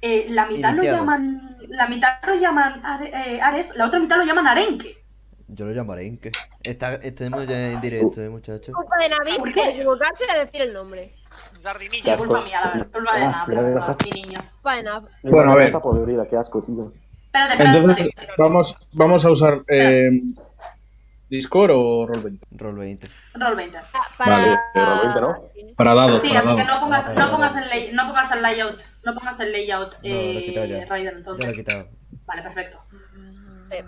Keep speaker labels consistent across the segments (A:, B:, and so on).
A: eh, la mitad
B: Iniciado.
A: lo llaman la mitad lo llaman Are- eh, Ares, la otra mitad lo llaman Arenque.
B: Yo lo llamaré Inke. Está, estemos ya en directo, eh, muchachos.
C: Culpa de Navid
A: ¿Por
C: por
A: qué?
C: equivocarse de decir el nombre.
D: Qué
A: Sí,
D: Ya. Jardinilla. asco.
A: culpa mía, la verdad, culpa de
D: Ah,
A: nada,
D: pero
A: pero
D: deja-
A: mi niño.
C: Culpa de Nav.
E: Bueno, a ver.
D: Está podrida, qué asco, tío.
A: Espérate, espérate.
E: Entonces, eh,
A: espérate.
E: vamos, vamos a usar eh, Discord o Roll20.
B: Roll 20.
A: Roll 20.
C: Para...
D: Vale, de repente, ¿no?
E: Para dados,
A: Sí,
E: para
A: así que
E: dados.
A: no pongas,
B: Ah,
A: no
B: vale,
A: pongas el
B: vale.
A: lay- no pongas el layout, no pongas el layout
B: No, lo he quitado ya.
A: eh, Raiden
B: Ya lo he
A: entonces.
B: quitado.
A: Vale, perfecto.
C: Eh,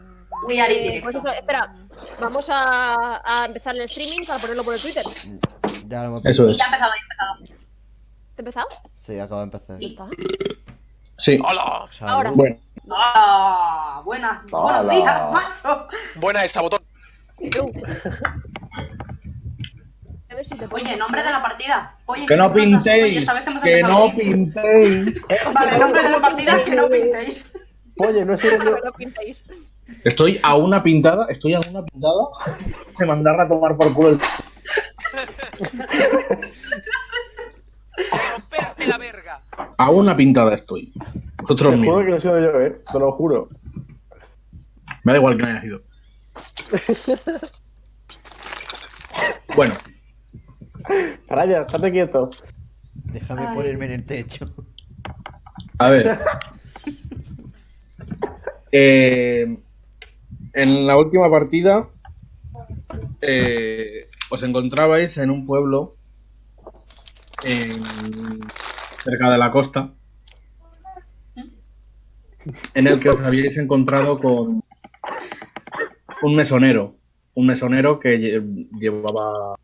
A: We are in
C: eh,
A: directo.
C: pues eso, espera, vamos a, a empezar el streaming para ponerlo por el Twitter. ¿Te
B: Ya lo hemos
E: Eso
B: visto.
A: Sí, ya ha empezado, ya ha empezado.
C: ha empezado?
B: Sí, acaba de
C: eh,
B: empezar.
A: Sí.
E: Sí,
F: ¡Hola!
B: Salud.
C: Ahora.
E: bueno.
A: Ah, buenas, buenos
D: Hola.
A: días, macho.
F: Buena esta, botón.
C: Lu. A ver si te pongo-
A: Oye, nombre de la partida. Oye,
E: Que
A: qué
E: no
A: cosas. Oye,
E: pintéis.
A: esta vez hemos
E: Que
A: empezado
E: no
A: bien.
E: pintéis.
A: Vale, nombre de la partida, que no pintéis.
D: Oye, no estoy
C: Pero
D: viendo.
C: no pintéis.
E: Estoy a una pintada, estoy a una pintada de mandar a tomar por culo el
F: ¡Romperte la verga!
E: A una pintada estoy. Vosotros
D: Te juro
E: mismos.
D: que no he sido yo, eh. Te lo juro.
E: Me da igual que no haya sido. Bueno,
D: Raya, estate quieto.
B: Déjame
A: Ay.
B: ponerme en el techo.
E: a ver. Eh, en la última partida eh, os encontrabais en un pueblo en- cerca de la costa en el que os habíais encontrado con un mesonero. Un mesonero que lle- llevaba,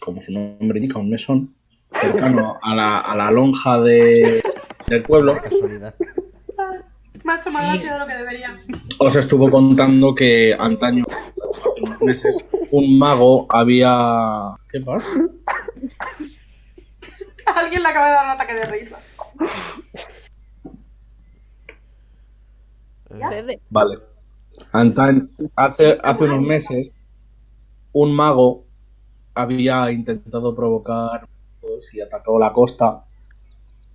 E: como su nombre indica, un mesón cercano a la, a la lonja de- del pueblo.
B: Casualidad.
A: Macho, más gracia de lo que debería.
E: Os estuvo contando que antaño, hace unos meses, un mago había... ¿Qué pasa?
A: Alguien le acaba de dar un ataque de risa.
C: Cede.
E: Vale. Antan- hace, hace unos meses, un mago había intentado provocar pues, y atacó la costa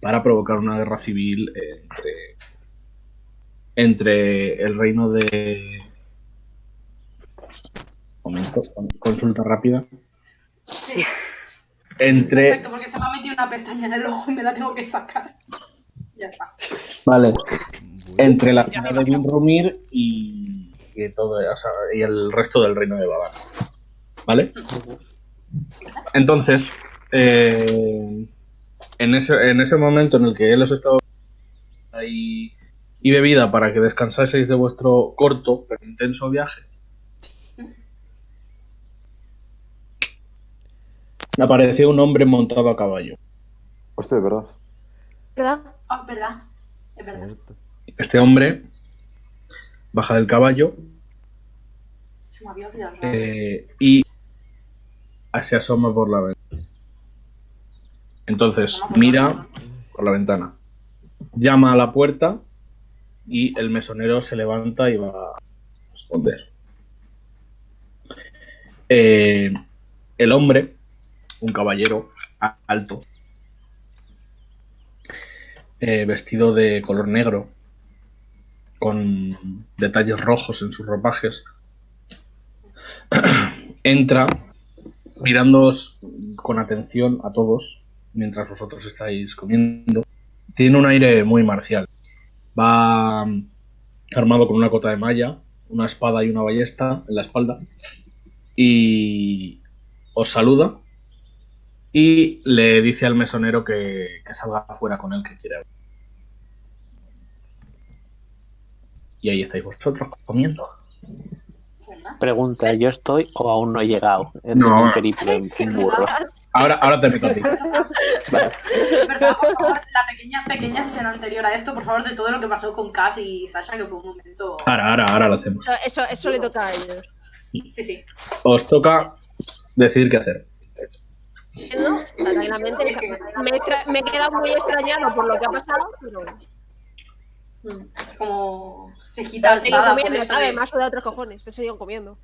E: para provocar una guerra civil entre, entre el reino de. Momento, consulta rápida.
A: Sí,
E: Entre
A: perfecto, porque se me ha metido una pestaña en el ojo y me la tengo que sacar. Ya está.
E: Vale. Entre la
F: Ya
E: ciudad
F: me
E: de
F: imagino.
E: Vinromir y, y todo, o sea, y el resto del reino de Badán. ¿Vale? Entonces, eh, en, ese, en ese momento en el que él os estaba ahí y bebida para que descansaseis de vuestro corto pero intenso viaje, apareció un hombre montado a caballo.
D: Hostia, es verdad.
C: ¿Verdad?
A: Ah, es verdad. Es verdad.
B: Cierto.
E: Este hombre baja del caballo
A: Se me había olvidado. ¿no?
E: Eh, y se asoma por la ventana. Entonces
A: No me acuerdo.
E: mira por la ventana, llama a la puerta y el mesonero se levanta y va a responder. Eh, el hombre, un caballero a- alto, eh, vestido de color negro, con detalles rojos en sus ropajes, entra mirándoos con atención a todos mientras vosotros estáis comiendo. Tiene un aire muy marcial. Va mm, armado con una cota de malla, una espada y una ballesta en la espalda. Y os saluda y le dice al mesonero que, que salga afuera con él que quiere. hablar. Y ahí estáis vosotros comiendo.
A: ¿Verdad?
G: Pregunta, ¿yo estoy o aún no he llegado? He
E: No.
G: tenido un periplo en en burro.
E: Ahora, ahora te meto a ti.
A: Es verdad, por favor, la pequeña, pequeña escena anterior a esto, por favor, de todo lo que pasó con Cass y Sasha, que fue un momento.
E: Ahora, ahora, ahora lo hacemos.
C: Eso, eso, eso le toca a ellos.
A: Sí, sí.
E: Os toca decidir qué hacer.
C: ¿No? Tranquilamente, o sea, me, he tra- me he quedado muy extrañado por lo que ha pasado, pero
A: Mm, Es como. Cejita
C: he seguido
A: alzada por
C: comiendo,
A: eso.
C: ¿sabes?
A: de-
C: Me ha sudado tres cojones, he seguido comiendo.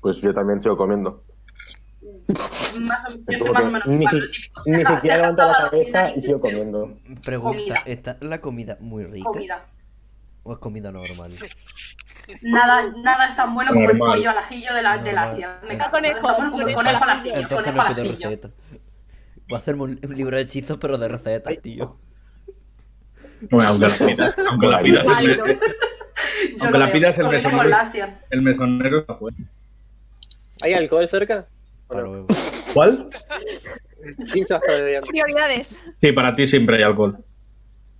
D: Pues yo también sigo comiendo.
A: Más o menos. más
D: Como
A: o
D: que
A: menos,
D: ni
A: más
D: si-
A: lo típico.
D: Ni
A: Deja-
D: siquiera
A: deja
D: levanto
A: toda
D: la cabeza
A: comida
D: y sigo
A: y-
D: comiendo.
B: Pregunta,
A: Comida.
B: ¿está la comida muy rica
A: Comida.
B: o es comida normal?
A: Nada, nada es tan bueno como el
E: Normal.
A: pollo al ajillo de la, del
B: Normal.
A: Asia. Me
B: Ah,
A: caso,
C: conejo,
A: está bueno como el
C: conejo al
A: conejo al
C: ajillo.
A: ajillo.
B: Entonces
A: Conejo
B: no
A: al
B: pido
A: ajillo.
B: recetas. Voy a hacerme un un libro de hechizos, pero de recetas, tío.
E: Bueno, aunque la pidas, aunque la pidas.
C: Válido.
A: Yo
E: Aunque
A: no
E: la
A: veo.
E: pidas el
A: Conejo con
E: beso, ¿no?
A: la Asia.
E: El mesonero está fuera.
H: ¿Hay alcohol cerca?
B: Para
H: Bueno.
B: luego.
E: ¿Cuál?
H: 15 hasta de diante.
C: Prioridades.
E: Sí, para ti siempre hay alcohol.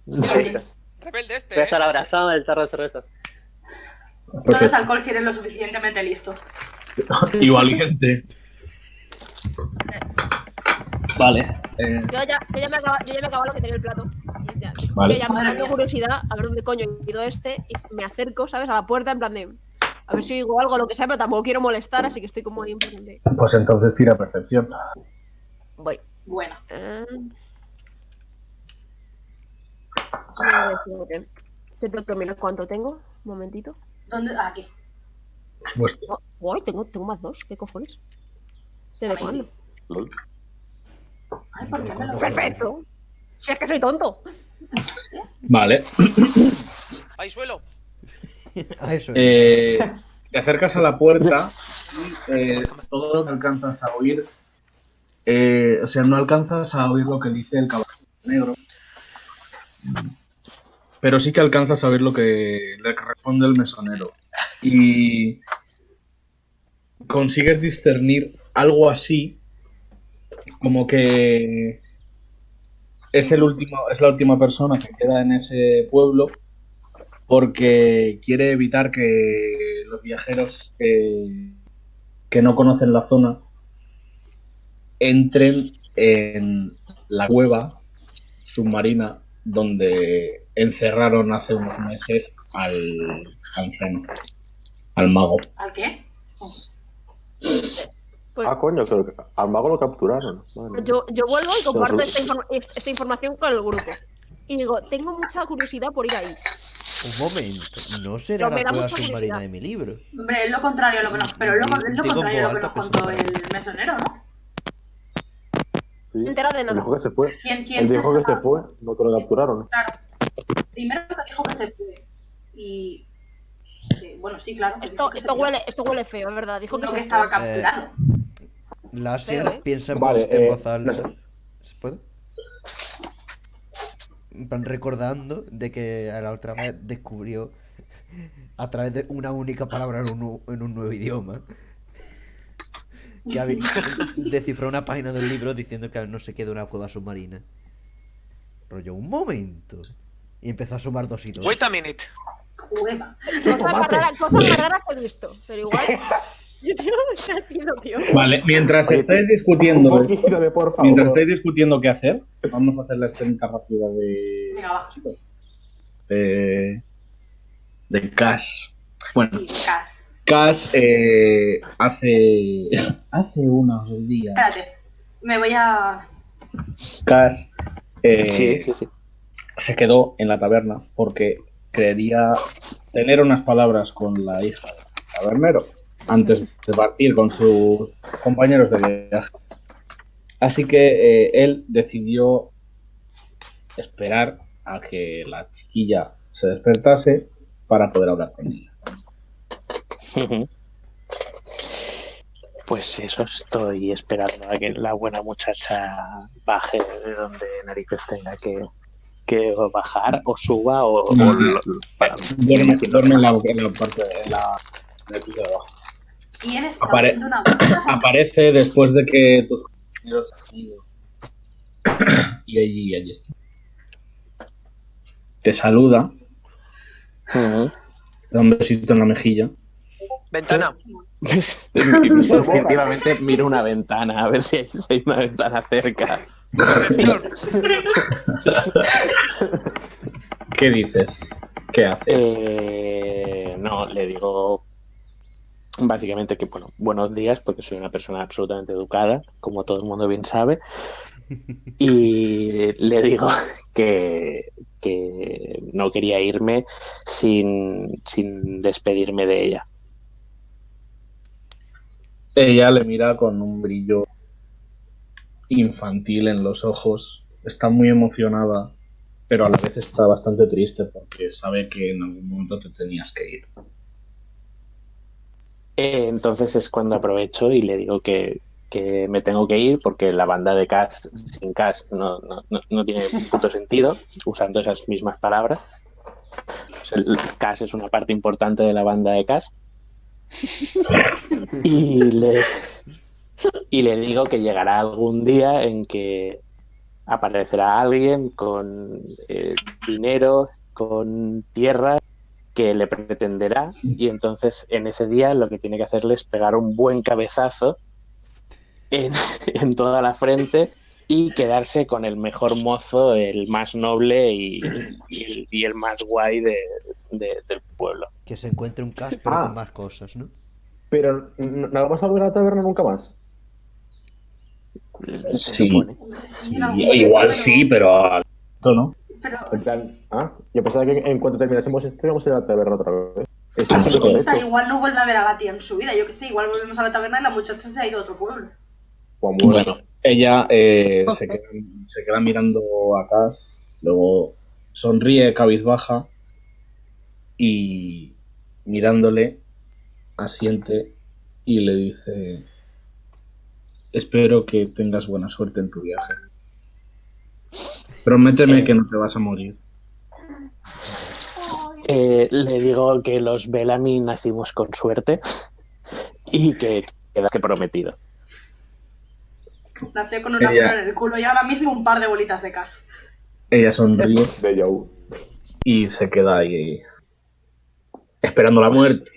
H: Voy
F: Rebelde este.
H: a
G: Pues
F: ¿eh?
H: estar abrazado del tarro de cerveza.
A: No des
E: Perfecto.
A: alcohol si eres lo suficientemente listo.
E: Y valiente. Vale. eh,
C: Yo ya, yo ya me acabo, yo ya me acabo lo que tenía en el plato. Y ya-
E: Vale.
C: Yo ya me dando curiosidad a ver dónde coño he ido este y me acerco, ¿sabes? A la puerta en plan de... A ver si oigo algo o lo que sea, pero tampoco quiero molestar, así que estoy como ahí en plan de...
E: pues entonces tira percepción.
C: Voy.
A: Bueno.
C: Ah. No, espérate. Yo tengo que mirar cuánto tengo. Un momentito.
A: ¿Dónde? ah, Aquí.
E: Pues,
C: Oh, guay, tengo, tengo más dos. ¿Qué cojones? ¿Desde
A: Ay,
C: cuándo?
A: sí. Ay, ¿por qué me lo
C: Perfecto. Si es que soy tonto.
E: vale.
F: Hay suelo.
B: Ah, eso. es.
E: Eh, te acercas a la puerta y eh, todo lo que alcanzas a oír, eh, o sea, no alcanzas a oír lo que dice el caballero negro, pero sí que alcanzas a oír lo que le responde el mesonero. Y consigues discernir algo así como que es el último es la última persona que queda en ese pueblo porque quiere evitar que los viajeros que, que no conocen la zona entren en la cueva submarina donde encerraron hace unos meses al anciano, al mago.
A: ¿Al qué?
C: Pues
D: Ah, coño, se lo- al mago lo capturaron. Madre
C: yo, yo vuelvo y comparto
D: Pero-
C: esta, informa- esta información con el grupo. Y digo, tengo mucha curiosidad por ir ahí.
B: Un momento, no será
C: Pero me
B: la
C: da
B: cueva
C: mucha
B: submarina
C: curiosidad.
B: de mi libro.
A: Hombre, es lo contrario a lo que nos. Pero es lo, es lo
B: Digo,
A: contrario a lo que nos
B: alto,
A: contó
B: pues,
A: el mesonero, ¿no?
D: mía. Sí.
C: entera de nada.
D: Él dijo que se fue.
A: ¿Quién, quién
D: Él dijo que
A: está-
D: se fue, no que lo capturaron.
A: Claro. Primero que dijo que se fue. Y. sí, bueno, sí, claro. que dijo
C: Esto,
A: que
C: esto,
A: se
C: huele, esto huele feo, es verdad. Dijo
A: fue.
C: que,
A: Dijo
C: se
A: que
C: fue.
A: estaba capturado.
B: La Asia
C: Pero, ¿eh?
B: piensa en,
D: Vale,
B: voz- en
D: eh,
B: voz alta.
D: no
B: ¿Se puede? En plan, recordando de que a la otra vez descubrió a través de una única palabra en un, nu- en un nuevo idioma. Que había, descifró una página del libro diciendo que no se queda una cueva submarina. Rollo, un momento. Y empezó a sumar dos y dos.
F: Wait a minute.
A: Cueva.
C: Cosas más raras cosas más raras que he visto. Pero igual. Yo tío, ¿qué ha sido, tío?
E: Vale, mientras
D: Oye,
E: estáis
D: Un
E: discutiendo,
D: poquito de por favor.
E: mientras estáis discutiendo qué hacer, vamos a hacer la escenita rápida de
A: Venga, va. Sí,
E: de, de Cash. Bueno,
A: cas.
E: Cass eh, hace hace unos días.
A: Espérate. Me voy a.
E: Cass eh,
G: Sí, sí, sí.
E: se quedó en la taberna porque quería tener unas palabras con la hija del tabernero antes de partir con sus compañeros de viaje. Así que eh, él decidió esperar a que la chiquilla se despertase para poder hablar con ella.
G: Ujú. Pues eso, estoy esperando a que la buena muchacha baje de donde narices tenga que, que o bajar o suba o... o
E: No,
G: lo- para-
E: Duerme, duerme en, la, en la parte de la, en el piso de abajo.
A: ¿Quién está
E: Apare-
A: haciendo una cosa?
E: aparece después de que tus compañeros han ido. y allí, allí está. Te saluda,
G: Ujú.
E: te da un besito en la mejilla.
F: Ventana.
G: Instintivamente miro una ventana, a ver si hay, si hay una ventana cerca.
E: ¿Qué dices? ¿Qué haces?
G: Eh, no, le digo básicamente que, bueno, buenos días, porque soy una persona absolutamente educada, como todo el mundo bien sabe. Y le digo que, que no quería irme sin, sin despedirme de ella.
E: Ella le mira con un brillo infantil en los ojos. Está muy emocionada, pero a la vez está bastante triste porque sabe que en algún momento te tenías que ir.
G: Eh, entonces es cuando aprovecho y le digo que, que me tengo que ir porque la banda de Cash sin Cash no, no, no, no tiene puto sentido, usando esas mismas palabras. O sea, el Cash es una parte importante de la banda de Cash. Y le, y le digo que llegará algún día en que aparecerá alguien con eh, dinero, con tierra, que le pretenderá y entonces en ese día lo que tiene que hacerle es pegar un buen cabezazo en, en toda la frente y quedarse con el mejor mozo, el más noble y, y el, y el más guay de- de- del pueblo.
B: Que se encuentre un Cash, pero
D: Ah.
B: con más cosas, ¿no?
D: Pero no no vamos a volver a la taberna nunca más.
G: Se
E: Sí.
G: supone.
A: Sí,
E: Sí,
A: en algún
E: igual
A: momento,
E: sí, pero al momento no.
A: Pero,
D: En plan, ah, yo pensaba que en cuanto terminásemos esto íbamos a ir a la taberna otra vez. Eso
A: pero
E: Ah,
D: es
E: sí.
D: lo que he
A: esta
D: hecho.
A: igual no vuelve a ver a la tía en su vida. Yo que sé, igual volvemos a la taberna y la muchacha se ha ido a otro pueblo.
D: Juan Bueno.
E: Bueno, ella eh, se, queda, se queda mirando a Cass, luego sonríe cabizbaja y mirándole asiente y le dice espero que tengas buena suerte en tu viaje. Prométeme que no te vas a morir.
G: Eh, le digo que los Bellamy nacimos con suerte y que quedaste prometido.
A: Nació con una
E: Ella-
A: flor en el culo y ahora mismo un par de bolitas secas.
E: Ella sonríe
D: De Yahoo.
E: y se queda ahí esperando la
G: Pues,
E: muerte.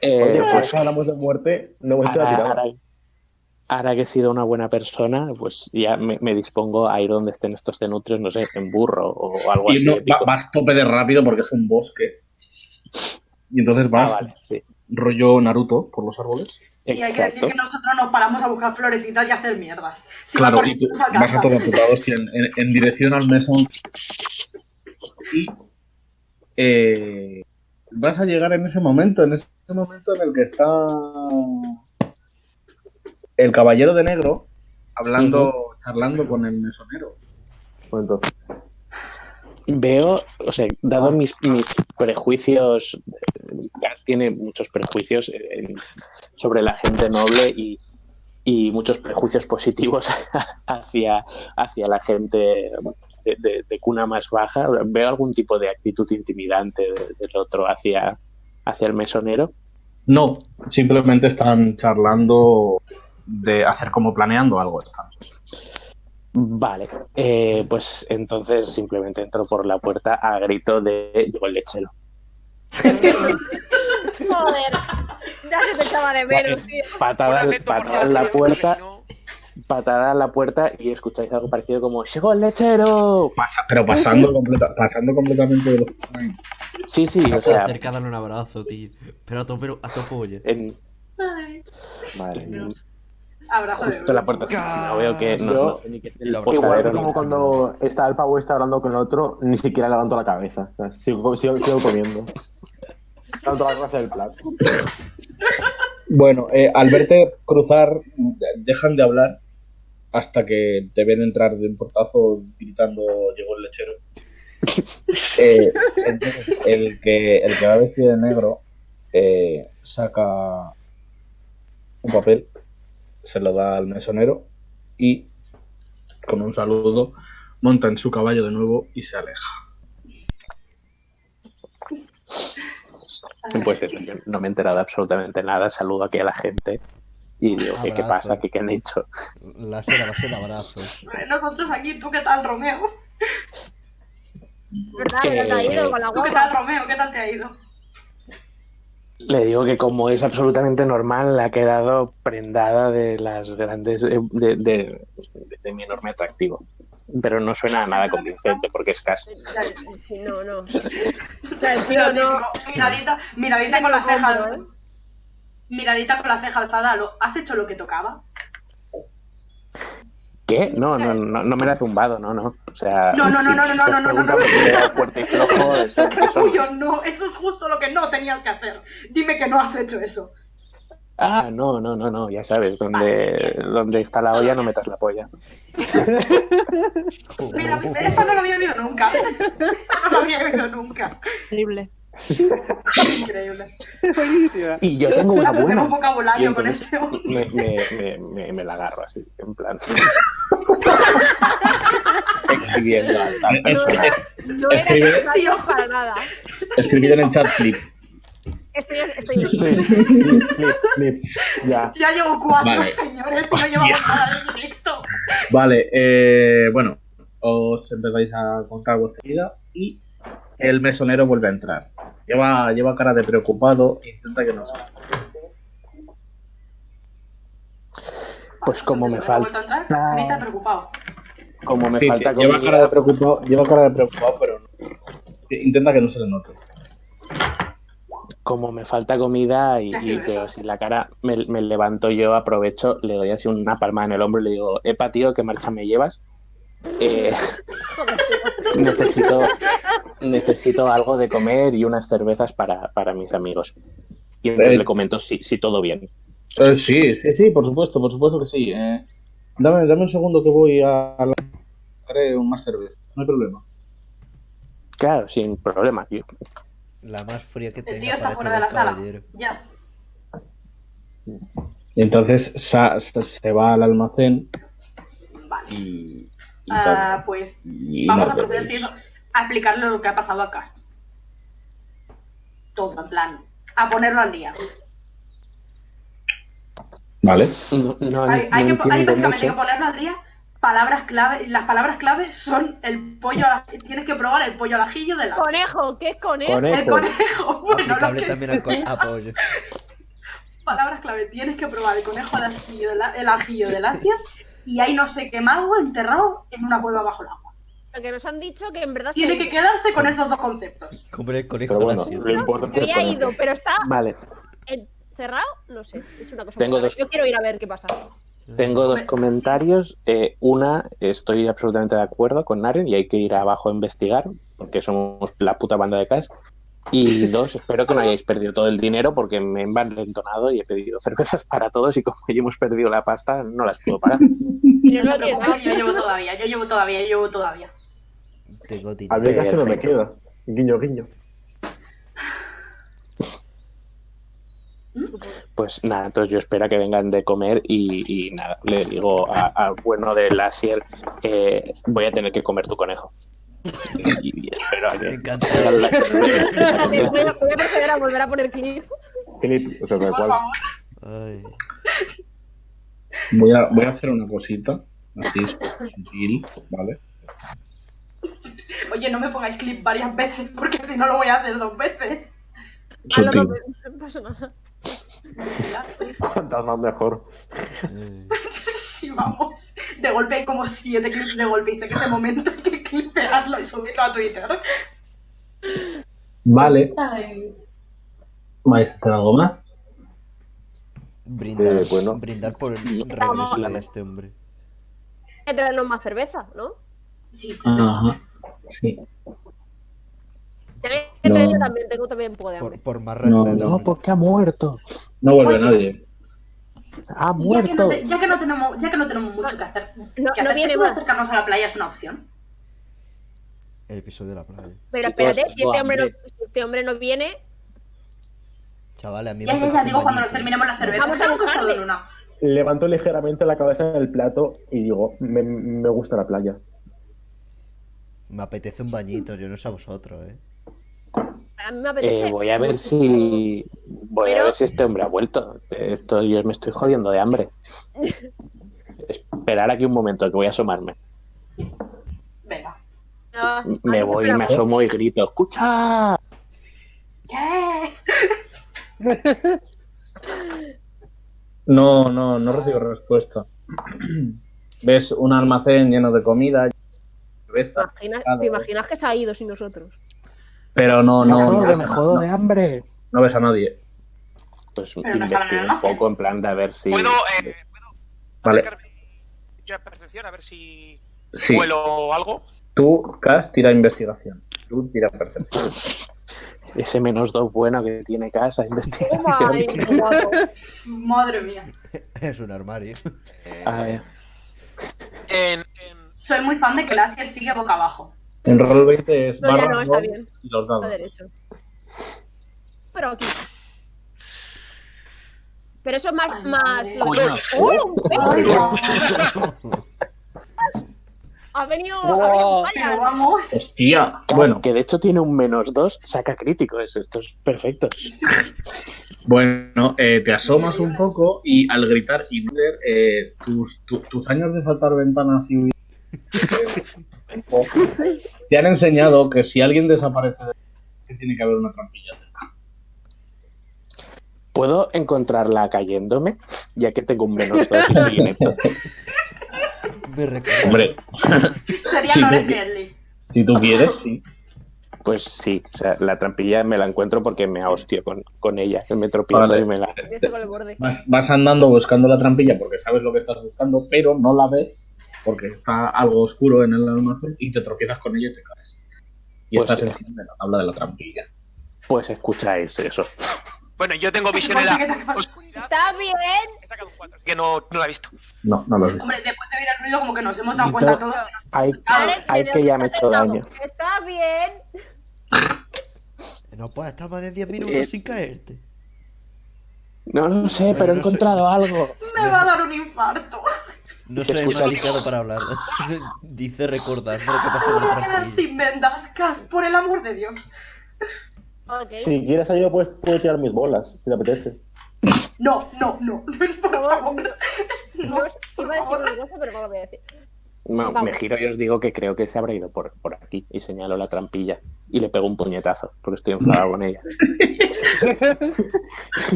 G: Eh,
D: Oye, por
G: pues,
D: eso hablamos de muerte, no hemos hecho la
G: ahora,
D: tirada.
G: ahora- ahora que he sido una buena persona, pues ya me, me dispongo a ir donde estén estos cenutrios, no sé, en burro o algo
E: Y
G: así.
E: no,
G: épico.
E: va- vas tope de rápido porque es un bosque. Y entonces
G: Ah,
E: vas
G: vale, sí.
E: rollo Naruto pues, por los árboles.
A: Y hay que decir
G: Exacto.
A: que nosotros nos paramos a buscar florecitas y a hacer mierdas. Si
E: claro,
A: no,
E: y tú
A: nos
E: vas
A: alcanza.
E: a toda puta hostia en, en- en dirección al mesón. Y eh, vas a llegar en ese momento, en ese momento en el que está el caballero de negro hablando, charlando con el mesonero.
D: Bueno, pues entonces,
G: Veo, o sea, dado mis, mis prejuicios, eh, Gas tiene muchos prejuicios eh, en- sobre la gente noble y, y muchos prejuicios positivos hacia, hacia la gente de, de- de cuna más baja. Veo algún tipo de actitud intimidante de- del otro hacia, hacia el mesonero.
E: No, simplemente están charlando de hacer como planeando algo. Están.
G: Vale, eh, pues entonces simplemente entro por la puerta a grito de llegó el lechero.
C: Joder, déjate chaval de menos, tío.
G: Patada,
F: Buen
G: al-
F: acento, por
G: patada en
F: cierto,
G: la
F: porque si
G: puerta.
F: no-
G: patada a la puerta y escucháis algo parecido como ¡Llegó el lechero!
E: Pasa- pero pasando, completa- pasando completamente de los
G: Sí, sí, o sea,
B: Acerca, dale un abrazo, tío. Pero a tu, pero a tu polla.
G: en,
A: Ay,
G: madre mía,
A: Abrazo de
G: justo la puerta si no veo que no,
D: Yo-
G: no- ni que-
B: la
G: pues,
B: verdad
G: a
D: igual
G: ver,
D: como cuando está el pavo está hablando con el otro, ni siquiera levanto la cabeza. O sea, sigo, sigo, sigo comiendo. Tanto la gracia del plato.
E: Bueno, eh, al verte cruzar, de- dejan de hablar hasta que te ven entrar de un portazo gritando llegó el lechero. Eh, entonces, el que el que va vestido de negro eh, saca un papel, se lo da al mesonero y con un saludo monta en su caballo de nuevo y se aleja.
G: pues eso, yo no me he enterado de absolutamente nada, saludo aquí a la gente y digo, ¿qué, qué
B: Abrazo.
G: pasa? ¿Qué, qué han hecho?
B: La cera va a ser abrazos.
A: Nosotros aquí, ¿tú qué tal, Romeo?
C: ¿Verdad? Me lo ha ido con la
A: ¿Tú qué
C: guapa.
A: tal, Romeo? ¿Qué tal te ha ido?
G: Le digo que como es absolutamente normal, ha quedado prendada de las grandes, eh, de, de- de mi enorme atractivo. Pero no suena a nada convincente porque es casi.
C: Sí, No, no. O sea, el tío
A: Mira,
C: no. ¿eh?
A: típico, Miradita, miradita con la ceja.
C: Hombro,
A: Miradita con la ceja alzada. a lo- ¿Has hecho lo que tocaba?
G: ¿Qué? No, no, no, no me la he zumbado, no, no. O sea,
A: No, no, no, no,
G: si
A: no, no,
G: estás
A: no, no,
G: preguntando
A: no, no.
G: si era fuerte y flojo, eso, eso no.
A: Capullo, no. Eso es justo lo que no tenías que hacer. Dime que no has hecho eso.
G: Ah, no, no, no, no, ya sabes, donde, donde está la olla no metas la polla.
B: Uh,
A: Mira, esa no la había oído nunca. Esa no la había oído nunca.
C: Horrible.
A: Increíble.
H: Buenísima.
G: Y yo tengo una
A: Tengo un
G: buena.
A: vocabulario
G: Y
A: con
G: entonces
A: este hombre.
G: Me, me, me, me- me la agarro así, en plan. Exhibiendo al al
E: Es-
G: personaje.
C: No era
E: Escribe-
C: necesario para nada.
E: Escribid en el chat clip.
C: Estoy, estoy
D: Clip, clip, clip, clip. Ya.
A: Ya llevo cuatro,
E: Vale.
A: señores, y no
E: Hostia.
A: llevamos nada en directo.
E: Vale, eh, bueno, os empezáis a contar vuestra vida y el mesonero vuelve a entrar. Lleva, lleva cara de preocupado e intenta que no salga.
G: Pues como me
A: ¿Ha
G: falta.
A: vuelto a entrar? Carita preocupado.
G: Como me
E: Sí,
G: falta
E: lleva
G: comida,
E: cara de preocupado, lleva cara de preocupado, pero no. Intenta que no se le note.
G: como me falta comida y,
A: Ya sí
G: y
A: lo
G: veo
A: es.
G: así la cara, me, me levanto yo, aprovecho, le doy así una palma en el hombro y le digo, epa tío, ¿qué marcha me llevas? Eh, necesito, necesito algo de comer y unas cervezas para, para mis amigos. Y entonces
E: Eh.
G: le comento si, si todo bien.
E: Eh, sí, sí, sí, por supuesto, por supuesto que sí. eh. dame, dame un segundo que voy a a la... haré un más cerveza, no hay problema.
G: Claro, sin problema. Yo-
B: La más fría que tenga
A: El tío está
B: para
A: fuera
B: todo
A: de la sala.
B: caballero.
A: Ya.
E: Y entonces sa- sa- se va al almacén
A: Vale.
E: y... y
A: Ah, pues
E: y
A: vamos
E: no
A: a proceder
E: veis.
A: siguiendo- a explicarle lo que ha pasado a Cas. Todo, en plan. A ponerlo al día.
E: Vale.
G: no, no-
A: Hay,
G: no
A: hay que, hay
G: entiendo
A: básicamente
G: mucho.
A: que ponerlo al día. Palabras clave, y las palabras clave son el pollo al Tienes que probar el pollo al ajillo de la.
C: Conejo, ¿qué es conejo?
A: El
G: Conejo.
A: conejo. Bueno, lo
B: Aplicable
A: que
B: también al co- a pollo.
A: palabras clave. Tienes que probar el conejo al ajillo, del a- el ajillo del Asia y ahí no sé qué mago enterrado en una cueva bajo el agua.
C: Lo que nos han dicho que en verdad se
A: Tiene
C: ha
A: que
C: ido.
A: quedarse con esos dos conceptos.
B: Comer el conejo
G: Pero
B: al
G: bueno,
B: ácido.
G: lo
C: Que
G: importante es
C: ya ha
G: poner-
C: ido, pero está
G: Vale,
C: cerrado, no sé. Es una cosa.
G: Tengo
C: rara.
G: dos-
C: Yo quiero ir a ver qué pasa.
G: Tengo dos comentarios. Eh, una, estoy absolutamente de acuerdo con Naren y hay que ir abajo a investigar, porque somos la puta banda de cash. Y dos, espero que no hayáis perdido todo el dinero porque me he envalentonado y he pedido cervezas para todos y como ya hemos perdido la pasta, no las puedo pagar.
C: Y no,
A: No
C: lo
A: te
C: tiene
A: preocupes,
C: nada.
A: yo llevo todavía, yo llevo todavía, yo llevo todavía.
B: Tengo
D: A mí
B: dinero.
D: casi no me
G: Perfecto.
D: queda. Guiño, guiño.
G: Pues nada, entonces yo espero que vengan de comer y, y nada, le digo a- al bueno de la Sier, eh, voy a tener que comer tu conejo. Y, y espero a
B: Me
G: que...
B: encanta.
G: hagan las cervezas y la
C: Voy
G: comida.
C: a- voy a proceder a volver a poner clip.
D: Clip, o sea, tal
A: Por
D: cual.
A: favor,
B: Ay,
E: Voy a, voy a hacer una cosita, así es gentil, ¿vale?
A: oye, no me pongáis clip varias veces porque si no lo voy a hacer dos veces.
C: A lo
E: Sutil.
C: dos veces, no pasa nada.
D: Fantasma mejor.
B: ay.
A: Sí, vamos. De golpe hay como siete clips de golpe y sé que ese momento hay que clipearlo y subirlo a Twitter.
E: Vale,
A: Ay.
E: ¿vais a hacer algo más?
B: Brindar,
D: Eh, pues no.
B: brindar por el
C: Vamos.
B: regreso de este hombre.
C: Hay que traernos más cerveza, ¿no?
A: Sí.
E: Ajá, sí.
C: Tenéis que
E: No.
C: traerlo también, tengo también un poco de
B: Por,
C: hambre.
B: por más
E: No,
B: recetas.
G: No, porque ha muerto.
E: No vuelve nadie.
G: Ha
A: Ya que,
G: muerto.
A: no te- ya que no tenemos, ya que no tenemos mucho que hacer, que
C: no
A: hacer,
C: viene
A: ¿eso de
C: más.
A: acercarnos a la playa es una opción.
B: El episodio de la playa.
C: Pero
G: Chicos,
C: espérate, si
G: tengo
C: este hombre no,
G: hambre.
C: si este hombre no viene,
B: Chavales, a mí
A: Ya,
B: me
A: ya,
B: apetece
A: ya,
B: un
A: digo cuando nos
B: bañito.
A: terminemos la cerveza.
C: Vamos a
A: Nunca he
C: buscarle.
A: estado en una.
D: Levanto ligeramente la cabeza del plato y digo, me, me gusta la playa.
B: Me apetece un bañito, yo no sé a vosotros, ¿eh?
C: a mí me apetece.
G: Eh, voy a ver si. Voy
C: Pero-
G: a ver si este hombre ha vuelto. Esto, yo me estoy jodiendo de hambre. Esperar aquí un momento, que voy a asomarme.
A: Venga.
C: Ah,
G: Me
C: ah,
G: voy,
C: espera.
G: me asomo y grito: ¡Escucha!
A: ¿Qué?
E: No, no, no recibo respuesta. Ves un almacén lleno de comida,
C: ¿Te
E: cerveza,
C: imaginas, te imaginas que se ha ido sin nosotros?
E: pero no,
G: Me
E: no, no,
G: jodo,
E: ves,
G: me
E: a,
G: jodo de
E: no,
G: hambre.
E: no ves a nadie.
G: Pues
A: no está nada
G: investigo un
A: más.
G: poco en plan de a ver si.
F: ¿Puedo, eh, ¿puedo
E: Vale.
F: acercarme yo a percepción a ver si
E: Sí,
F: vuelo o algo?
E: tú, Cas, tira investigación. Tú tira percepción.
G: Ese menos dos bueno que tiene casa,
C: Toma, ahí,
G: investigación.
C: guapo.
A: Madre mía.
B: Es un armario.
G: Ay,
F: En, en-
A: Soy muy fan de que Lassier sigue boca abajo.
E: En roll 20 es
C: No, ya
E: barra
C: no, está
E: roll
C: bien.
E: y los
C: Está
E: dados.
C: derecho. Pero aquí. Pero eso es más,
A: Ay, madre.
C: más lo que-
F: Coño.
C: ¡Uh!
A: Ay, guau.
C: Ha venido.
H: Wow.
C: Ha
A: Pero
C: venido Bayern.
A: vamos.
E: Hostia.
G: Cas,
E: Bueno,
G: que de hecho tiene un menos dos, saca críticos. Esto es perfecto.
E: bueno eh, te asomas un poco y al gritar y ver eh, tus, tu- tus años de saltar ventanas y huir, eh, te han enseñado que si alguien desaparece de- que tiene que haber una trampilla.
G: ¿Puedo encontrarla cayéndome? Ya que tengo un menos dos en el inepto.
B: Me recuerda.
E: Hombre,
A: Sería
E: Sí,
A: no
E: creo
A: eres
E: que-
A: friendly.
E: si tú quieres, sí.
G: Pues sí, o sea, la trampilla me la encuentro porque me hostio con, con ella. Me tropiezo
E: Vale.
G: y me la.
C: Empiezo con el borde.
E: Vas, vas andando buscando la trampilla porque sabes lo que estás buscando, pero no la ves porque está algo oscuro en el almacén y te tropiezas con ella y te caes. Y
G: Pues
E: estás
G: sí.
E: encima de la tabla de la trampilla.
G: Pues escucháis eso.
F: bueno, yo tengo visión en la oscuridad.
C: Está bien.
F: He sacado un 4, así que no, no la he visto.
E: No, no lo ves.
A: Hombre, después de ver el ruido, como que nos hemos
G: Y
A: dado cuenta
G: todo-
A: todos.
G: Hay,
C: Alex,
G: hay
C: ¿de
G: que
C: dónde
G: ya me he
C: estás
G: hecho
C: sentado?
G: daño.
C: Está bien.
B: No puedes estar más de 10 minutos
G: Eh,
B: sin caerte.
G: No lo sé, pero he
B: No sé.
G: encontrado algo.
A: Me va a dar un infarto.
B: No
G: se
B: soy el
G: escucha-
B: indicado para hablar. Dice recordando lo que pasó
A: Me
B: con
A: voy
B: la
A: a quedar
B: trampilla.
A: sin vendas, Cas, por el amor de Dios.
C: Ok.
D: Si quieres ayuda, puedes, puedes tirar mis bolas, si te apetece.
A: No, no, no. Luis, por favor.
C: No, pues, iba a decir una cosa, pero no lo voy a decir.
G: No,
C: Vamos.
G: me giro y os digo que creo que se habrá ido por, por aquí y señalo la trampilla y le pego un puñetazo porque estoy enfadado con ella.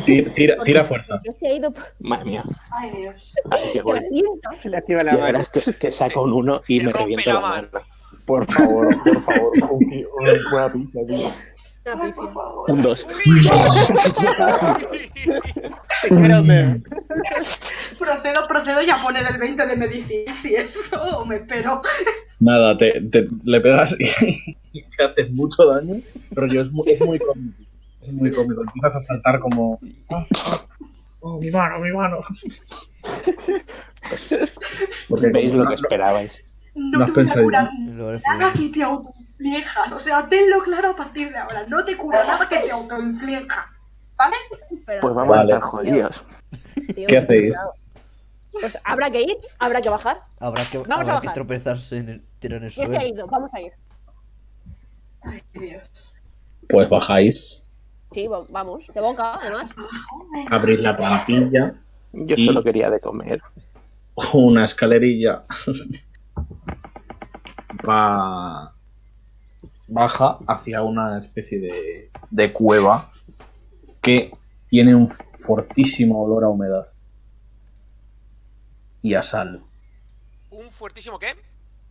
E: Tira, tira, tira fuerza.
C: Yo se ha ido por
G: Madre mía,
A: Ay, Dios.
G: ay, qué
C: la
G: bueno.
C: cinta.
H: Se le activa
G: Ya
H: la mano.
G: verás que, que saco un uno y
F: Se
G: me
F: rompe
G: reviento
F: la
G: la
F: mano.
G: mano.
D: Por favor, por favor. un- una, una pizza, tío.
C: Una
A: Ay,
C: pifia.
A: por favor.
G: Un dos.
H: Te quiero ver.
A: Procedo, procedo ya a poner el 20 de medicina, si eso, o me espero.
E: Nada, te, te- le pegas y, y te haces mucho daño, pero yo es muy, es muy cómico. Es muy cómico. Empiezas a saltar como. "Ah, ah, Oh, mi mano, mi mano. Porque
G: Veis
E: como
G: lo que
E: no-
G: esperabais.
E: No
A: No
E: has
A: te voy a
E: pensado
A: curar
B: Lo haré
A: nada
B: fuera.
A: que te autoinflijas. O sea, tenlo claro a partir de ahora. No te cura nada que te autoinflijas. ¿Vale?
C: Pero,
G: Pues vamos
E: Vale.
G: a estar jodidos.
C: tío,
E: ¿Qué hacéis?
C: Pues habrá que ir, habrá que bajar.
B: Habrá que,
C: Vamos a
B: habrá que
C: bajar. este
B: tropezarse en el, tirar en el
C: Yo
B: suelo.
C: se ha ido, vamos a ir.
A: Ay, Dios.
E: Pues bajáis,
C: Sí, va- vamos, de boca, además.
E: abrís la trampilla.
G: Yo
E: Y-
G: solo quería de comer.
E: una escalerilla va baja hacia una especie de, de cueva que tiene un fortísimo olor a humedad y a sal.
F: ¿Un fuertísimo qué?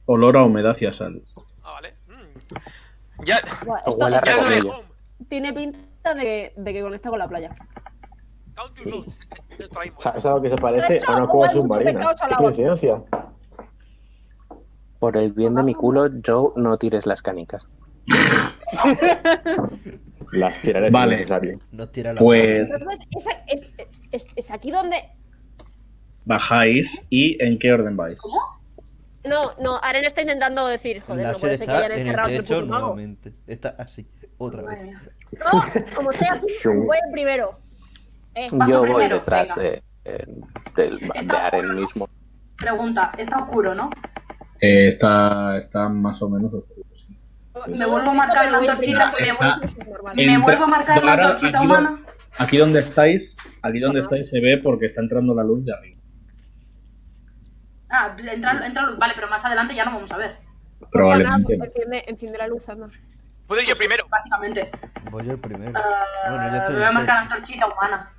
E: Olor a humedad y a sal.
F: Ah, vale. Mm. Ya,
C: Buah,
G: O
C: esto
G: Pues huele a
F: ya
C: esto
F: lo de
G: Recogido.
F: home.
C: tiene pinta de, de que conecta con la playa.
F: Count your votes. Esto ahí,
D: O sea, ¿Sabes a lo que se parece?
C: Eso,
D: A una
C: como
D: cueva
C: hay mucho
D: submarina.
C: pecado
D: Qué
C: salado.
D: coincidencia.
G: Por el bien de mi culo, Joe, no tires las canicas.
D: Las tiraré
E: Vale.
D: si es necesario.
B: Nos tira la
E: Pues
C: Entonces, es, a- es- es- es aquí donde.
E: bajáis y ¿en qué orden vais?
C: No, no, Aren está intentando decir, joder,
B: la
C: no puede ser que
B: está
C: hayan
B: en el
C: encerrado el
B: techo
C: puto mago.
B: nuevamente. Está así, otra
A: Madre
B: vez.
A: mía.
C: No, como estoy aquí, voy primero. Eh,
A: Bajo
G: Yo voy
A: primero,
G: detrás
A: venga.
G: de, eh, del de Aren mismo.
A: Pregunta, está oscuro, ¿no?
E: Eh, está, está más o menos oscuro.
A: Me vuelvo a marcar
C: Pero voy
A: la tortilla,
C: primero,
E: me
C: porque voy normal.
A: Me
E: Entra-
A: vuelvo a marcar la
E: Ahora,
A: antorchita
E: aquí
A: humana.
E: Aquí donde estáis, aquí donde
C: Ajá.
E: estáis se ve porque está entrando la luz de arriba.
A: Ah, entra, entra luz. Vale, pero más adelante ya no vamos a ver.
E: Probablemente.
C: Por favor, enciende, enciende la luz, anda.
F: Puedo ir yo primero.
A: Básicamente.
B: Voy yo el primero.
A: Ah,
B: Bueno, yo estoy
A: me voy a
B: en el
A: marcar la
B: techo.
A: antorchita humana.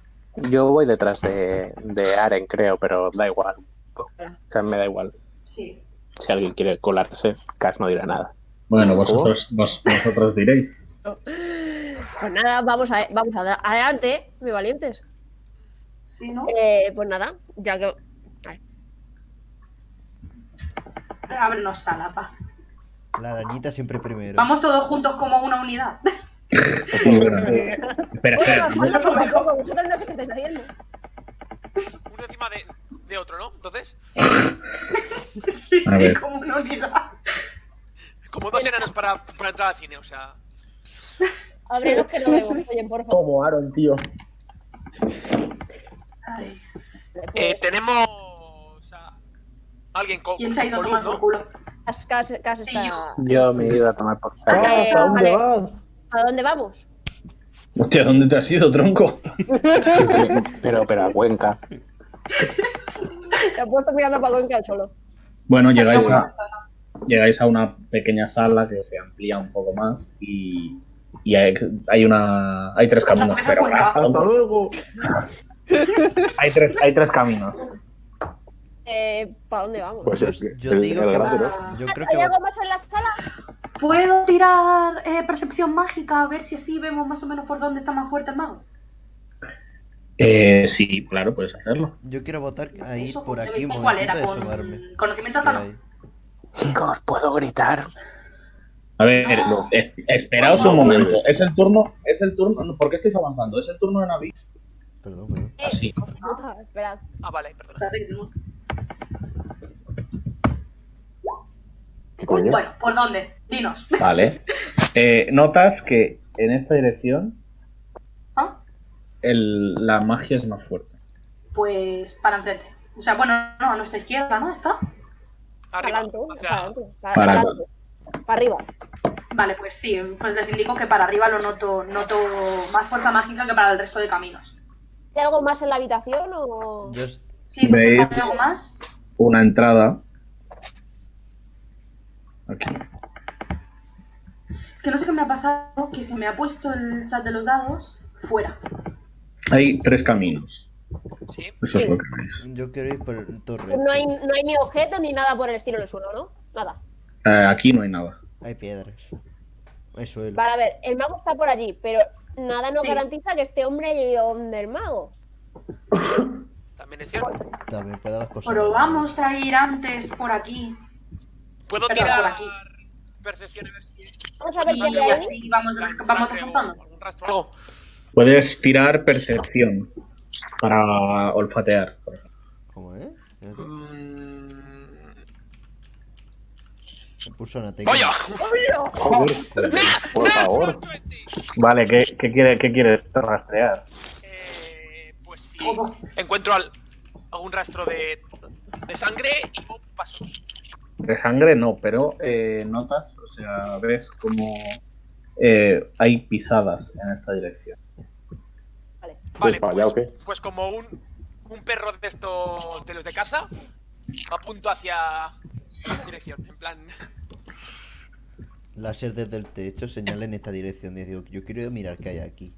G: Yo voy detrás de, de Aren, creo, pero da igual. O sea, me da igual.
A: Sí.
G: Si alguien quiere colarse, Cas no dirá nada.
E: Bueno, vosotros, vos- vosotros diréis.
C: Pues nada, vamos, a, vamos a, adelante, muy valientes.
A: Sí, ¿no?
C: Eh, pues nada, ya que.
A: Ábrenos sala, pa.
B: La arañita siempre primero.
A: Vamos todos juntos como una unidad.
E: Pues Espera,
G: Eh,
E: espera.
C: Oye, vosotros no me pongo, vosotros no sé qué estáis haciendo.
F: Uno encima de, de otro, ¿no? Entonces,
A: Sí,
E: A
A: sí,
E: ver.
A: como una unidad.
F: como
A: Eh,
F: dos enanos para, para entrar al cine, o sea.
C: Abre los que no veo. Oye, por favor.
H: Como Aaron, tío.
A: Ay,
F: Eh,
C: Pues,
F: tenemos. a alguien con.
A: ¿Quién se ha ido a
F: con
A: tomar
F: luz,
A: por
F: ¿no?
A: culo?
C: Cas- Cas Cas está.
G: Yo me he ido a tomar por saco.
C: Ah,
H: ¿Hasta dónde
C: vale.
H: vas?
C: ¿A dónde vamos?
E: Hostia, ¿dónde te has ido, tronco?
G: Pero, pero a Cuenca.
C: Se ha puesto mirando para Cuenca el solo.
E: Bueno, llegáis a, llegáis a una pequeña sala que se amplía un poco más y, y hay, hay una hay tres caminos, pero hasta-
H: Hasta luego.
E: hay tres hay tres caminos.
C: Eh, ¿Para dónde vamos?
D: Pues
B: Yo,
D: es que-
B: yo
D: el-
B: digo
D: el
B: que
D: grande, ¿no?
B: va- yo creo que
I: ¿Hay
B: va-
I: algo más en la sala?
A: ¿Puedo tirar eh, percepción mágica a ver si así vemos más o menos por dónde está más fuerte el mago?
E: Eh, sí, claro, puedes hacerlo.
B: yo quiero votar ahí
A: Eso,
B: por
A: yo
B: aquí
A: vi
B: un
A: con cuál
B: momentito
A: era,
B: de
A: con
B: asomarme.
A: conocimiento
B: ¿Qué
A: arcano.
B: hay?
G: Chicos, ¿puedo gritar?
E: A ver, es- esperaos un momento. Es el turno, es el turno. no, ¿Por qué estáis avanzando? Es el turno de Navi.
B: Perdón, perdón.
E: Así.
C: Ah, esperad.
F: Ah, vale, perdón.
A: Espérate que tengo-
D: ¿Qué coño?
A: Bueno, ¿por dónde? Dinos.
E: Vale. Eh, notas que en esta dirección
A: ¿Ah?
E: el- la magia es más fuerte.
A: Pues para enfrente. O sea, bueno, no, a nuestra izquierda, ¿no? ¿Está?
C: Para
F: Arriba.
C: adelante,
F: o sea,
C: para adelante, para
E: Para
C: adelante. Para arriba.
A: Vale, pues sí, pues les indico que para arriba lo noto, noto más fuerza mágica que para el resto de caminos.
C: ¿Hay algo más en la habitación o.?
B: Yo s-
A: Sí, pues
E: ¿Veis?
A: ¿pasa algo más?
E: una entrada. Aquí.
A: Es que no sé qué me ha pasado, que se me ha puesto el chat de los dados fuera.
E: Hay tres caminos.
F: Sí.
E: Eso es lo que veis.
B: yo quiero ir por el torre.
C: Pues No hay, no hay ni objeto ni nada por el estilo en el suelo, ¿no? Nada.
E: Eh, aquí no hay nada.
B: Hay piedras. Hay suelo.
C: Para ver, el mago está por allí, pero nada nos
A: Sí.
C: garantiza que este hombre llegue donde el mago.
F: También es cierto.
B: También puede haber cosas.
A: Pero vamos a ir antes por aquí.
F: Puedo
A: Pero por
F: tirar
A: aquí.
F: percepción a ver si
C: Vamos a ver qué
A: Y
C: hay ahí.
A: así vamos, vamos
F: sangre o
A: reportando.
F: algún rastro. Algo.
E: Puedes tirar percepción para olfatear. por ejemplo.
B: ¿Cómo es? Espérate,
F: Mm,
B: me puso una técnica.
F: ¡Vaya!
D: Joder, por favor.
G: Vale, ¿qué, qué, quiere- qué quieres rastrear?
F: Eh, pues sí.
A: Ojo.
F: Encuentro al, algún rastro de, de sangre y oh, paso.
E: De sangre no, pero eh, notas, o sea, ves como eh, hay pisadas en esta dirección.
F: Vale,
D: ¿Desmayado
F: pues,
D: o qué?
F: pues como un, un perro de estos de los de caza, apunto hacia esa dirección. En plan,
B: Láser desde el techo señala en esta dirección. Y digo, yo quiero ir a mirar qué hay aquí.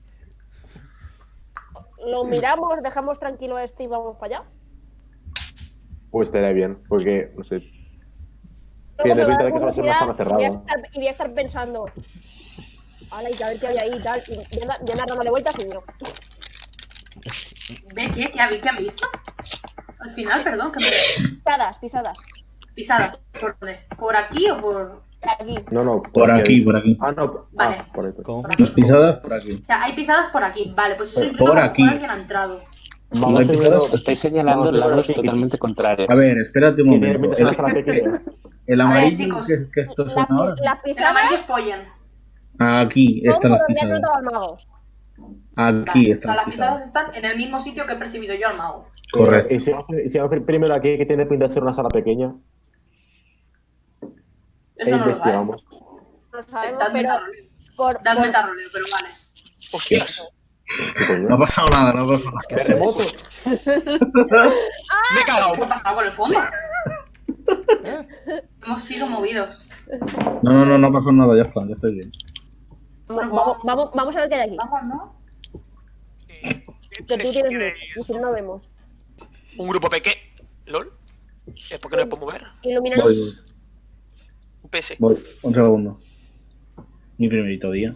C: Lo miramos, dejamos tranquilo a este y vamos para allá.
D: Pues estaría bien, porque, no sé.
C: Luego
D: de
C: me va a
D: pinta de que
C: dar
D: va a ser una zona
C: curiosidad y voy a
D: cerrada.
C: estar- Y voy a estar pensando. Ala, y que a ver qué hay ahí y tal. Y voy a andar- voy a andar dándole vueltas y no.
A: ¿Ve qué? ¿Qué han, qué han visto? Al final, perdón, que me...
C: Pisadas, pisadas.
A: Pisadas. ¿Por dónde? ¿Por aquí o por...?
C: Aquí.
D: No, no.
E: Por
D: porque-
E: aquí, por aquí.
D: Ah, no.
A: Vale.
D: Ah, por esto.
B: ¿Cómo?
E: Las pisadas por aquí.
A: O sea, hay pisadas por aquí. Vale, pues eso
E: Por-
A: implica
E: por
A: que a lo
E: aquí.
A: mejor alguien ha entrado.
D: Vamos
E: Hay
D: primero-
E: pisadas.
G: Estáis señalando
D: Vamos,
G: lados
D: sí.
G: totalmente contrarios.
E: A ver, espérate un
D: Sí, tiene
E: momento.
D: pinta de ser una
E: El,
D: zona pequeña.
E: el
A: A ver,
E: amarillo
A: chicos.
E: que, que esto
C: Las,
E: son ahora.
C: las
A: El amarillo
C: pisadas
A: es Pollen.
E: Aquí
C: son por
E: están las
C: donde han
E: pisadas.
C: notado al mago.
E: Aquí
A: o sea,
E: están
A: las
E: las
A: pisadas
E: pisadas.
A: están en el mismo sitio que he percibido yo al mago.
E: Correcto.
D: Y si vamos, y si vamos primero aquí, que tiene pinta de ser una sala pequeña, e
A: Eso no lo sabe.
D: investigamos.
C: No sabemos,
A: Dadme
C: pero
A: tarroleo.
C: por,
A: Dadme
C: por-
A: tarroleo, pero vale.
F: ¡Hostias!
D: ¿Qué coño?
E: No ha pasado nada, no ha pasado nada.
D: Terremoto.
F: Ah. ¡Me he cagado!
A: ¿Qué ha pasado con el fondo?
B: Ah,
A: Hemos sido movidos.
E: No, no, no, no ha pasado nada, ya está, ya estoy bien.
C: Bueno, vamos, vamos, vamos a ver qué hay aquí.
A: Vamos, ¿no?
F: Eh,
C: Que tú
F: si
C: tienes
F: queréis
C: luz, nosotros no vemos.
F: un grupo pequeño. ¿Lol? Eh, ¿Por qué no me puedo mover?
C: Iluminamos.
E: Voy,
F: Un PS.
E: voy, un segundo. Mi primerito día.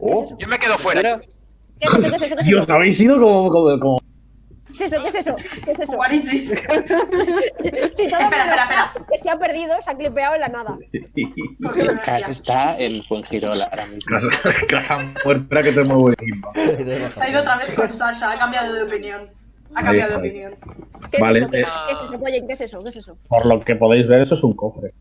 D: Oh,
F: Yo me quedo fuera.
C: ¿Qué es eso? ¿Qué es eso? ¿Qué es eso?
E: Dios, habéis ido como, como, como
C: es eso? ¿Qué es eso? ¿Qué es eso?
A: What is this?
C: Si todo
A: Espera,
C: me lo
A: espera,
C: da,
A: espera.
C: que se ha perdido, se ha clipeado en la nada.
A: ¿Por qué
G: El
A: no
G: Cas
A: decía?
G: está en Fuengirola ahora mismo.
E: Casa, casa muerta que te muevo el equipo.
A: Se ha ido otra vez con Sasha, ha cambiado de opinión. Ha
E: Ahí
A: cambiado de
E: está.
A: opinión.
C: ¿Qué
E: Vale,
C: es eso? ¿Qué,
E: eh.
C: qué es eso? Oye, ¿qué es eso? ¿Qué es eso?
E: Por lo que podéis ver, eso es un cofre.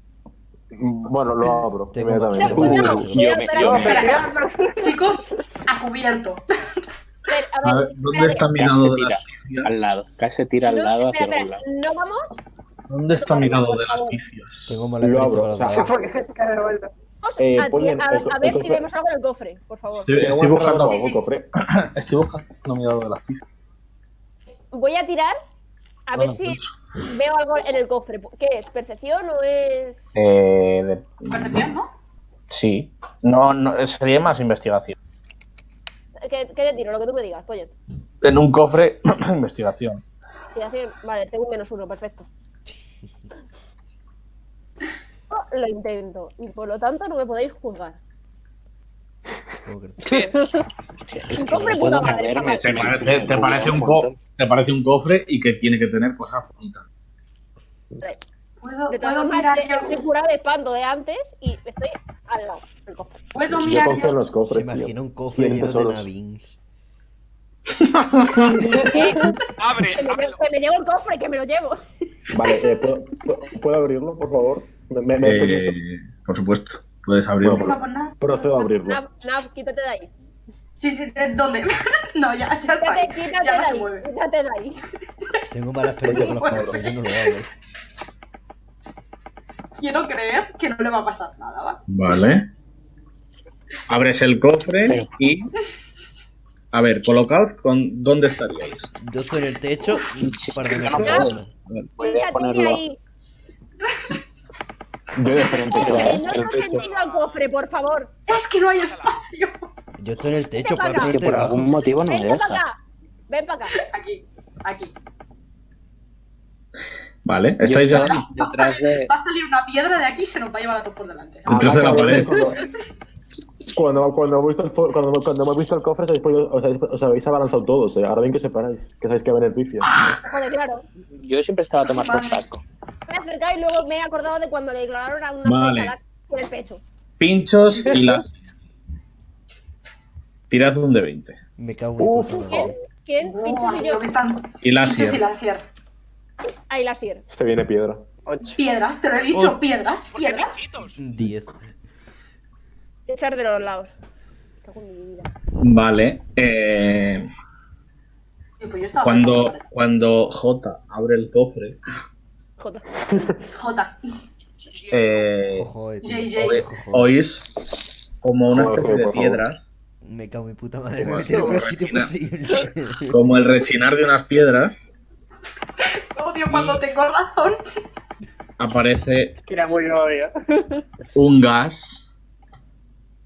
D: Bueno, lo abro
B: Tengo
D: inmediatamente.
B: mucho
C: Cuidado,
G: yo
C: cuidado,
G: me-
C: espera,
G: yo me-
C: espera, espera,
A: Chicos, a cubierto.
C: espera, a
E: A
C: ver,
E: ver, ¿dónde
C: espérate.
E: está mi
G: Ya
E: lado
G: se
E: de las
G: Al
E: pifias?
G: lado. Cas se tira al
C: No,
G: lado hacia
C: espera,
G: algún
C: espera,
G: lado.
C: no vamos,
E: ¿Dónde está mi lado de las
C: Por favor.
E: pifias?
B: Tengo mala
D: Lo
B: experiencia con
D: abro. O
B: los
D: sea,
B: dados.
C: vamos
D: Eh,
C: a-
D: Pollen,
C: a,
D: el-
C: a ver
D: el-
C: si vemos algo en el cofre, por favor.
E: Estoy,
D: Tengo
E: estoy
D: que hacer
E: buscando,
D: algo,
A: sí, sí.
D: cofre.
E: estoy buscando mi lado de las pifias.
C: Voy a tirar a
E: Ah,
C: ver
E: no,
C: si
E: pues.
C: veo algo en el cofre. ¿Qué es? ¿Percepción o es...?
E: Eh, de-
A: Percepción, ¿no?
E: sí. No, no, sería más investigación.
C: ¿Qué, qué te tiro? Lo que tú me digas, Pollen.
E: En un cofre, investigación.
C: Investigación. Vale, tengo un menos uno, perfecto. Yo Lo intento y por lo tanto no me podéis juzgar.
B: ¿Cómo que no?
G: Hostia, es que
C: Un cofre
G: no
C: puta
G: puedo
C: madre,
G: moverme.
C: vamos.
E: Te parece, te parece un co- te parece un cofre y que tiene que tener cosas bonitas.
A: Puedo,
C: De todas
A: puedo
C: formas,
A: mirar
C: yo estoy
A: yo.
C: curada de espanto de antes y estoy al lado del cofre.
A: Puedo
D: Yo
A: mirar
D: confío en
A: yo.
D: los
B: Se
D: cofres,
B: imagina
D: tío.
B: un cofre
D: Tienen
B: lleno de
D: tesoros.
B: navins.
F: Abre,
C: Que me, llevo,
F: ábrelo.
C: que me llevo el cofre, que me lo llevo.
D: Vale, eh, ¿puedo, pu- ¿puedo abrirlo, por favor? ¿Me, me- me permiso?
E: Eh, por supuesto, puedes abrirlo.
A: Venga, pues nada.
D: Procedo a abrirlo.
C: Nav, Nav, quítate de ahí.
A: Sí, sí, ¿de ¿dónde? no, ya, ya está.
C: Quítate,
A: ahí.
C: quítate
A: Ya
C: de
A: no se
C: ahí.
A: mueve.
C: Quítate de ahí.
B: Tengo mala experiencia con los cofres, yo no lo hago.
A: Quiero creer que no le va a pasar nada, ¿vale?
E: Vale. Abres el cofre y. A ver, colocaos con dónde estaríais.
B: Yo estoy en el techo, para que me
G: no
B: caiga.
G: puedo. Voy a
C: Quítate de
G: ponerlo.
C: ahí.
G: Yo de frente,
C: Que
G: claro, ¿eh?
C: no
G: El
C: nos
G: pecho.
C: vendéis al cofre, por favor.
A: Es que no hay espacio.
B: Yo estoy en el techo, para
C: pasa?
G: Es que
B: ponerte
G: por
B: debajo.
G: algún motivo no me
C: Ven para
G: deja.
C: acá. Ven para acá.
A: Aquí, aquí.
E: Vale,
G: Yo
E: estáis ya.
G: estoy detrás de.
A: Va a salir una piedra de aquí y se nos va a llevar a todos por delante.
E: Detrás de la
D: Además,
E: pared.
D: cuando- Cuando, cuando, he visto el, fo- cuando, cuando hemos visto el cofre, os habéis, os habéis- os habéis abalanzado todos. eh. Ahora bien que os separáis, que sabéis que va en el vicio.
C: Joder, claro.
G: Yo siempre estaba a tomar por saco.
C: Me he acercado y luego me he acordado de cuando le declararon a una
E: Vale.
C: fresa por el pecho.
E: Pinchos y las. Tirad un de 20.
B: Me cago en el
C: ¿Quién? ¿Quién? Pinchos y yo.
A: que están.
E: Y las.
A: Pinchos y
E: cierras.
A: láser.
C: Ahí la sierra.
D: Se viene piedra.
A: Piedras, te lo he dicho,
B: Oh.
A: piedras,
F: ¿Por qué
A: piedras.
F: pinchitos?
B: 10.
C: Echar de los lados. Cago en mi vida.
E: Vale. eh,
A: Y pues yo estaba
E: cuando, cuando J abre el cofre.
C: Joder.
A: J.
E: eh,
B: Ojo, eh, tío.
A: JJ.
E: oí-
B: Ojo.
E: oís como una
D: Joder,
E: especie de
D: por favor.
E: piedras.
B: Me cago en mi puta madre, me
E: Como-
B: metí en el
E: como
B: peor sitio
E: retina.
B: posible.
E: Como el rechinar de unas piedras.
A: Odio cuando tengo razón.
E: Aparece
H: Que era muy obvio.
E: un gas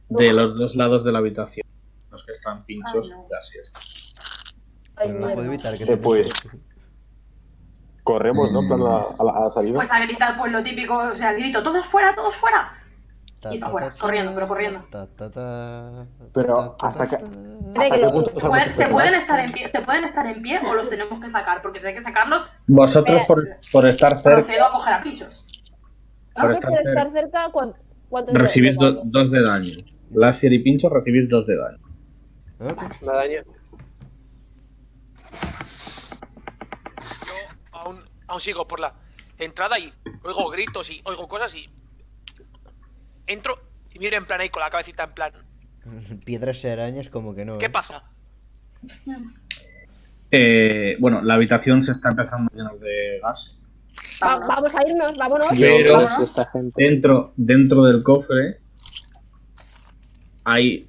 E: de los dos lados de la habitación. Los que están
A: Ay,
E: pinchos
A: no.
E: y gases.
C: Ay,
B: Pero no
C: mierda.
B: puedo evitar que
D: Se puede. Corremos, ¿no? En plan, a, a la, a la salida.
A: Pues a gritar, pues lo típico, o sea, grito, todos fuera, todos fuera.
B: Ta,
A: Y
B: ta,
A: fuera,
B: ta,
A: corriendo, pero corriendo.
B: ta, ta, ta, ta,
D: Pero
B: ta, ta,
D: hasta
B: ta,
D: que-
B: ta.
C: Espera que lo-
A: ¿Se pueden, se pueden estar en pie, se pueden estar en pie o los tenemos que sacar, porque si hay que sacarlos,
E: Vosotros por, por estar cerca,
A: procedo a coger a pinchos.
E: por
C: Creo que
E: estar
C: por
E: cerca
C: estar cerca, ¿cuánto? cuánto
E: recibís
C: de-
E: do- dos de daño. Láser y pincho recibís dos de daño.
B: Ok.
H: La daño.
F: Yo aún, aún sigo por la entrada y oigo gritos y oigo cosas y. Entro y miro en plan ahí con la cabecita en plan.
B: Piedras y arañas como que no.
F: ¿Qué
B: eh.
F: pasa?
E: Eh, bueno, la habitación se está empezando a llenar de gas.
A: Ah,
C: Va- vamos a irnos, vámonos.
E: Yo- Pero-
G: Dios, esta gente.
E: Dentro, dentro del cofre hay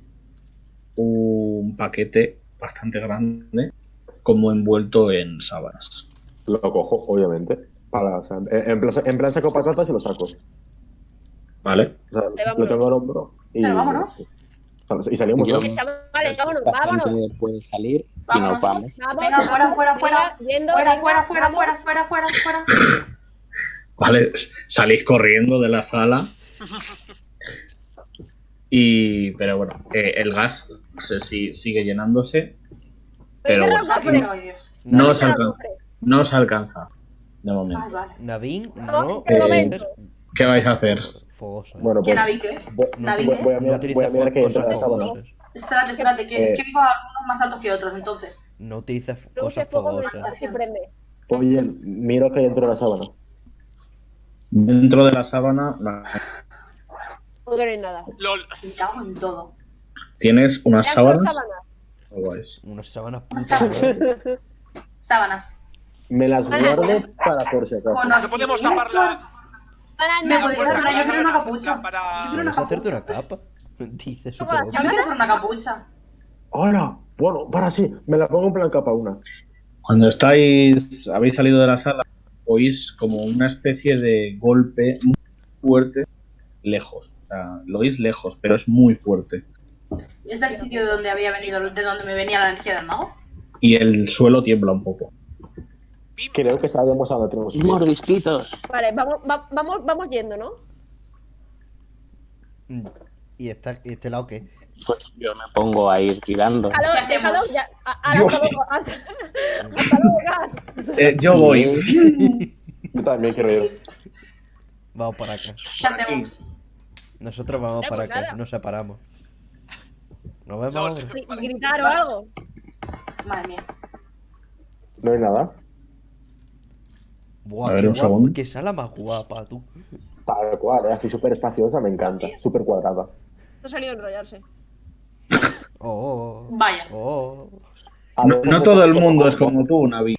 E: un paquete bastante grande como envuelto en sábanas.
D: Lo cojo, obviamente. Para, o sea, en, en plan, en plan saco patatas y lo saco.
E: ¿Vale?
D: O sea,
C: Ahí
D: lo
C: vámonos.
D: tengo al hombro y,
A: Pero vámonos.
D: y salimos.
G: Yo-
D: ¿no?
C: Sí, Chavales, vámonos,
G: Esta gente
C: vámonos.
G: puede salir y
A: Vámonos.
G: nos vamos.
C: Vamos,
A: Venga, fuera,
C: vamos,
A: fuera,
C: venga,
A: fuera.
C: yendo,
A: Fuera,
C: venga,
A: fuera, fuera,
C: vamos.
A: fuera, fuera, fuera, fuera.
E: ¿Vale? S- Salís corriendo de la sala. Y. Pero bueno, eh, el gas se, si- sigue llenándose. Pero
C: Cierra el
E: bueno,
A: Ay, Dios.
E: No os
C: Espera,
E: alcanza. No os alcanza. De
A: Vale,
E: momento.
A: vale.
B: Navín,
C: No,
B: no.
E: de
B: eh,
C: momento.
E: ¿Qué vais a hacer?
B: Fogosa.
D: Bueno,
A: ¿Quién
D: pues.
A: había qué?
D: voy-
B: no,
A: Navín,
B: utiliza-
A: eh?
D: voy a mirar-
B: no
D: voy a mirar
B: utilizas
D: que entra
B: cosas
D: pesado, ¿no?
B: fogosas.
A: Espérate, espérate, que es
D: Eh.
A: que vivo a unos más altos que otros, entonces.
B: No utilizas f-
C: No use
B: cosas
C: fuego blanco
B: fogosas.
C: si prende.
D: Oye, miro que hay dentro de la sábana.
E: Dentro de la sábana no.
C: Porque no hay nada.
F: LOL.
A: Me cago en todo.
E: tienes unas
C: Ya son
E: sábanas.
C: sábanas.
E: Oh, guays.
B: Unas sábanas putas. ¿no?
A: Sábanas.
D: Me las guardo para por si acaso.
A: Conocimiento.
F: No podemos taparla.
C: Sábanas,
A: Me
C: no,
A: voy a
C: porque-
A: comprar, yo quiero una
F: Para-
A: capucha.
F: para-
A: Yo quiero una
B: Puedes hacerte
A: capucha.
B: una capa. Dices
C: Luego la
A: Yo me quiero hacer una capucha.
D: Hola, bueno, para sí, me la pongo en plan capa una.
E: Cuando estáis, habéis salido de la sala, oís como una especie de golpe muy fuerte lejos. O sea, lo oís lejos, pero es muy fuerte.
A: Es el sitio de donde había venido, de donde me venía la energía del mago.
E: Y el suelo tiembla un poco.
F: Pim.
D: Creo que sabemos a dónde tenemos que ir.
G: Mordisquitos.
C: Vale, vamos, va- vamos, vamos yendo, ¿no?
B: Mm. ¿Y, esta- y este lado qué?
G: Pues yo me pongo a ir tirando.
C: Déjalo,
A: ¿Qué hacemos?
C: déjalo, ya. a- a-
E: Dios.
C: hasta luego, hasta- hasta luego, gas.
E: Eh, yo voy.
D: Yo también quiero ir.
B: Vamos para acá.
A: ¿Qué hacemos?
B: Nosotros vamos
C: Eh,
B: para
C: pues
B: acá.
C: nada.
B: Nos separamos. Nos vemos
F: No,
B: ahora.
C: Gri- Gritar o algo.
A: Madre mía.
D: No hay nada.
B: Buah,
E: A ver,
B: qué
E: un
B: guapo,
E: segundo.
B: Qué sala más guapa, tú.
D: Tal cual, es así súper espaciosa, me encanta. Súper cuadrada.
C: Esto ha salido a enrollarse.
B: Oh, oh,
A: Vaya.
B: oh.
D: A
E: No,
D: ver,
E: no todo el mundo es como tú, Navi.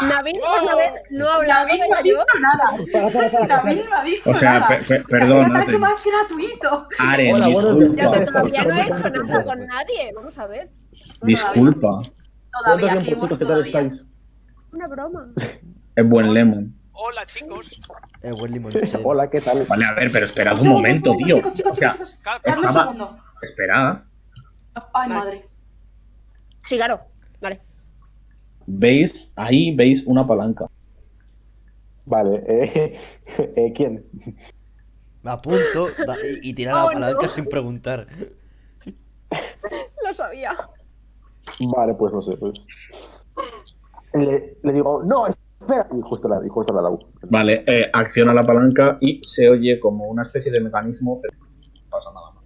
C: Navín
A: Oh.
C: por una vez no ha hablado,
A: David no ha
C: venga yo.
A: dicho nada. David no ha dicho
E: O sea,
A: nada.
E: per- per-
A: Es un
E: perdón,
A: ataque
E: Aren.
A: más gratuito.
E: Aren,
D: Hola, buenos
C: Ya, pero
E: disculpa.
D: días.
C: todavía no he hecho
D: Perfecto.
C: nada con nadie. Vamos a ver.
E: Disculpa.
A: Todavía,
D: ¿Cuánto
A: aquí
D: tiempo, chicos?
A: hemos
D: ¿Qué tal
A: todavía.
D: estáis?
C: Una broma.
E: Es buen lemon.
F: Hola, chicos.
B: El buen limonchero.
D: Hola, ¿qué tal?
E: Vale, a ver, pero esperad un momento, tío.
A: Chicos, chicos,
E: O sea,
A: chicos, chicos.
F: Cal-
E: es-
A: Dame un
E: estaba-
A: segundo.
E: esperad.
A: Ay, madre.
C: Sí, claro. Vale.
E: Veis, ahí veis una palanca.
D: Vale, eh, eh, ¿quién?
B: Me apunto da- y, y tira la
C: Oh,
B: palanca
C: no.
B: sin preguntar.
C: Lo sabía.
D: Vale, pues no sé. Pues. Le, le digo, no, espera. Y justo la, y justo la dado.
E: Vale, eh, acciona la palanca y se oye como una especie de mecanismo, pero no pasa nada más.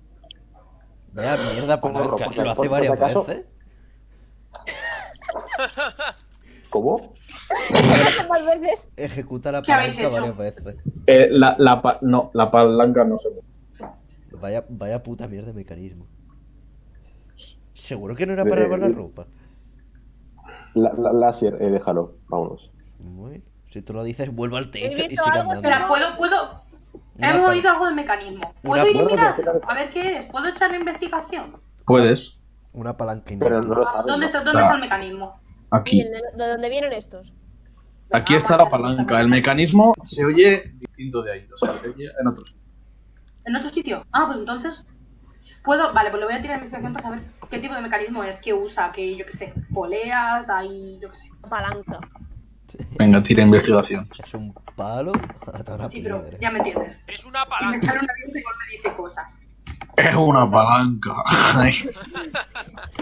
B: Vaya mierda
D: Como
B: palanca.
D: ropa,
B: Lo hace
D: por- por
B: varias
D: si acaso.
B: veces.
D: ¿Cómo?
C: Hace más veces.
B: Ejecuta la
A: ¿Qué habéis
B: palanca varias
A: hecho?
B: veces.
E: Eh, la, la pa- no, la palanca no se mueve.
B: Vaya, vaya puta mierda de mecanismo. Seguro que no era para
D: Eh,
B: lavar la
D: eh.
B: ropa.
D: La, la, láser, eh, déjalo, vámonos.
B: Bueno, si tú lo dices, vuelvo al techo y
C: visto
B: sigue
C: algo,
B: andando.
A: Espera, ¿puedo, puedo?
B: Una
A: Hemos
B: pa-
A: oído algo del mecanismo. ¿Puedo
B: Una-
A: ir a
D: Bueno,
A: mirar?
D: pero-
A: A ver qué es. ¿Puedo echar la investigación?
E: Puedes.
B: Una palanca
D: Pero
B: inútil.
D: no lo
A: Ah,
D: sabes.
A: ¿Dónde
D: ¿no?
A: está, dónde
E: Ah.
A: está el mecanismo? Ah,
C: ¿Y
E: Aquí.
C: el de- de dónde vienen estos?
E: Aquí está la palanca. El mecanismo se oye distinto de ahí. O sea, se oye en otro sitio.
A: ¿En otro sitio? Ah, pues entonces. ¿Puedo? Vale, pues le voy a tirar investigación para saber qué tipo de mecanismo es que usa, que yo qué sé, poleas, ahí, yo qué sé.
C: Palanca.
E: Venga, tira investigación.
B: Es un palo hasta una
A: Sí, pero
B: piedra.
A: ya me entiendes.
F: Es una
A: Si me
F: palanca.
A: sale una vez, igual me dice cosas.
E: Es una palanca.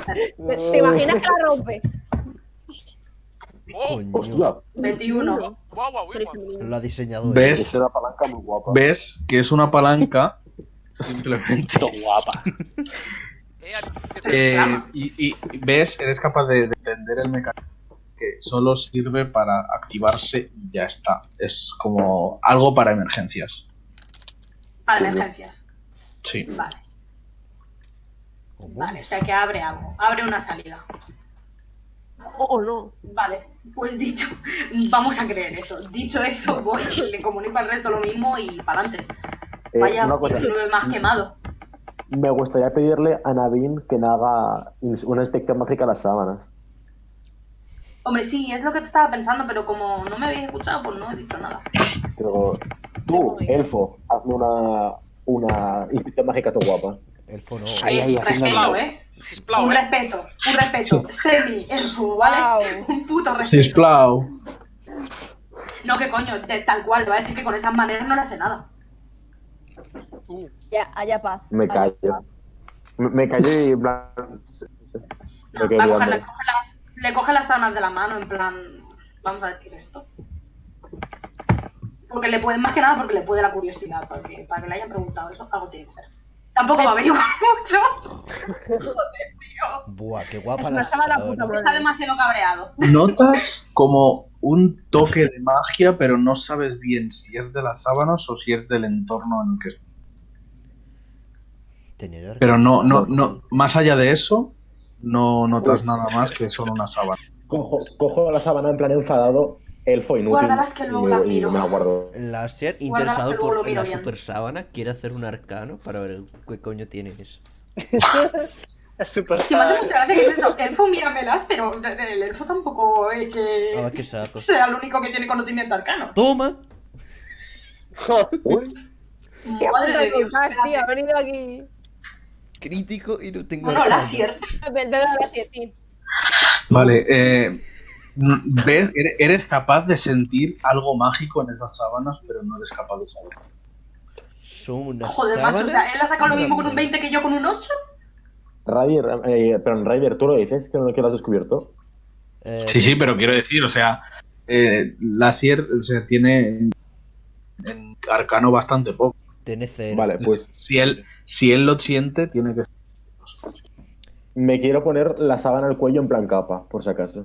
C: ¿Te, Pues, te imaginas que la rompe?
F: Oh,
B: Coño,
D: Hostia,
A: 21.
F: guau, guau,
C: Pero es
F: guau.
C: un niño.
B: lo ha diseñado él.
E: ¿Ves?
D: es una palanca muy guapa.
E: Ves que es una palanca. Simplemente.
G: Esto guapa.
F: Eh, al-
E: Eh, y, y ves, eres capaz de, de entender el mecanismo que solo sirve para activarse y ya está. Es como algo para emergencias.
A: Para emergencias.
E: Sí.
A: Vale,
B: ¿Cómo?
A: vale. O sea que abre algo. Abre una salida.
C: Oh, oh, no.
A: Vale, pues dicho, vamos a creer eso. Dicho eso, voy, le comunico al resto lo mismo y para adelante.
D: Eh,
A: Vaya,
D: una cosa,
A: 19 más quemado.
D: me gustaría pedirle a Navin que me haga ins- una inspección mágica a las sábanas.
A: Hombre, sí, es lo que estaba pensando, pero como no me habéis escuchado, pues no he dicho nada.
D: Pero tú,
C: voy.
D: elfo, hazme una, una inspección mágica todo guapa.
B: El fono.
G: Ahí, ahí,
A: Eh,
G: haciendo
A: respeto,
G: el-
A: ¿eh?
F: Sisplau,
A: Un
F: eh.
A: respeto, un respeto. Semi, elfo, ¿vale?
C: Wow.
A: Un puto respeto.
E: Sisplau.
A: No, que coño, de- tal cual, te va a decir que con esas maneras no le hace nada.
F: Uh,
C: Ya, haya paz.
D: Me
C: Haya
A: Ah.
D: callo. Me, me callo y en plan,
A: No,
D: Creo que
A: va a
D: voy
A: coger-
D: andando.
A: le, coge las, le coge las sábanas de la mano, en plan, vamos a ver qué es esto. Porque le puede, más que nada porque le puede la curiosidad, porque para que le hayan preguntado eso, algo tiene que ser. Tampoco va a averiguar mucho. Joder, tío.
B: Buah, qué guapa
C: Es
B: la
C: una sábana puta
B: sábana.
A: Está demasiado cabreado.
E: Notas como un toque de magia, pero no sabes bien si es de las sábanas o si es del entorno en el que está.
B: Tenedor.
E: Pero no, no, no, más allá de eso, no notas nada más que solo una sábana.
D: Cojo, cojo la sábana en plan enfadado, elfo inútil.
A: Guárdalas que luego
D: y,
A: las
D: y
A: miro.
D: me la guardo.
B: La ser
A: Guarda,
B: interesado
A: luego lo
B: por
A: miro
B: la
A: bien.
B: super sábana quiere hacer un arcano para ver qué coño tiene eso.
H: Es súper
A: Que me hace
H: sad.
A: mucha gracia que es eso. Elfo, míramelas, pero el elfo tampoco es
B: A ver
A: que
B: Ah, qué saco.
A: sea el único que tiene conocimiento arcano.
B: ¡Toma!
A: Madre de Dios.
C: Ah, sí, ha venido aquí.
B: Crítico y no tengo
A: Bueno, la
B: arcano.
A: sierra.
C: Me- me da la siete, sí.
E: Vale, eh, mm, ves, Ere- eres capaz de sentir algo mágico en esas sábanas, pero no eres capaz de saberlo.
B: Son unas
A: Joder, macho, o sea,
B: sábanas
A: él ha sacado lo mismo con un
B: grandes.
A: 20 que yo con un 8.
D: Raider, eh, pero en Raider, ¿tú lo dices que no que lo has descubierto?
B: Eh,
E: Sí, sí, pero quiero decir, o sea, eh, la Sier o sea, tiene en, en arcano bastante poco.
B: Tiene cero.
D: Vale, pues
E: Si él, si él lo siente, tiene que
D: me quiero poner la sábana al cuello en plan capa, por si acaso.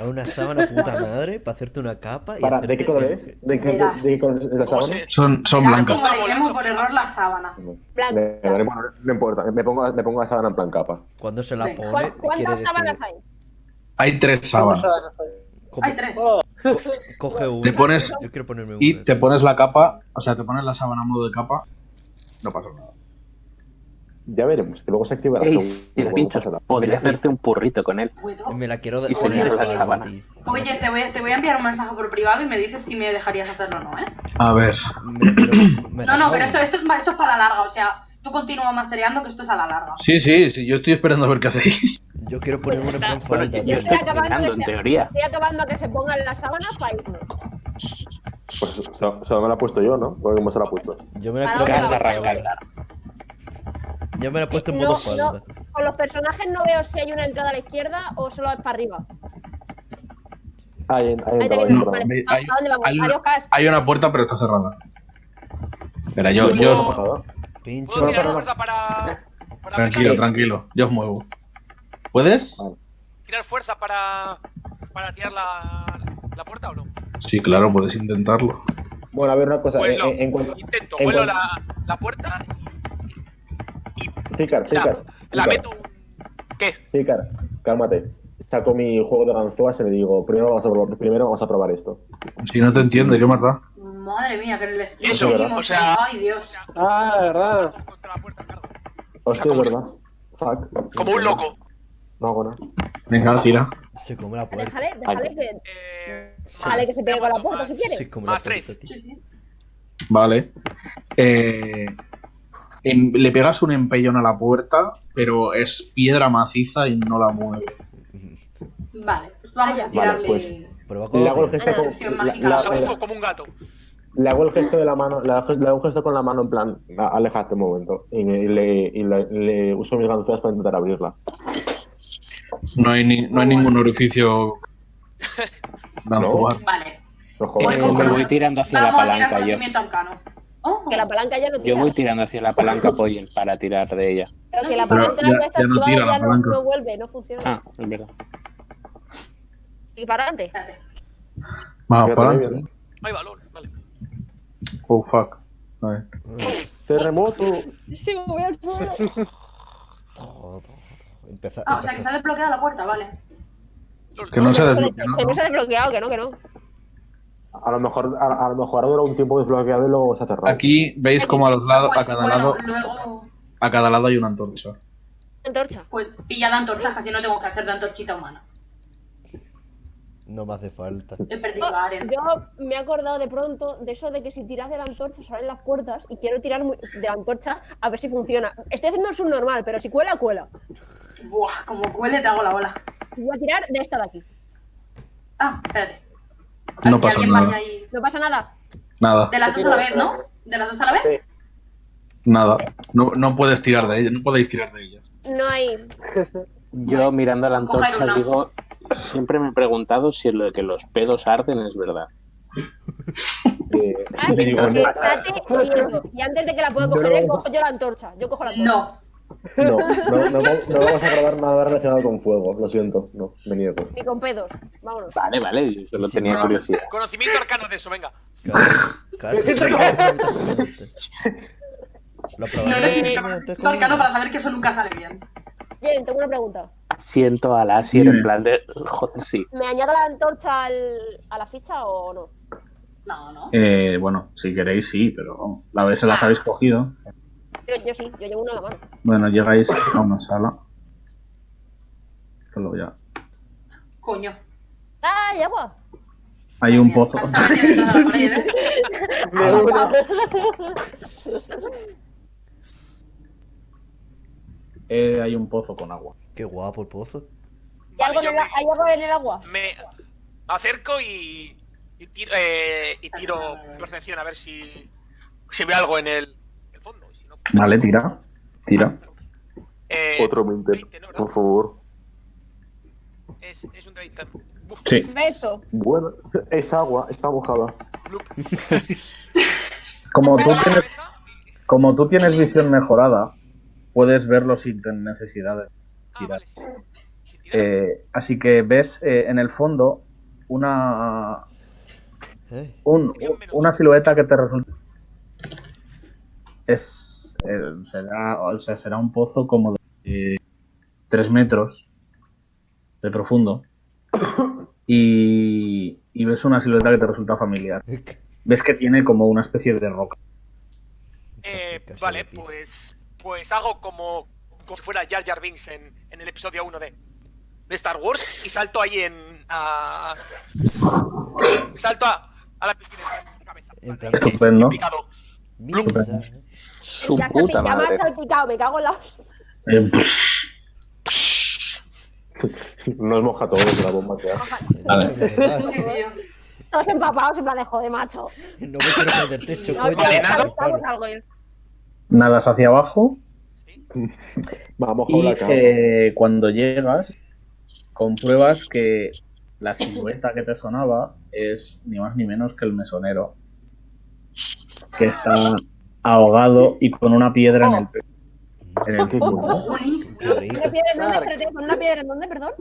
B: A una sábana puta madre para hacerte una capa y
D: Para,
B: hacerte
D: ¿De qué color
B: el-
D: es? ¿De qué, de,
A: Verás.
D: de qué color es la
F: ¿Cómo
D: sábana?
F: se-
E: Son, son
A: Ya,
E: blancas.
A: como le llamo por error la sábana.
C: Blanca.
D: Me- me- bueno, no importa, me pongo, me pongo la sábana en plan capa.
B: Cuando se la
A: Venga.
B: pone,
C: ¿Cuán-
B: quiere
C: ¿Cuántas
B: decir...
C: sábanas hay?
E: Hay tres sábanas.
B: como-
A: Hay tres.
H: Oh,
B: Coge una.
E: Te pones-
B: Yo quiero ponerme
E: Y
B: una.
E: te pones la capa, o sea, te pones la sábana a modo de capa, no pasa nada.
D: Ya veremos, que luego se activará.
G: Ey,
D: seguro,
G: si la
D: no
G: pinchas,
D: pasa nada.
G: podría hacerte un purrito con él.
A: ¿Puedo?
B: Me la quiero
G: Y se
B: poner
G: quita la
B: algo
G: sábana.
B: así.
A: Oye, te voy, te voy a enviar un mensaje por privado y me dices si me dejarías hacerlo o no, ¿eh?
E: A ver,
B: Me la quiero- me la
A: No, no,
B: pongo.
A: pero esto, esto, es, ma- esto es para la larga, o sea, tú continúa mastereando que esto es a la larga.
E: sí, sí, sí, yo estoy esperando a ver qué hacéis.
B: Yo quiero ponerme una en plan
G: Bueno,
B: falda,
G: yo-
B: tío.
G: yo estoy
C: acabando
G: terminando,
C: de
G: en
C: hacer-
G: teoría.
C: Estoy acabando a que se pongan las sábanas para irnos.
D: Pues solo, solo me la he puesto yo, ¿no? Porque ¿Cómo se la ha puesto?
B: Yo me la
C: ¿Para
B: quiero
C: dónde
B: poner
C: vas?
B: en falda. Yo me la he
E: Pues
B: puesto en modo
C: Eh, No, no,
B: falda.
C: con los personajes no veo si hay una entrada a la izquierda o solo es para arriba.
D: Ahí, en- ahí
C: Ahí
D: entraba, ahí
C: tenéis,
E: no,
D: entraba.
C: vale.
E: me-
C: ¿A
E: hay-
C: a dónde vamos?
E: hay una-
C: Adiós, Cas.
E: Hay una puerta, pero está cerrada. Espera, yo,
D: ¿Cómo se ha
E: yo
D: pasado?
B: Pincho.
F: ¿Puedo
D: No,
F: tirar
D: no, no.
F: fuerza para. para
E: tranquilo,
F: aplicar?
E: tranquilo, yo os muevo. ¿Puedes?
F: ¿Tirar fuerza para. para tirar la. la puerta o no?
E: Sí, claro, puedes intentarlo.
D: Bueno, a ver una cosa.
F: Pues
D: eh, en, en cuanto...
F: Intento,
D: en
F: vuelo
D: cuanto-
F: la, la puerta
D: Ficar,
F: y la,
D: Ficar,
F: la
D: Ficar,
F: meto un. ¿Qué?
D: Ficar, cálmate. Saco mi juego de ganzúas y le digo, primero vamos a, probar- primero vamos a probar esto.
E: Si no te entiende, qué más da.
A: Madre mía, que en el stream
F: Eso,
A: seguimos.
F: o sea-
A: Ay, Dios.
H: Ah, verdad.
F: Contra la puerta, cargo.
D: Hostia, es verdad. Fuck.
F: Como un loco.
D: No hago nada.
E: Venga, tira.
B: Se come la puerta.
C: Déjale, déjale
D: Ahí.
C: que.
F: Eh,
C: Vale, que se pegue con la puerta
F: más-
C: si quiere.
B: Se come la
F: Más
B: puerta,
F: tres.
B: tío.
A: Sí, sí.
E: Vale. Eh, em- le pegas un empellón a la puerta, pero es piedra maciza y no la mueve.
A: Vale, pues vamos
C: Vaya.
A: a tirarle.
D: Vale,
G: pues.
B: Prueba con
D: Le hago el
B: la
D: gesto con...
A: Acción
D: la-
A: mágica.
D: la-
F: La
D: la-
F: bufo como un gato.
D: Le hago el gesto de la mano, le hago, le hago un gesto con la mano en plan, "A- alejate un momento. Y, me- y le, y le- le uso mis ganzúas para intentar abrirla.
E: No hay, ni- no hay ningún orificio. Danzuar.
A: Vale.
D: No
A: Voy
G: Eh,
D: jodas.
A: con-
G: me voy tirando hacia la
A: vamos a
G: palanca
A: tirar
G: yo.
A: conocimiento arcano. Oh,
C: Que la palanca ya no tira.
G: Yo voy tirando hacia la palanca Poyen para tirar de ella.
C: Creo que la
E: Pero
C: palanca
E: ya-
C: ya está
E: ya no
C: activada,
E: tira la
C: ya no,
E: palanca.
C: no vuelve, no funciona.
G: Ah, es verdad.
C: Y para adelante.
A: espérate.
E: Va,
D: Fíjate,
E: para adelante.
F: Hay valor, vale.
E: ¿eh? Oh, fuck. Vale.
D: Terremoto.
C: Sí, me voy al suelo.
B: Empezar.
A: Ah, o sea que se ha desbloqueado la puerta, vale.
F: Lol.
E: Que no se desbloquea,
C: Que no
E: ¿no?
C: se ha desbloqueado, que no, que no.
D: A lo mejor, a, a lo mejor dura un tiempo desbloqueado y luego se ha cerrado.
E: Aquí veis como a los lados, a
A: Pues,
E: cada
A: bueno,
E: lado,
A: Luego,
E: a cada lado hay una antorcha.
C: Antorcha.
A: pues pilla de antorchas, casi no tengo que hacer de antorchita humana.
B: No me hace falta.
A: He
C: Oh,
A: perdido a Aren.
C: Yo me he acordado de pronto de eso de que si tiras de la antorcha se abren las puertas y quiero tirar muy- de la antorcha a ver si funciona. Estoy haciendo el subnormal, pero si cuela, cuela.
A: Buah, como huele te hago la ola.
C: Voy a tirar de esta de aquí.
A: Ah, espérate.
E: No
A: Que
E: pasa
A: alguien
E: nada.
A: vaya ahí.
C: No pasa nada.
E: Nada,
A: De las dos a la vez, ¿no? De las dos a la vez.
E: nada. No, no puedes tirar de ella, no podéis tirar de ella.
C: No hay.
G: Yo
A: Ay,
G: mirando la
A: coger
G: antorcha
A: una.
G: digo, siempre me he preguntado si lo de que los pedos arden es verdad. Eh,
C: Ay,
G: digo,
C: porque
G: no,
C: date miedo. Y antes de que la pueda coger, él, cojo yo la antorcha. Yo cojo la antorcha.
A: No.
D: No, no, no, va- no vamos a grabar nada relacionado con fuego, lo siento, no, me niego.
C: Ni con pedos. Vámonos.
G: vale, vale, yo solo
B: Sí,
G: tenía
B: no.
G: curiosidad.
F: Conocimiento arcano de eso, venga.
B: Casi, casi. sí, absolutamente. Lo
A: Yo
B: probaré
A: necesito
B: antes
A: un
B: con
A: arcano
B: una.
A: para saber que eso nunca sale bien.
C: Jen, tengo una pregunta.
G: Siento a la Asier en plan de, joder, sí.
C: ¿Me añado la antorcha al- a la ficha o no?
A: No, no.
E: Eh, bueno, si queréis, sí, pero la vez se las habéis cogido.
C: Yo, yo sí, yo llevo una en la mano.
E: Bueno, llegáis a una sala. Esto lo voy a-
A: Coño.
C: ¡Ay, Ah, agua!
E: Hay un pozo.
A: Hasta me tiene que dar la pared, ¿eh?
F: Ah,
H: De una.
E: Eh, hay un pozo con agua.
B: Qué guapo el pozo.
C: ¿Hay,
F: Vale,
C: algo en
F: yo
C: el,
F: me-
C: hay algo en el agua?
F: Me acerco y, y tiro, eh, y tiro percepción a ver si, si veo algo en el, el fondo. y si no,
E: Vale, tira. Tira.
F: eh,
D: Otro 20,
F: 20, ¿no, verdad?
D: por favor.
F: Es, es un 30. Uf,
E: Sí.
C: Beso.
D: Bueno, es agua, está mojada.
F: bloop.
E: Como tú
F: Pongo la
E: tienes,
F: cabeza y-
E: como tú tienes visión mejorada, puedes verlo sin tener necesidad de
F: Ah,
E: tirar.
F: vale, sí. Y tirar.
E: Eh, así que ves eh, en el fondo una,
B: Eh,
E: un- una silueta que te resulta. Es, eh, será, o sea, será un pozo como de 3 metros de profundo. Y, y ves una silueta que te resulta familiar. Ves que tiene como una especie de roca.
F: Eh,
B: casi
F: vale,
B: lo pillo.
F: pues, pues hago como, como si fuera Jar Jar Binks en, en el episodio 1 de, de Star Wars y salto ahí en... a- salto a, a la piscina en cabeza.
B: En plan-
E: Estupendo.
F: Picado.
B: Misa.
G: Su
C: ya
G: puta
C: ya me
G: madre.
C: has salpicado, me cago en la.
E: Eh,
D: Nos moja todo con la bomba que hace.
E: Vale.
B: La verdad,
A: Sí, tío.
C: Todos empapados en plan de joder, macho.
B: No me quiero perder techo,
C: No,
B: coño.
C: ya
F: envenenado.
C: salpicamos algo. eh.
E: nadas hacia abajo
D: Vamos con
E: y
D: la cama.
E: eh, cuando llegas compruebas que la silueta que te sonaba es ni más ni menos que el mesonero que está ahogado y con una piedra en el pe- en
I: Oh.
E: el, pecho,
A: Unis.
B: Qué
C: ¿Una
B: rico.
C: piedra en dónde? Espérate, ¿con una piedra en dónde, perdón?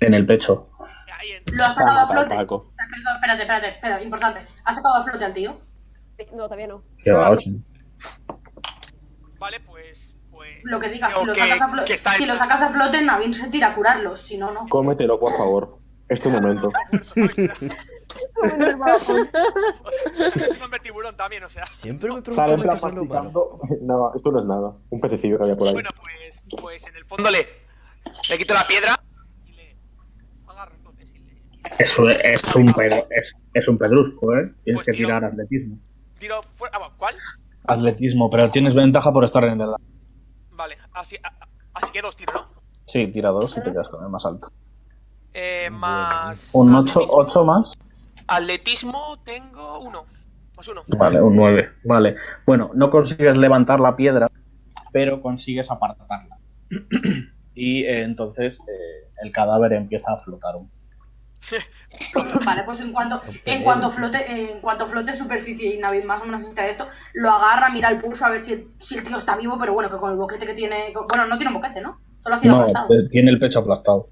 E: en el pecho.
F: Ahí en-
A: Lo has
G: Va a
A: sacado a
G: matar,
A: flote. Ah,
G: Paco.
A: Perdón, espérate, espérate, espera, importante. ¿Has sacado a flote al tío?
C: No, todavía no.
E: Qué
C: Solo la-
E: vaos.
F: Vale, pues... pues
A: Lo que digas,
F: creo
A: si lo,
F: que-
A: sacas a
F: que
A: flote,
F: está
A: si lo sacas a flote, Navin se tira a curarlo, si no, no.
D: Cómetelo, por favor. Es tu momento.
F: O sea, es un hombre tiburón también, o sea...
B: Siempre me
D: Sale en
B: pregunto
D: plan
B: qué es lo malo.
D: masticando. No, esto no es nada. Un pececillo que había por ahí.
F: Bueno, pues, pues en el fondo le, le quito la piedra y le agarro entonces y le
E: Eso es, es un pedru- es, es un pedrusco, ¿eh? Tienes
F: Pues
E: que
F: tío.
E: tirar atletismo.
F: tiro fuera. Ah, bueno, ¿Cuál?
E: Atletismo, pero tienes ventaja por estar en el
F: Vale, así, a- a- así que dos tiro, ¿no?
E: Sí, tira dos y te quedas con el más alto.
F: Eh, más.
E: Un 8,
F: atletismo.
E: 8 más.
F: Atletismo tengo uno. Más uno.
E: Vale, un 9. Vale. Bueno, no consigues levantar la piedra, pero consigues apartarla. y eh, entonces eh, el cadáver empieza a flotar. un-
A: Vale, pues en cuanto, en cuanto flote, eh, en cuanto flote superficie y Navid más o menos necesita esto, lo agarra, mira el pulso a ver si el, si el tío está vivo, pero bueno, que con el boquete que tiene. con- Bueno, no tiene un boquete, ¿no? Solo ha sido
E: No,
A: aplastado.
E: eh, tiene el pecho aplastado.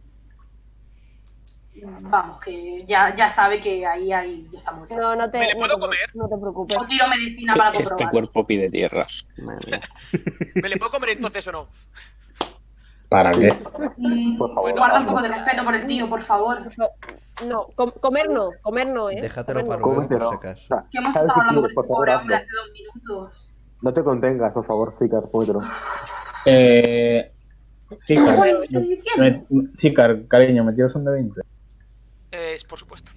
A: Vamos, que ya, ya sabe que ahí, ahí está muerto.
C: No, no te,
F: ¿Me le
C: no
F: puedo
C: te pre-
F: comer?
C: no te preocupes.
A: Yo tiro medicina para comprobar.
G: Este cuerpo pide tierra. Madre mía.
F: ¿Me le puedo comer entonces o no?
E: ¿Para qué?
A: Mm,
D: Por favor.
A: Guarda un poco de respeto por el tío, por favor.
C: No, com- comer no, comer no, eh.
B: Déjatelo
C: Comer
B: para
C: no.
B: luego, por
D: Cómetelo.
B: si
D: O
B: acaso.
D: sea,
A: Que hemos
D: ¿sabes
A: estado
D: si
A: hablando con
D: quieres,
A: el
D: por favor,
A: pobre hombre
D: hazlo.
A: hace dos minutos.
D: No te contengas, por favor, Zikar, cómetelo.
E: Eh, Zícar,
A: Joder, ¿qué estás diciendo?
E: me- Zícar, cariño, me tiras un de 20.
F: Eh, por supuesto.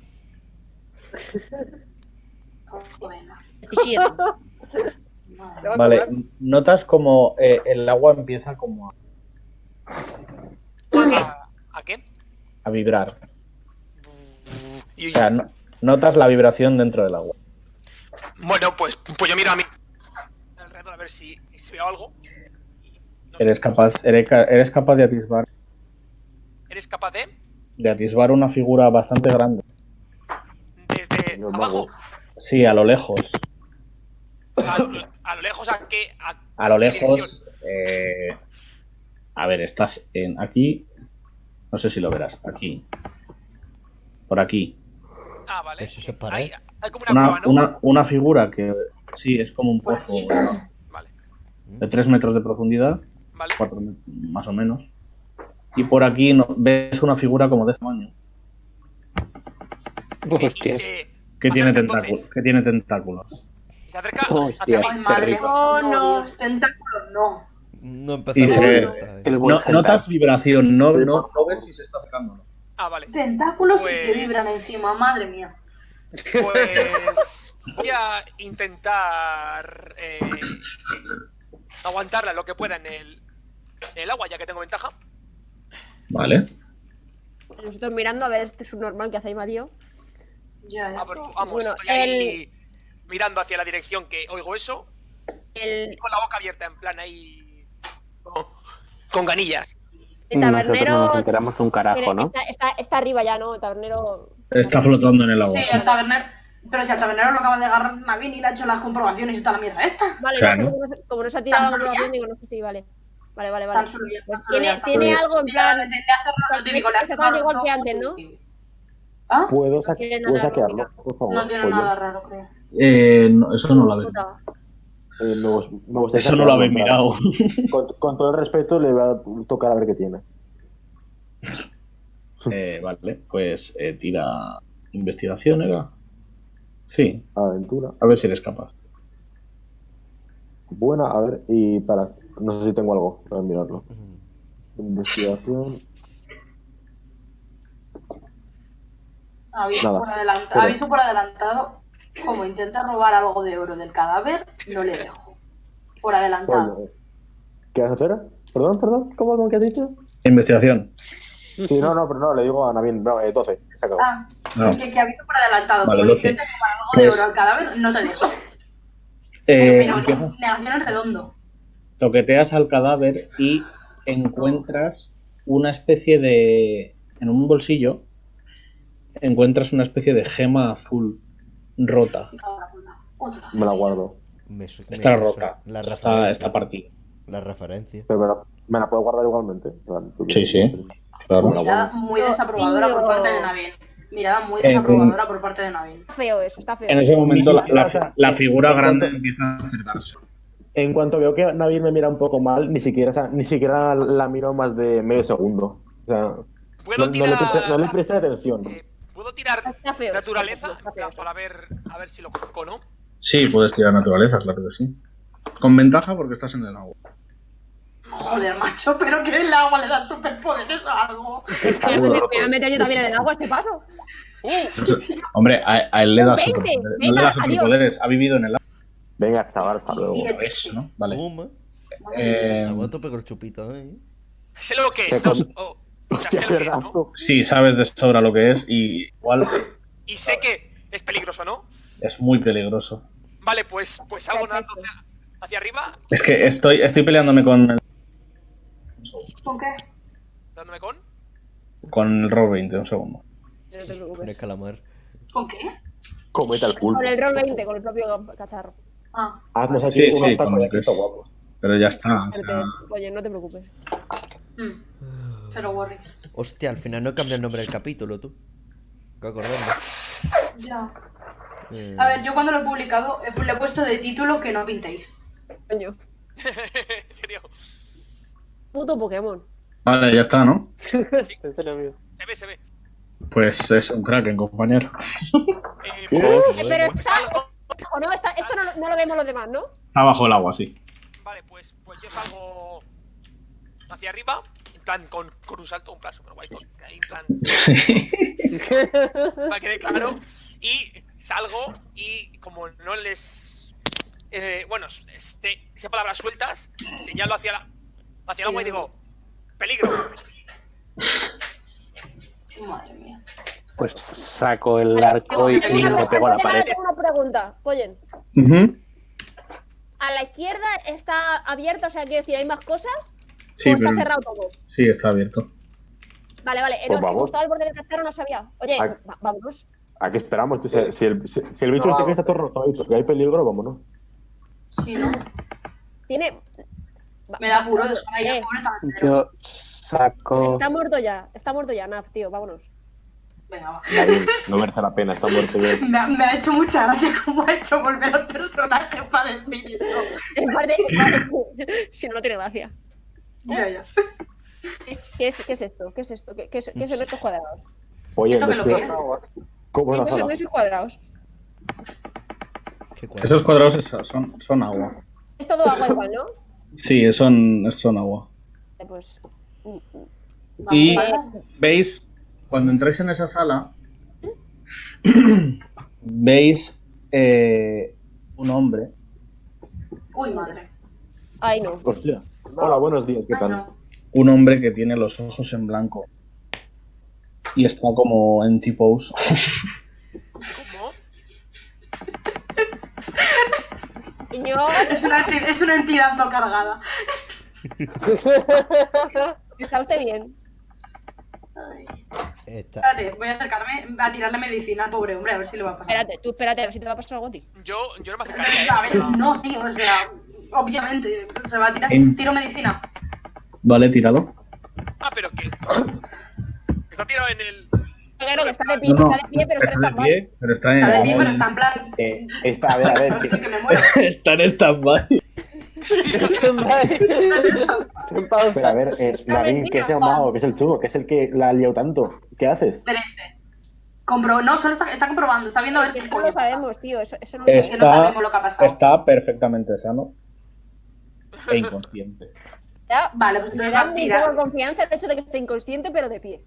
A: Joder, no.
C: 17.
A: Pues, Madre Ah,
C: Te va a
E: Vale,
C: comer.
E: notas como eh, el agua empieza como a,
F: ¿A, a qué?
E: a vibrar.
F: Y-
E: O sea, no- notas la vibración dentro del agua.
F: Bueno, pues, pues yo miro a mí. Alrededor a ver si, si veo algo.
E: Eres capaz, eres, ca- eres capaz de atisbar
F: eres capaz de,
I: De atisbar una figura bastante grande.
F: desde
G: Los
F: abajo,
I: Sí, a lo lejos.
F: a lo, a lo lejos, a que. A,
I: A lo
F: qué
I: lejos.
F: dirección?
I: eh, a ver, estás en aquí. No sé si lo verás. Aquí. Por aquí.
F: Ah, vale.
B: Eso se ¿eh?
F: Ahí-
B: parece.
F: hay como una,
I: Una,
F: cueva, ¿no?
I: una- una figura que. Sí, es como un pozo de
F: Vale,
I: 3 metros de profundidad.
F: vale.
I: cuatro met- más o menos. Y por aquí no- ves una figura como de este tamaño.
F: Y
G: Hostias.
F: se,
I: Que tiene,
F: Bastante
I: tentáculos,
F: entonces.
I: que tiene tentáculos.
F: se acerca
G: Hostias.
F: hacia mí.
A: Ay, madre.
G: rico.
A: No,
C: No, no.
A: no. Dios, tentáculos, no.
B: No
I: Y
B: empezamos.
I: se-
B: esta
G: el
B: vez.
G: buen
I: No- notas
G: Hentai.
I: vibración, no, no, no ves si se está acercando. o no.
F: Ah, vale.
A: Tentáculos y
F: Pues-
A: que vibran encima, madre mía.
F: Pues voy a intentar eh, aguantarla lo que pueda en el, en el agua, ya que tengo ventaja.
I: Vale.
C: Nosotros mirando a ver este subnormal que hace ahí, Matío.
A: Ya, ya.
F: Ah, pero vamos,
C: Bueno,
F: estoy ahí mirando hacia la dirección que oigo eso y
C: El,
F: con la boca abierta, en plan ahí. con, con ganillas.
C: el
G: Mm, Nosotros no
C: tabernero
G: nos enteramos de un
C: tiene-
G: carajo, ¿no?
C: está, está- está arriba ya, ¿no? El tabernero.
I: Está flotando en el agua.
A: Sí,
I: sí.
A: al tabernero. Pero si al tabernero lo acaba de agarrar Navin y le ha hecho las comprobaciones y toda la mierda esta.
C: Vale,
I: Claro.
C: no sé, como, no se- como no se ha tirado
A: ¿Tan solo
C: la
A: ya?
C: bien, digo, no sé si vale. Vale, vale,
A: Tan
C: vale.
A: solo ya,
C: Pues
A: tan solo ya,
C: tiene,
A: tan
C: tiene
A: solo ya.
C: algo en
A: Mira,
C: plan.
A: intenté hacer lo típico, le has
C: exactamente
A: cerrado
C: igual que
A: los
C: antes,
A: ojos
C: ¿no?
A: y- ¿Ah?
D: ¿Puedo, sa-
C: tiene
D: puedo
C: nada
D: saquearlo?
C: lógica.
D: Por favor.
A: No tiene
D: pollo.
A: nada raro, creo.
I: Eh, no, eso no la ves.
C: Puta.
D: Eh, me gust- me gustaría
I: Eso no
D: saquearlo,
I: lo habéis
D: para-
I: mirado.
D: Con, con todo el respeto le voy a tocar a ver qué tiene.
I: Eh, vale, pues eh, tira investigación, ¿era? Sí,
D: Aventura.
I: a ver si eres capaz.
D: Buena, a ver, y para. No sé si tengo algo para mirarlo. Investigación.
A: Aviso
D: Nada.
A: por, adelantado,
D: Pero-
A: aviso por adelantado. Como intenta robar algo de oro del cadáver, no le dejo. Por adelantado.
D: Oye, ¿Qué vas a hacer? Perdón, perdón, ¿cómo, cómo que has dicho?
I: Investigación.
D: Sí, no, no, pero no, le digo a Navin, no, eh, 12, se acabó.
A: Ah,
I: No.
A: que, que aviso por adelantado.
I: Vale,
A: como
I: lo sé.
A: intenta robar algo de
I: Pues-
A: oro al cadáver, no te dejo.
I: Eh,
A: pero
I: empiezas-
A: negación en redondo.
I: toqueteas al cadáver y encuentras una especie de... En un bolsillo encuentras una especie de gema azul rota.
A: Me cago en la puta. Otra.
D: Me la guardo.
B: Me su- me
I: Está
B: su-
I: rota.
B: La
I: Está,
B: referencia.
I: está partida.
B: La referencia.
D: Pero me la, me la puedo guardar igualmente. En plan, tú
I: Sí,
D: quieres.
I: sí. Claro.
A: Mirada muy desaprobadora por
C: Tío.
A: parte de Navin. Mirada muy
I: Eh,
A: desaprobadora por parte de Navin.
C: Está feo eso, está feo.
I: En ese momento la, la- la figura grande empieza a acercarse.
D: En cuanto veo que Navin me mira un poco mal, ni siquiera, sa- ni siquiera la miro más de medio segundo. O sea,
F: ¿Puedo
D: no, no
F: tirar.
D: le presté, no le presté atención.
F: eh, ¿Puedo tirar
C: Está feo.
F: naturaleza?
C: Está feo.
F: En plan, para ver, a ver si lo conozco o no.
I: Sí, puedes tirar naturaleza, claro que sí. Con ventaja porque estás en el agua.
A: Joder, macho, pero que el agua le da superpoderes o algo.
C: Me voy a- me voy a meter yo también en el agua, este paso.
F: ¡Uh!
I: Hombre, a, a él le da
C: Un 20,
I: superpoderes. No le da
C: venga,
I: superpoderes. Ha vivido en el agua.
D: Venga, hasta ahora, hasta luego.
A: Sí.
I: Lo ves, Pues, ¿no? Vale.
B: Toma.
I: Eh,
B: Te voy a tope con el chupito, ¿eh?
F: Sé lo que es.
D: Te
F: os- o- o sea, sé
D: Es
F: lo que es,
D: verdad,
F: ¿no?
D: tú.
I: sí, sabes de sobra lo que es y igual
F: Y sé que es peligroso, ¿no?
I: es muy peligroso.
F: Vale, pues, pues hago nadando
C: Perfecto.
F: hacia, hacia arriba,
I: Es que estoy, estoy peleándome con el,
A: ¿Con qué?
F: dándome con.
I: con el roll 20, un segundo.
C: No te
B: Con el
C: preocupes.
B: calamar.
A: ¿Con qué?
D: Cometa el culo.
C: Con el roll 20, con el propio cacharro.
A: Ah,
D: Haznos aquí
I: Sí,
D: unos
I: sí,
D: tacos
I: con
D: de
I: lo que es.
D: Cristo guapos.
I: Pero ya está. o sea,
C: Oye, no te preocupes.
A: mm. Pero worries.
B: Hostia, al final no cambia el nombre del capítulo, tú. Que acordarme.
A: Ya.
B: Eh,
A: A ver, yo cuando lo he publicado he- le he puesto de título que no pintéis.
C: Coño.
F: En serio.
C: Puto Pokémon.
I: vale, ya está, ¿no?
J: En serio, amigo.
F: Se ve, se ve.
I: Pues es un Kraken, compañero.
F: Eh,
C: Uh,
F: pues,
C: pero
F: pues
C: está,
F: salgo.
C: ojo, no, está- esto no, lo- no lo vemos los demás, ¿no?
I: Está bajo el agua, sí.
F: Vale, pues, pues yo salgo hacia arriba. En plan, con, con un salto, un plan super guay. con- ahí, en plan, para que quede claro. Y salgo y como no les. eh, bueno, este, sé palabras sueltas, señalo hacia la. Hacia el agua y digo. Peligro.
A: Madre mía.
G: Pues saco el arco y, y
C: Una
G: le
C: pre-
G: pego a la
C: antes de nada,
G: pared.
C: tengo una pregunta, Pollen.
I: Ujú.
C: ¿A la izquierda está abierta? O sea, quiero decir, ¿hay más cosas?
I: Sí,
C: ¿O está
I: pero-
C: cerrado todo?
I: Sí, está abierto.
C: Vale, vale.
D: Pues
C: Era que
D: vamos.
C: estaba al borde del cascaro, no sabía. Oye,
D: Ay.
C: va- vámonos.
D: ¿A qué esperamos? Si, si el, si, si el bicho
K: No,
D: ese que está todo roto ha dicho que hay peligro, vámonos.
A: Sí, ¿no?
C: Tiene. va-
A: Me da apuro de
C: vámonos.
A: estar ahí
C: Eh,
A: pobre tabernero.
G: Yo saco.
C: Está muerto ya. Está muerto ya, Nap, tío. Vámonos.
A: Venga, va.
D: Nadie- No merece la pena, está muerto yo.
A: Me ha, me ha hecho mucha gracia cómo ha hecho volver al personaje para decir eso.
C: En parte, vale, si no, no tiene gracia.
A: Ya, ya.
C: ¿Qué es, qué es esto? ¿Qué es esto? ¿Qué, qué es- qué son estos cuadrados?
D: Oye,
A: Esto que lo
D: descuida-
A: quiero.
D: ¿Cómo es
C: ¿Qué
D: la sala?
C: son esos cuadrados?
B: Eh, Qué
I: Esos cuadrados es- son, son agua.
C: Es todo agua igual, ¿no?
I: Sí, son, son agua.
C: Eh, Pues.
I: Y
C: Vale.
I: veis, cuando entráis en esa sala, veis eh, un hombre.
A: Uy, madre.
C: Ay, no.
D: Hostia. Hola, buenos días, ¿qué
A: Ay,
D: tal?
A: Ah, no.
I: Un hombre que tiene los ojos en blanco. Y está como en T-pose.
F: ¿Cómo?
C: Y yo.
A: Es una, chi- es una entidad no cargada.
C: ¿Está usted bien?
A: Ay.
B: Está...
A: Espérate, voy a acercarme a tirarle medicina al pobre hombre, a ver si le va a pasar.
C: Espérate, tú espérate, a ver si te va a pasar algo a ti.
F: Yo, yo no me
A: A
F: acercaría. ¿eh?
A: ver, no, tío, o sea, obviamente, se va a tirar.
I: En-
A: Tiro medicina.
I: Vale, tirado.
F: Ah, pero que. Está tirado en el.
C: Claro que está de pie,
I: No, no,
C: está de pie, pero está,
I: de
C: tan mal.
I: pie, pero está en
A: Está de pie, pero está en plan.
D: Eh, esta, a ver, a ver.
A: No sé
D: que-
A: que me muero.
I: Está en stand-by.
K: En pausa.
D: Pero a ver, eh, Navín, que es el mago, que es el chulo, que es el que la ha liado tanto. ¿Qué haces?
A: 13. Compro... No, solo está, está comprobando, está viendo a ver qué
C: Eso no
A: coño
C: lo
A: pasa.
C: sabemos, tío. Eso, eso no
I: Eh.
C: lo sabemos.
A: que no sabemos lo que ha
I: Está,
A: pasado.
I: está perfectamente sano e inconsciente.
C: Ya,
A: Vale, pues
C: Me
A: entonces
C: da
A: va a
C: un poco de
A: tirar.
C: confianza el hecho de que esté inconsciente, pero de pie.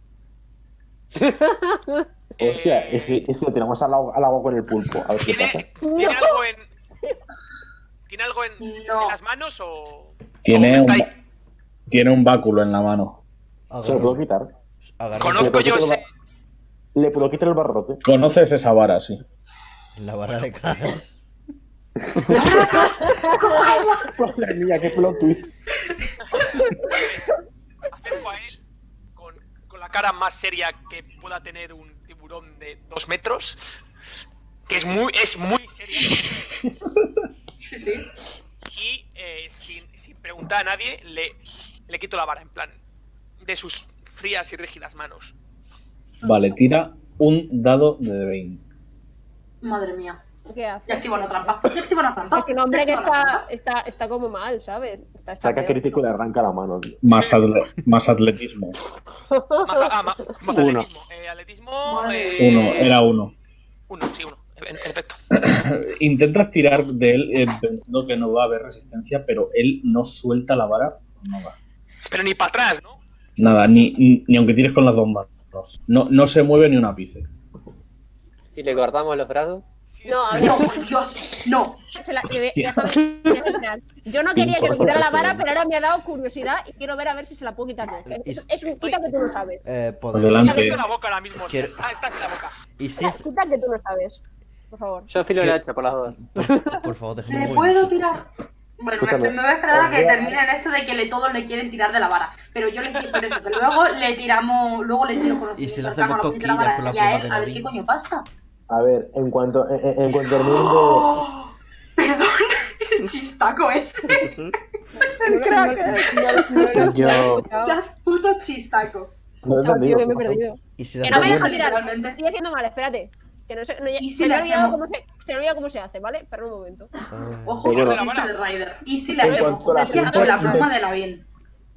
D: Hostia,
F: Eh,
D: ese, ese lo tiramos al agua, al agua con el pulpo, a ver qué pasa.
F: ¿Tiene, ¿tiene algo en. ¿Tiene algo en,
A: No.
F: en las manos o.?
I: Tiene
F: o
I: un,
F: está ahí?
I: tiene un báculo en la mano.
D: ¿Se lo puedo
B: Agarro,
D: quitar?
B: agarro
F: Conozco yo ese.
D: ¿Le puedo quitar el barrote?
I: Conoces esa vara, sí.
B: la barra de cajas.
D: Madre mía, qué plot twist.
F: Acerco a él con, con la cara más seria que pueda tener un tiburón de dos metros. Que es muy, es muy seria.
A: Sí, sí.
F: Y eh, sin, sin preguntar a nadie, le, le quito la vara, en plan, de sus frías y rígidas manos.
I: Vale, tira un dado de 20.
A: Madre mía.
C: ¿Qué hace?
A: Ya activa una trampa. Ya activa una trampa.
C: Es que el hombre que
A: Ya activa una
C: está,
A: trampa.
C: está, está como mal, ¿sabes? Está, está
D: Saca
C: feo.
D: crítico y le arranca la mano, tío.
I: Más, atle- más atletismo.
F: Más, a- ah, ma- más
G: Uno.
F: atletismo. Eh, atletismo.
A: Madre.
F: eh,
I: Uno, era uno.
F: uno, sí, uno. En, en efecto.
I: Intentas tirar de él eh, pensando que no va a haber resistencia, pero él no suelta la vara. No va.
F: Pero ni para atrás, ¿no?
I: Nada, ni, ni aunque tires con las dos manos. No, no se mueve ni un ápice.
L: Si le cortamos los brazos.
F: Sí,
C: No, a ver,
A: No, por Dios, no.
C: se la- le- déjame- déjame mirar. yo no quería que me quitara la vara, pero ahora me ha dado curiosidad y quiero ver a ver si se la puedo quitar yo. Es, es un quita que tú no sabes.
B: Eh,
F: Me
B: podemos...
I: Adelante.
F: ha visto la boca ahora mismo.
B: Quiero-
F: Está, está en la boca.
B: Y si...
C: Quita, quita que tú no sabes, por favor.
L: Yo filo
B: ¿Qué?
L: la hacha por las dudas.
B: Por, por favor, déjame
A: ¿Le
B: un
A: puedo
B: momento.
A: tirar? Bueno, me,
D: Escúchame,
A: me voy a esperar a
D: os
A: que
D: voy a-
A: terminen esto de que le, todos le quieren tirar de la vara. Pero yo le quiero por eso, que luego le tiramos, luego le tiro con
B: Y si le
A: acá
B: hacemos
A: con los puños de la vara
B: cosquillas con la
A: y a él,
B: pluma de
A: a ver
B: David.
A: qué coño pasa.
D: A ver, en cuanto, eh, en, en- en cuanto terminen de...
A: Oh, perdón, el chistaco ese.
C: No, no, no, no, no, no,
G: Yo-
C: no, no, no,
A: Da puto chistaco.
D: No he
C: Chao, tío,
D: entendido,
C: que me he
D: ¿no?
C: perdido.
B: Y si le
C: Que no me
B: hacemos-
C: deja
A: Bien.
C: mirar,
A: Literalmente.
C: estoy haciendo mal, espérate. Que no sé, no, ya-
A: ¿Y si
C: se,
A: le
C: me ha olvidado
A: hacemos?
C: cómo se, se me ha olvidado cómo se hace, ¿vale? Espera un momento.
B: Ah.
A: Ojo
D: Pero-
A: con el chiste de Ryder. Y si le
D: En
A: hacemos
D: cuanto a la
A: cosquillas
D: gente-
A: con la pluma de la bien.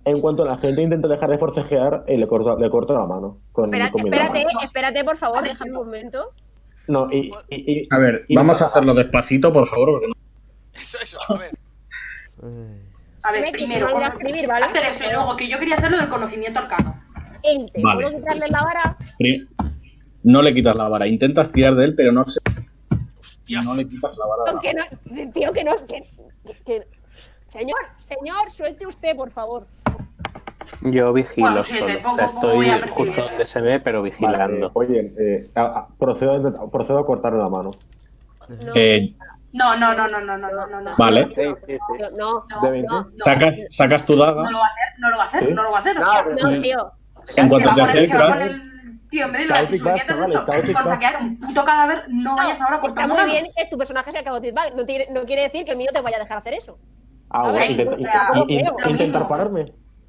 D: En cuanto la gente intenta dejar de forcejear, eh, le, corto, le corto la mano. Con,
C: Espérate,
D: con mi mano.
C: espérate, espérate, por favor, déjame un momento.
D: No, y, y- y-
I: A ver,
D: y-
I: vamos a hacerlo despacito, por favor, porque no.
F: Eso, eso. A ver.
B: Ay.
A: A ver,
C: Me
A: primero,
C: quiero ir a
A: con-
C: escribir, ¿vale?
A: hacer eso y luego que yo quería hacerlo del conocimiento arcano.
C: Ente,
I: Vale.
C: ¿puedo quitarle la vara?
I: Pri- No le quitas la vara. Intentas tirar de él, pero no, se...
F: Dios.
I: no le quitas la vara. de la
C: Que no, tío, que no, que, que- Señor, señor, suelte usted, por favor.
G: Yo vigilo
A: Bueno, siete,
G: solo.
A: poco-
G: o sea,
A: poco voy a
G: estoy
A: percibir.
G: justo donde se ve, pero
D: Vale,
G: vigilando.
D: eh, oye, eh, a- a- procedo, a- procedo a cortarle la mano.
C: No,
I: Eh,
A: No, no, no, no, no, no, no, no, no.
I: Vale.
G: Sí, sí, sí.
C: no, no,
A: No,
D: De 20.
A: no, no.
I: Sacas, sacas tu
A: No
I: daga.
A: lo va a hacer, no lo va a hacer,
D: ¿Sí?
G: Ah,
A: no lo va a hacer. o
L: No,
G: pues
A: sea,
L: pero-
C: no, tío.
E: En cuanto
A: Se
E: te
A: va a poner- se va a
E: acercas,
A: poner- Tío, en vez de los
D: Chaotic Bat,
A: antisociantes,
D: chavales, Chaotic
A: con
D: Bat.
A: saquear un puto cadáver, no vayas ahora a cortar
C: Está muy
A: manos.
C: bien eh, que tu personaje sea cagotit bag. No, tiene- no quiere decir que el mío te vaya a dejar hacer eso.
D: Ah,
A: Sí, o
D: bueno,
A: sea,
D: intenta- in- in-
C: lo mismo.
D: intentar pararme.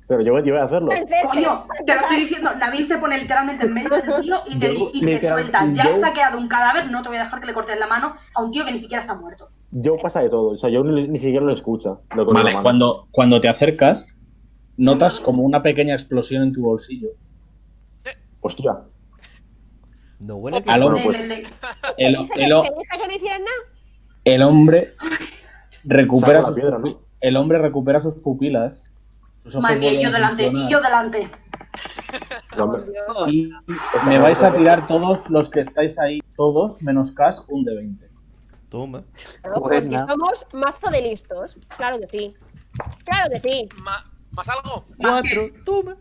D: Pero yo, yo voy a hacerlo.
C: Entonces,
A: Coño,
C: eh,
A: te lo estoy diciendo, Nabil se pone literalmente en medio del tiro y te,
D: Yo,
A: y te
D: literal-
A: suelta. Ya has
D: yo-
A: saqueado un cadáver, no te voy a dejar que le cortes la mano a un tío que ni siquiera está muerto.
D: Yo pasa de todo. O sea, yo ni, ni siquiera lo escucha. Lo que me
E: Vale,
D: manda.
E: cuando, cuando te acercas, notas como una pequeña explosión en tu bolsillo.
D: Hostia.
B: No huele
E: Al
D: Bueno,
E: hombre,
A: Le-
D: pues-
A: le- le-
E: el,
C: dice
E: el-
C: que- que dice que no hicieras nada.
E: el hombre recupera
D: Saco la
E: sus,
D: piedra,
E: pupi-
D: ¿no?
E: el hombre recupera sus pupilas. sus ojos
A: Madre mía,
E: vuelven
A: yo
E: a
A: delante, y
E: funcionar.
A: yo delante.
D: No, hombre.
E: Y me vais a tirar todos los que estáis ahí, todos, menos Cash, un de 20.
B: Toma.
C: Claro, porque
G: Buena.
C: somos mazo de listos. Claro que sí. Claro que sí.
F: Ma- ¿Más algo?
B: Cuatro. Toma.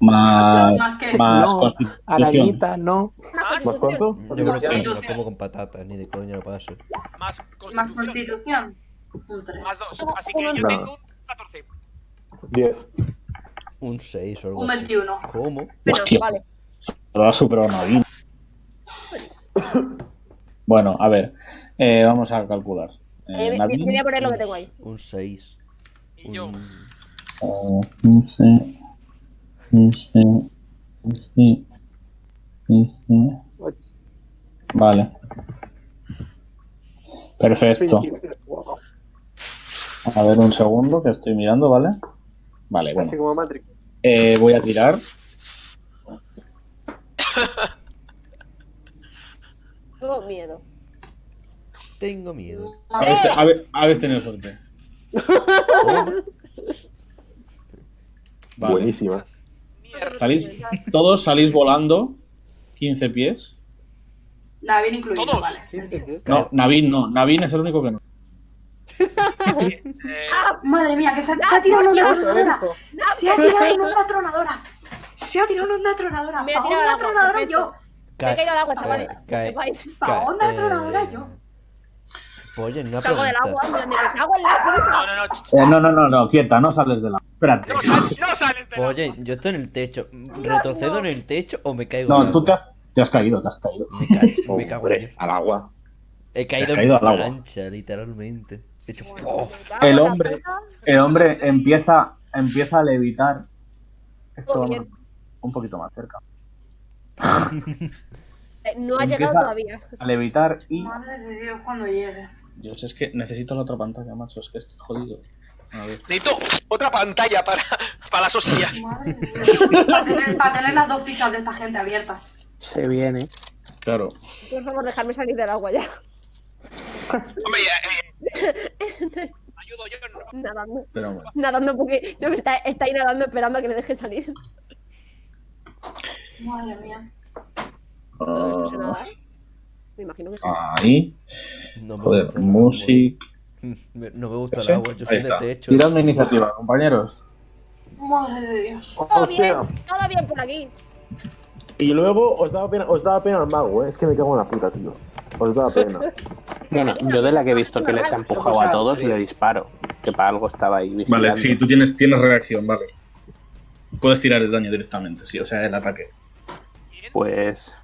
E: Más,
A: Más que-
E: más
G: No,
E: constitución.
G: Arañita, no.
F: ¿Más?
D: ¿Más
B: Yo
D: cuánto?
B: creo que no
A: Constitución.
B: como con patatas, ni de coña lo paso.
F: Más
A: Más
F: constitución.
A: constitución. Un tres.
F: Más dos. Así que yo
D: No.
F: tengo un 14.
D: Diez.
B: Un 6 o algo
A: Un
B: así.
A: 21.
B: ¿Cómo?
C: Bueno,
E: Hostia.
C: vale.
E: Lo ha superado Nadine. Bueno, a ver, eh, vamos a calcular. Eh,
C: Eh, me- me
E: Nadine,
C: voy a poner lo que tengo ahí.
B: Un 6.
F: Y yo.
E: eh, 15, 15, 15, 15. Vale. Perfecto. A ver, un segundo que estoy mirando, ¿vale? Vale, bueno.
I: Así como Matrix.
E: Eh, voy a tirar.
C: Tengo miedo.
B: Tengo miedo.
E: Habéis, habe- habéis tenido suerte. Vale.
D: Buenísima.
F: Mierda.
E: Salís, todos salís volando 15 pies.
A: Nada, bien incluido,
F: Todos.
A: vale.
E: No, Navin no. Navin es el único que no.
F: Eh,
A: ¡Ah! Madre mía, que se ha, se ha tirado una atronadora.
H: Roberto.
A: Se ha tirado una atronadora. Se ha tirado una atronadora.
C: Me ha
A: Pa'
C: tirado
A: una
C: al agua,
A: atronadora
C: perfecto.
A: yo.
C: Me he caído al agua,
B: chaval.
C: chavales. Que sepáis.
A: Pa' onda tronadora yo.
B: eh, Oye, una
C: Salgo del agua,
B: pregunta.
C: en plan de, me cago en la puta.
F: no, no, no. ch- ch-
E: Eh, no, no, no, no, quieta, no sales de la. Espérate.
F: No sales, no sales de la-
B: Oye, yo estoy en el techo. ¿Retrocedo en el techo o me caigo? al
E: No,
B: agua?
E: tú te has, te has caído, te has caído.
B: Me, ca- me cago en
D: Hombre,
B: Dios.
D: al agua.
B: He
E: Te
B: caído,
E: has caído
B: en
E: al
B: la
E: agua.
B: lancha, literalmente. He hecho-
C: Me cago
E: El
C: en la
E: hombre,
C: puta.
E: el hombre empieza, empieza a levitar. Esto
C: Todo bien.
E: un poquito más cerca.
C: Eh, No ha
E: Empieza-
C: llegado todavía.
E: A levitar y.
A: Madre de Dios, cuando llegue.
E: Dios, es que necesito la otra pantalla, macho. Es que estoy jodido. A ver.
F: Necesito otra pantalla para, para las hostias.
A: Madre de Dios. Para tener, para tener las dos fichas de esta gente abiertas.
G: Se viene.
E: Claro.
C: Por favor, dejarme salir del agua ya.
F: Hombre, eh, eh. Ayudo yo. no.
C: Nadando.
E: Pero bueno.
C: Nadando porque no, está, está ahí nadando esperando a que le deje salir.
A: Madre mía.
C: Todo esto se
E: Ah.
C: nada. Me imagino que sí.
E: Ahí.
B: No me
E: Joder,
B: gusta el agua.
E: music.
B: Me- No me gusta el
E: Ahí
B: agua, yo soy de
E: está.
B: techo.
E: Tirad una iniciativa, compañeros.
A: Madre de Dios.
C: Todo bien,
D: Hostia.
C: todo bien por aquí.
D: Y luego os daba pena, os daba pena al mago, ¿eh? Es que me cago en la puta, tío. Os daba pena.
G: Bueno, yo de la que he visto que les ha empujado a todos, le disparo. Que para algo estaba ahí. vigilante.
E: Vale, sí, tú tienes, tienes reacción, vale. Puedes tirar el daño directamente, sí, o sea, el ataque.
G: Pues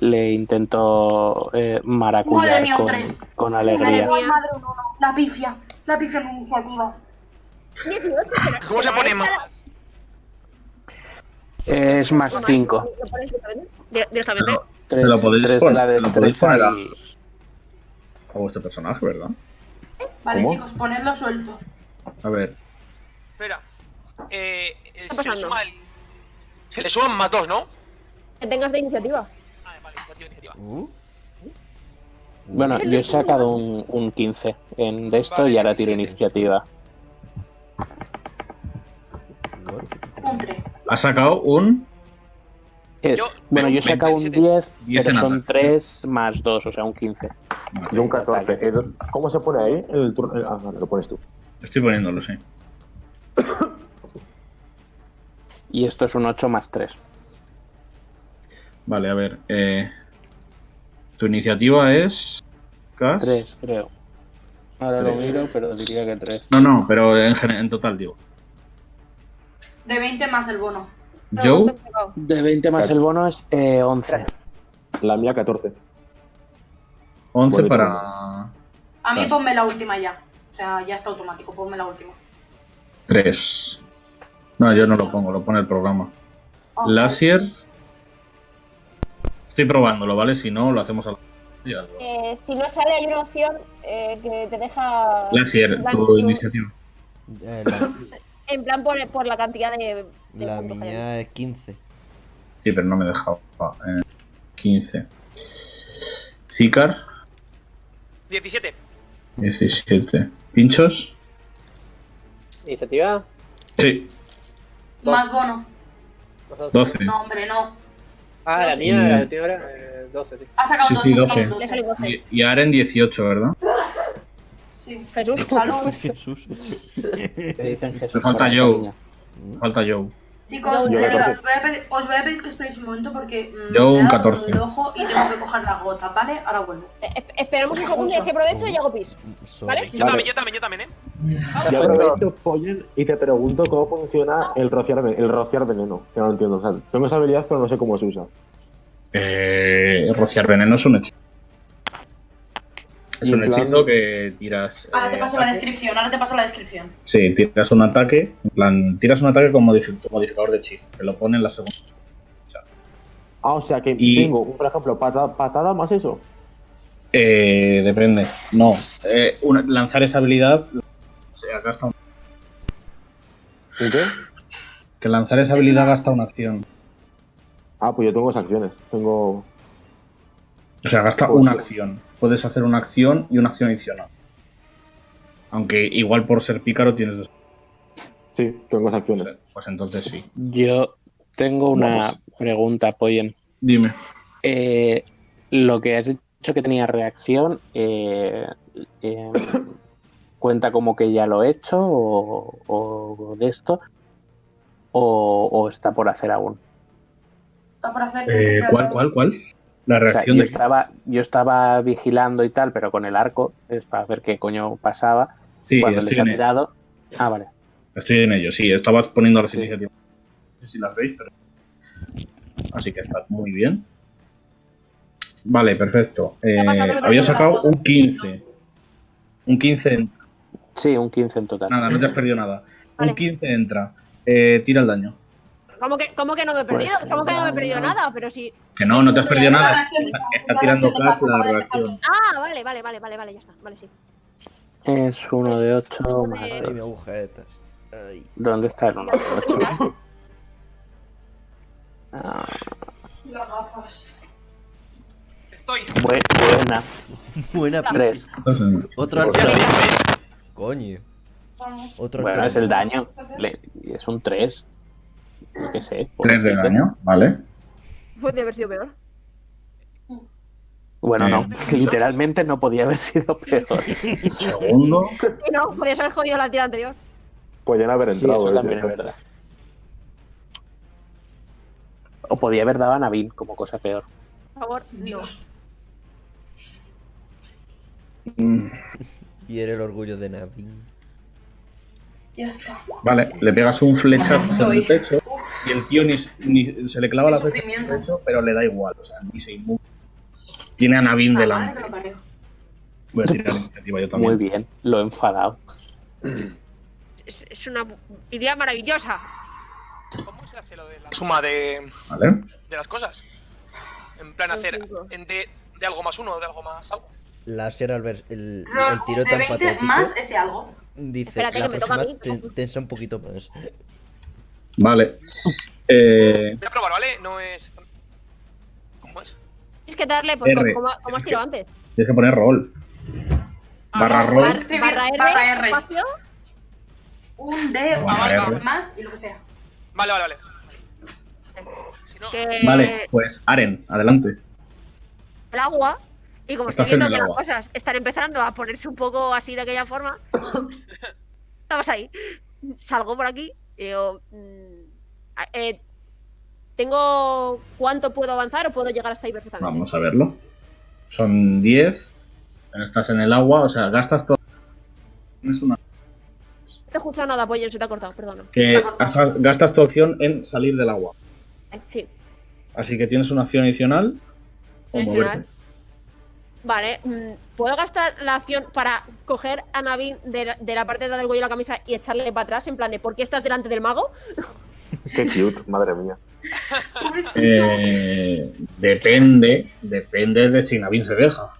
G: le intento eh, maracullar
A: Madre mía,
G: con,
A: tres.
G: con
A: Madre,
G: alegría.
A: madre, madre, no, no. La pifia. La pifia en iniciativa.
C: 18, pero-
F: ¿Cómo se pone más?
G: Es más
C: Toma,
G: 5.
C: ¿Lo pones directamente? Dire- directamente.
E: Te lo podéis
G: de
E: poner,
G: la
E: te lo podéis
G: destreza
E: poner a-
G: y-
E: A vuestro personaje, ¿verdad?
A: Vale,
D: ¿Cómo?
A: chicos, ponedlo suelto.
E: A ver.
F: Espera. Eh, eh,
C: está
F: se, le
C: pasando?
F: suma el- se le suman más dos, ¿no?
C: Que tengas de iniciativa.
F: Ah, vale, iniciativa, iniciativa.
B: Uh,
G: Bueno, yo he sacado un, un 15 en de esto
F: Vale,
G: y ahora tiro
F: 17.
G: iniciativa.
B: what?
A: Un 3.
E: Ha sacado un.
G: Es-
F: Yo-
G: bueno, yo he
F: veinte,
G: sacado un
F: siete.
G: 10,
E: 10
G: pero
E: en
G: son
E: ataque.
G: 3 más 2, o sea, un 15.
D: Y un 14. ¿eh? ¿Cómo se pone ahí? El turno. Ah, vale, lo pones tú.
E: Estoy poniéndolo, sí.
G: Y esto es un 8 más 3.
E: Vale, a ver. eh, tu iniciativa es. Cas-
G: 3, creo. Ahora lo
E: Tres.
G: miro, pero diría que 3.
E: No, no, pero en, gen- en total, digo.
A: De 20 más el bono.
I: Joe,
G: De 20 más el bono es eh, 11.
D: La mía 14.
I: 11
D: Bueno,
I: para
A: A mí
I: Vale.
A: ponme la última ya. O sea, ya está automático, ponme la última.
I: 3. No, yo no lo pongo, lo pone el programa.
A: Oh,
I: Lasier. Estoy probándolo, ¿vale? Si no, lo hacemos a la. sí, algo.
M: Eh, si no sale, hay una opción eh, que te deja.
I: Lasier,
M: blanco.
I: tu iniciativa.
B: Eh, la,
M: En plan, por, por la cantidad de. de
B: la
M: puntos que hay.
B: mía es 15.
I: Sí, pero no me he dejado. Va, eh, 15. Zikar,
F: 17.
I: 17. ¿Pinchos?
E: ¿Iniciativa?
I: Sí,
A: Más bono.
E: Nosotros-
I: 12.
A: No, hombre, no.
E: Ah, la
I: Mm.
E: mía, la última hora, eh, 12, sí.
A: Ha sacado
I: Sí,
A: dos.
I: sí,
A: dos,
I: doce.
A: dos,
M: Le
A: dos.
M: sale 12.
I: Y, y Aren 18, ¿verdad?
A: Sí.
C: Jesús,
A: Salud.
B: Jesús.
G: Te dicen Jesús.
I: Me falta
G: por la
I: Joe.
G: peña.
I: Falta Joe.
A: Chicos,
D: Yo
A: de verdad,
D: catorce.
A: os, voy a pedir, os voy a pedir que esperéis un momento porque mm,
I: Yo
A: me
I: un
A: ha dado
I: 14.
A: el ojo y tengo que coger las gotas, ¿vale? Ahora vuelvo.
M: Eh, esp- Esperamos un segundo y así aprovecho y hago pis.
B: So-
M: Vale.
F: Yo
D: Vale.
F: también, yo también, yo también, ¿eh?
D: Ya aprovecho, Pollen, y te pregunto cómo funciona el rociar, ve- el rociar veneno. Que no lo entiendo. O sea, tengo esa habilidad, pero no sé cómo se usa.
I: Eh, rociar veneno es un hechizo. Es
D: Y
I: un
D: en plan-
I: hechizo que tiras.
A: Ahora te
I: eh,
A: paso la
I: ataque.
A: descripción, ahora te paso la descripción.
I: Sí, tiras un ataque. En plan, tiras un ataque con modific- modificador de hechizo. Que lo pone en la segunda.
D: Ah, o sea que
I: Y-
D: tengo, por ejemplo, pata- patada más eso.
I: Eh, depende. No. Eh, una- lanzar esa habilidad. Se gasta un-
D: ¿Y qué?
I: que lanzar esa habilidad gasta una acción.
D: Ah, pues yo tengo esas acciones. Tengo.
I: O sea, gasta
D: Pues
I: una
D: sí.
I: acción. Puedes hacer una acción y una acción adicional. Aunque igual por ser pícaro tienes dos.
D: Sí, tengo esas acciones.
I: Pues entonces sí.
G: Yo tengo una
I: Vamos.
G: pregunta, Poyen.
I: Dime.
G: Eh, lo que has dicho que tenía reacción, eh, eh, ¿cuenta como que ya lo he hecho o, o de esto? O, o está por hacer aún?
A: Está por hacer.
I: Eh, ¿Cuál, cuál, cuál? La
G: O sea,
I: reacción
G: yo,
I: de.
G: estaba, yo estaba vigilando y tal, pero con el arco, es para ver qué coño pasaba.
I: Sí,
G: cuando
I: estoy
G: les ha
I: en, ello.
G: tirado. Ah, vale.
I: estoy en ello. Sí, estabas poniendo las
G: Sí.
I: iniciativas. No sé si las veis, pero. Así que está muy bien. Vale, perfecto. Eh,
A: pasado el
I: había
A: resto de la
I: sacado
A: boda.
I: un 15. Un 15 en-
G: Sí, un 15 en total.
I: Nada, no te has perdido nada.
C: Vale.
I: Un 15 entra. Eh, tira el daño.
C: ¿Cómo que, ¿Cómo que no me he perdido?
G: Pues,
C: ¿Cómo que no me he
G: no.
C: perdido nada? Pero si.
I: Que no, no te has perdido
A: La
I: nada.
A: reacción,
I: Está,
A: la
I: está
A: reacción
I: tirando
A: de
I: clase la
A: Paco, de
I: reacción.
C: Ah, vale, vale, vale, vale, vale, ya está. Vale, sí.
G: Es uno de 8 más
C: Joder.
B: Ay, mi
G: dos.
B: agujeta. Ay.
G: ¿Dónde está el uno de 8?
A: Las gafas.
F: Estoy.
G: buena.
B: Buena pi-
G: 3.
I: Entonces,
B: Otro arco. Coño.
A: Vamos.
B: Otro
G: Bueno,
B: arco.
G: es el daño. Le- es un 3. Yo qué sé.
I: Tres de
G: pobrecito.
I: daño, vale.
C: Puede haber sido peor.
G: Bueno, no.
F: Sí.
G: Literalmente no podía haber sido peor.
I: Segundo.
C: Y No, podías haber jodido la tira anterior.
D: Podrían haber
G: Sí,
D: entrado.
G: eso
D: ¿eh?
G: también es verdad. O podía haber dado a Navin como cosa peor.
C: Por favor, no.
I: Mm,
B: Y era el orgullo de Navin.
A: Ya está.
I: Vale, le pegas un flechazo en el pecho
A: Uf,
I: y el tío ni, ni- se le clava
A: Qué
I: la flecha en el
A: sufrimiento.
I: pecho, pero le da igual, o sea, ni se inmuda. Tiene a Navin
A: la madre
I: delante.
A: Ah, que lo parió.
I: Voy a tirar la iniciativa yo
G: Muy
I: también.
G: bien, lo he enfadado.
C: Es, es una bu- idea maravillosa.
F: ¿Cómo se hace lo de la suma de,
I: Vale.
F: de las cosas? En plan, hacer
C: cinco.
F: en de, de algo más uno o de algo más algo.
B: Láser al ver el,
A: Roll
B: el tiro
A: de
B: tan
A: 20
B: patético.
A: más ese algo.
B: Dice,
C: eh. Espérate,
B: la
C: que me toca a
B: próxima
C: mí, que me
B: ten- tensa un poquito más.
I: Vale. Eh,
F: Voy a probar, ¿vale? No es. ¿Cómo es?
C: Tienes que darle, porque
I: R.
C: como, como has tirado antes.
I: tienes que poner rol. Barra
A: no,
I: rol.
A: vale. Escribir
C: Barra R,
A: barra R.
C: espacio,
A: Un D
I: Barra R.
A: más y lo que sea.
F: Vale, vale, vale. Si no,
C: que
I: Vale, pues Aren, adelante.
C: el agua. Y como
I: Estás
C: estoy viendo
I: en el
C: que las
I: agua.
C: cosas están empezando a ponerse un poco así de aquella forma, estamos ahí. Salgo por aquí y digo. mm, a- eh, ¿Tengo cuánto puedo avanzar o puedo llegar hasta ahí perfectamente?
I: Vamos a verlo. Son 10. pero Estás en el agua, o sea, gastas todo. Tienes una-
C: No te he escuchado nada, Pollen, se te ha cortado, perdona.
I: Que has- gastas tu opción en salir del agua.
C: Sí.
E: Así que tienes una acción adicional o
C: Adicional.
E: moverte.
C: Vale, mm, ¿puedo gastar la acción para coger a Navin de la, de la parte de atrás del cuello de la camisa y echarle para atrás? En plan de, ¿por qué estás delante del mago?
D: Qué cute, madre mía.
E: Eh, depende, depende de si Navin se deja.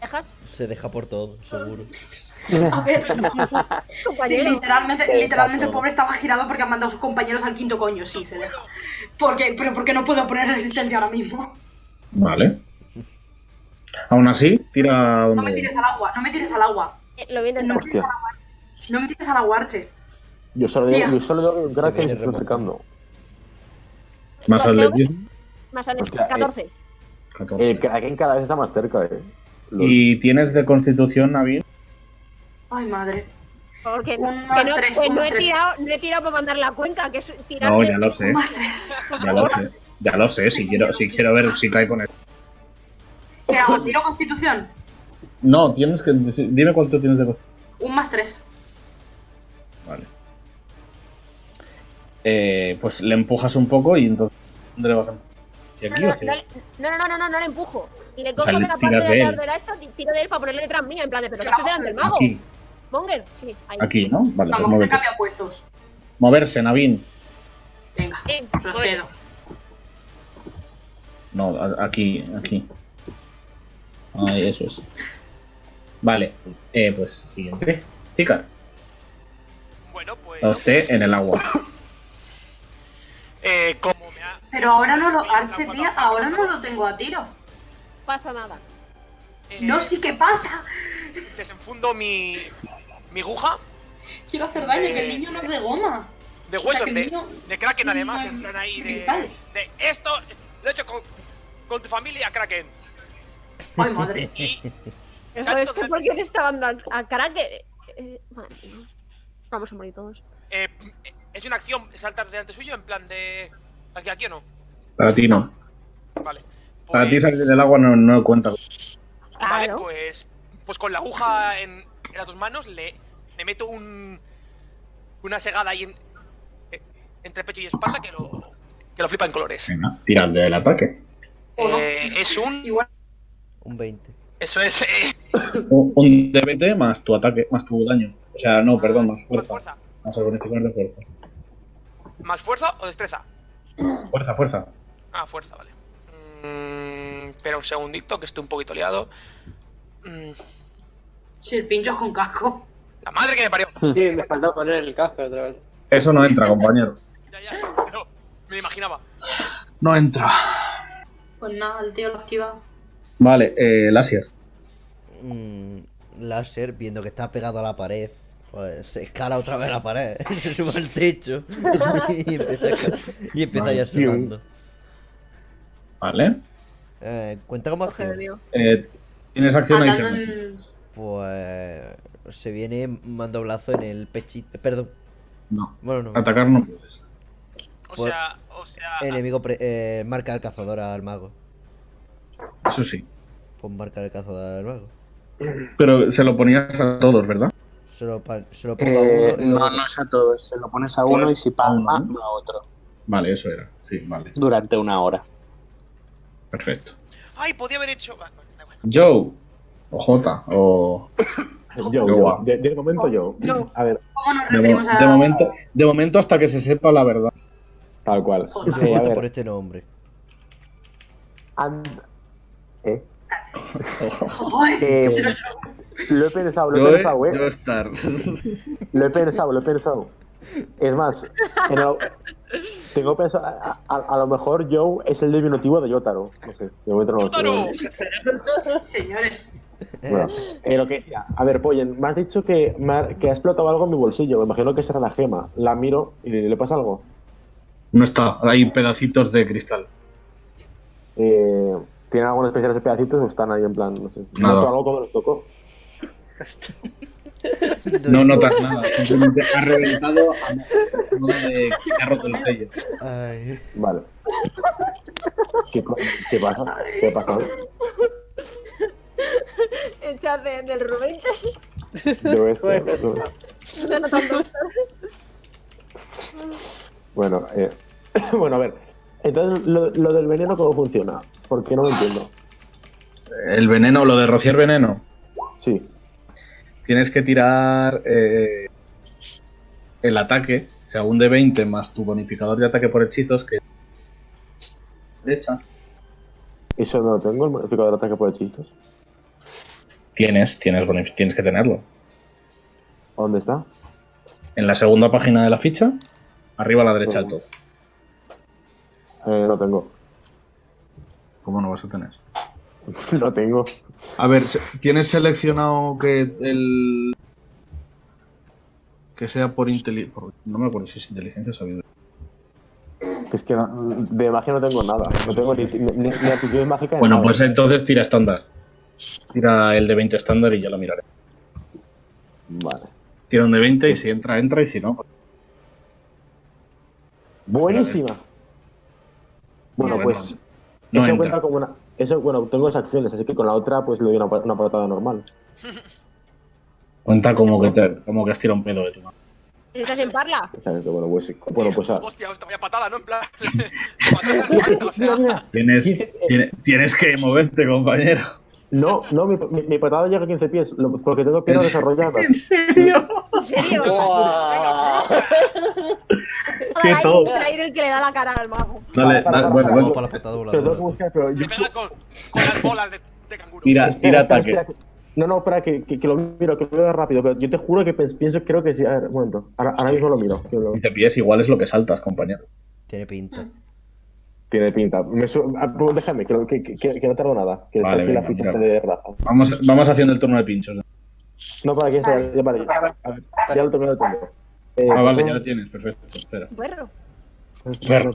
C: ¿Dejas?
B: Se deja por todo, seguro.
A: A ver, sí,
C: Compañero.
A: literalmente, literalmente el
B: pasó.
A: pobre estaba girado porque ha mandado a sus compañeros al quinto coño, sí, se deja. Porque, pero porque no puedo poner resistencia ahora mismo.
E: Vale. Aún así, tira
A: No me
E: donde.
A: tires al agua, no me tires al agua.
C: Eh, Lo voy a intentar.
A: No,
D: Hostia,
A: no me tires al agua, Arche.
D: yo solo digo, yo solo digo
B: Se
D: gracias
B: viene
D: que estoy
B: remojando.
D: acercando.
E: pues, Más
C: No, tengo que-
E: atletismo.
C: Más al-
D: Hostia, eh.
C: 14.
E: 14.
D: El Kraken Eh, cada vez está más cerca, eh. Los-
E: Y tienes de constitución, Navin.
A: Ay, madre.
E: Eh.
C: Porque
A: Un
C: que
A: más
C: no,
A: tres,
C: pues
A: un
C: no
A: más
C: he
A: tres.
C: tirado, no he tirado para mandar la cuenca, que es tirar.
E: No,
C: de-
E: ya lo sé.
A: Más tres.
E: Ya lo sé. Ya lo sé, si quiero, si quiero ver si cae con él.
A: ¿Qué hago? ¿Tiro constitución?
E: No, tienes que. decir- Dime cuánto tienes de constitución.
A: Un más tres.
E: Vale. Eh, pues le empujas un poco y entonces. ¿Dónde le vas a empujar? ¿Hacia aquí o
C: No,
E: hacia allá?
C: no, no, no, no, no, no le empujo. Y le
E: sea,
C: cojo de
E: le
C: la parte
E: tiras
C: de
E: de
C: atrás
E: él.
C: de la esta, ti- tiro de él para ponerle detrás mía, en plan de, pero ¿qué haces delante del mago?
E: Aquí,
C: Monger, sí, ahí.
E: aquí, ¿no? Vale, pues
A: Vamos, que se
E: móvete.
A: cambia puestos.
E: Moverse, Navin.
A: Venga,
C: Eh, bueno,
A: procedo.
E: No, a- aquí, aquí. Ahí, eso es. Vale, eh, pues siguiente. Chica,
F: Bueno, pues.
E: a usted en el agua.
F: Eh, como me ha.
A: Pero ahora no lo. Arche, tía, ahora no lo tengo a tiro.
C: pasa nada.
F: eh,
A: No, sí que pasa.
F: Desenfundo mi. Mi aguja
A: Quiero hacer daño, que el niño no es de goma.
F: de
A: O sea,
F: huesos
A: que el
F: de,
A: niño-
F: de Kraken, además.
A: Mm,
F: En plan ahí de.
A: cristal.
F: de esto lo he hecho con, con tu familia, Kraken.
A: Ay, madre.
F: Y.
C: Eso
F: salto
C: es que
F: de-
C: porque le estaba dando al- a cara que. eh, madre mía. Vamos a morir todos.
F: eh, es una acción saltar delante suyo, en plan de. ¿Aquí, aquí o no?
E: Para ti no.
F: Vale.
E: Para ti
F: Pues-
E: salir del agua no, no cuenta.
F: Vale,
C: Claro.
F: pues, pues con la aguja en, en las dos manos le, le meto un, una segada ahí en- eh, entre pecho y espalda que lo, que lo flipa en colores.
E: Venga, tira el del ataque.
A: O no.
F: Eh, es un...
A: Igual.
B: Un 20.
F: Eso es... eh,
E: Un un D20 más tu ataque, más tu daño. O sea, no, perdón, más fuerza.
F: Más fuerza.
E: Más el bonificador de fuerza.
F: ¿Más fuerza o destreza?
E: Fuerza, fuerza.
F: Ah, fuerza, vale. Mm, espera un segundito, que estoy un poquito liado. Mm,
A: Serpinchos con casco.
F: la madre que me parió.
I: Sí, me faltó poner el casco otra vez.
E: Eso no entra, compañero.
F: Ya, ya, pero me imaginaba.
E: No entra.
A: Pues nada, el tío lo esquiva.
E: Vale, eh, láser.
B: Mm, láser, viendo que está pegado a la pared, pues se escala otra vez a la pared, se sube al techo y empieza, a, ca- y empieza a ir
D: Maldición.
B: sonando.
E: Vale.
B: Eh, ¿Cuenta como
C: Joder,
B: acción?
C: mío.
E: Eh, tienes acción
A: Atando
E: adicional.
A: en.
B: Pues se viene mandoblazo en el pechito. eh, Perdón,
E: No.
B: bueno, no.
E: Atacar no puedes.
F: O
B: Pues-
F: sea, o sea...
B: Enemigo pre- eh, marca al cazador al mago.
E: Eso sí.
B: Pues marca al cazador al mago.
E: Pero se lo ponías a todos, ¿verdad?
B: Se lo, pa- se lo pongo a
G: Eh, Pues,
B: uno y luego-
G: no, no es a todos. Se lo pones a uno y si palma,
E: Uno, ¿no?
G: a otro.
E: Vale, eso era. Sí, vale.
G: Durante una hora.
E: Perfecto.
F: Ay, podía haber hecho... va, va, da igual.
E: Joe. O Jota. O.
D: Yo, yo.
E: Yo.
D: De, de momento yo.
C: Yo.
D: A ver,
A: ¿Cómo nos
E: De, mo-
A: referimos a.?
E: de momento, de momento hasta que se sepa la verdad.
D: tal cual.
A: Joder.
B: se
D: Sí, a
B: vota por
D: ver.
B: este nombre.
D: and- ¿Eh?
A: Joder,
D: Eh,
A: pero-
D: Lo he pensado, lo he pensado, eh.
E: Star.
D: Lo he pensado, lo he pensado. Es más, en el- tengo pensado, a, a- a lo mejor Joe es el diminutivo de Yotaro. No sé, de momento no lo sé.
F: ¡Tótalo!
A: Señores.
D: Bueno, eh, lo que decía. A ver, Poyen, me has dicho que, me ha, que ha explotado algo en mi bolsillo. Me imagino que será la gema. La miro y le, le pasa algo.
E: No está, hay pedacitos de cristal.
D: Eh, ¿Tienen alguna especial de pedacitos o están ahí en plan, no sé?
E: Nada.
D: ¿Noto algo cuando los tocó?
E: No notas nada, simplemente ha reventado a modo de que ha roto el cuello.
B: Ay,
D: Vale. ¿Qué, co- qué pasa? ¿Qué pasa?
C: Echad de- del Rubén.
D: Yo este. esto-
C: No, no tanto.
D: Bueno, eh, bueno, a ver. Entonces, lo, lo del veneno, ¿cómo funciona? Porque no lo entiendo.
I: El veneno, lo de rociar veneno.
D: Sí.
I: Tienes que tirar eh, el ataque, o sea, un de 20 más tu bonificador de ataque por hechizos, que derecha.
D: Eso no lo tengo, el modificador de ataque por hechizos.
I: Tienes, tienes, boni- tienes que tenerlo.
D: ¿A ¿Dónde está?
I: En la segunda página de la ficha, arriba a la derecha del todo.
D: Eh, lo tengo.
I: ¿Cómo no vas a tener?
D: lo tengo.
I: A ver, se- ¿tienes seleccionado que el. que sea por inteligencia. No me acuerdo si es inteligencia o sabiduría.
D: Es que no- de magia no tengo nada. No tengo ni, ni, ni actitud mágica. ni
I: Bueno,
D: nada.
I: pues entonces tira estándar. Tira el de 20 estándar y ya lo miraré.
D: Vale.
I: Tira un de 20 y si entra, entra y si no. pues-
D: Buenísima. Bueno,
I: Bueno,
D: pues.
I: no
D: eso
I: entra.
D: cuenta como una. Eso, bueno, tengo dos acciones, así que con la otra, pues le doy una, pa- una patada normal.
I: Cuenta como que, te- como que has tirado un pedo de tu mano.
C: ¿Estás en parla?
D: Exacto, bueno, pues. Bueno, pues. ah,
F: Hostia, hostia, vaya patada, ¿no? En plan. como atrás del cuarto, o sea.
I: Tienes, tiene- tienes que moverte, compañero.
D: No, no, mi, mi- mi patada llega a 15 pies, lo- porque tengo piernas
I: ¿En
D: desarrolladas.
C: ¿En serio?
I: Qué todo.
C: Todo el aire el que le da la cara al mago.
I: Dale, dale, bueno,
B: Vamos
I: bueno.
B: para la patada
D: Te tengo que
B: voladora.
D: buscar, pero yo-
F: Me pega con, con las bolas de, de canguro.
I: Tira, Ah, tira
D: Espera, espera,
I: ataque.
D: espera. No, no, espera, que, que, que lo miro, que lo veo rápido. pero yo te juro que pens- pienso, creo que sí. A ver, un momento. Ahora, ahora mismo lo miro. que lo-
I: 15 pies igual es lo que saltas, compañero.
B: Tiene pinta.
D: Tiene pinta. Me su- ah, pues déjame, que, lo- que, que, que no tardo nada. Que está
I: Vale,
D: aquí la
I: venga,
D: ficha
I: mira.
D: de raza.
I: Vamos, vamos haciendo el turno de pinchos. Ah,
D: No, para que esto. Ya, vale, a ver, ya lo tengo, ya lo tengo. Eh,
I: Ah, vale, ya lo tienes, perfecto. Espera.
C: Perro.
I: Ver.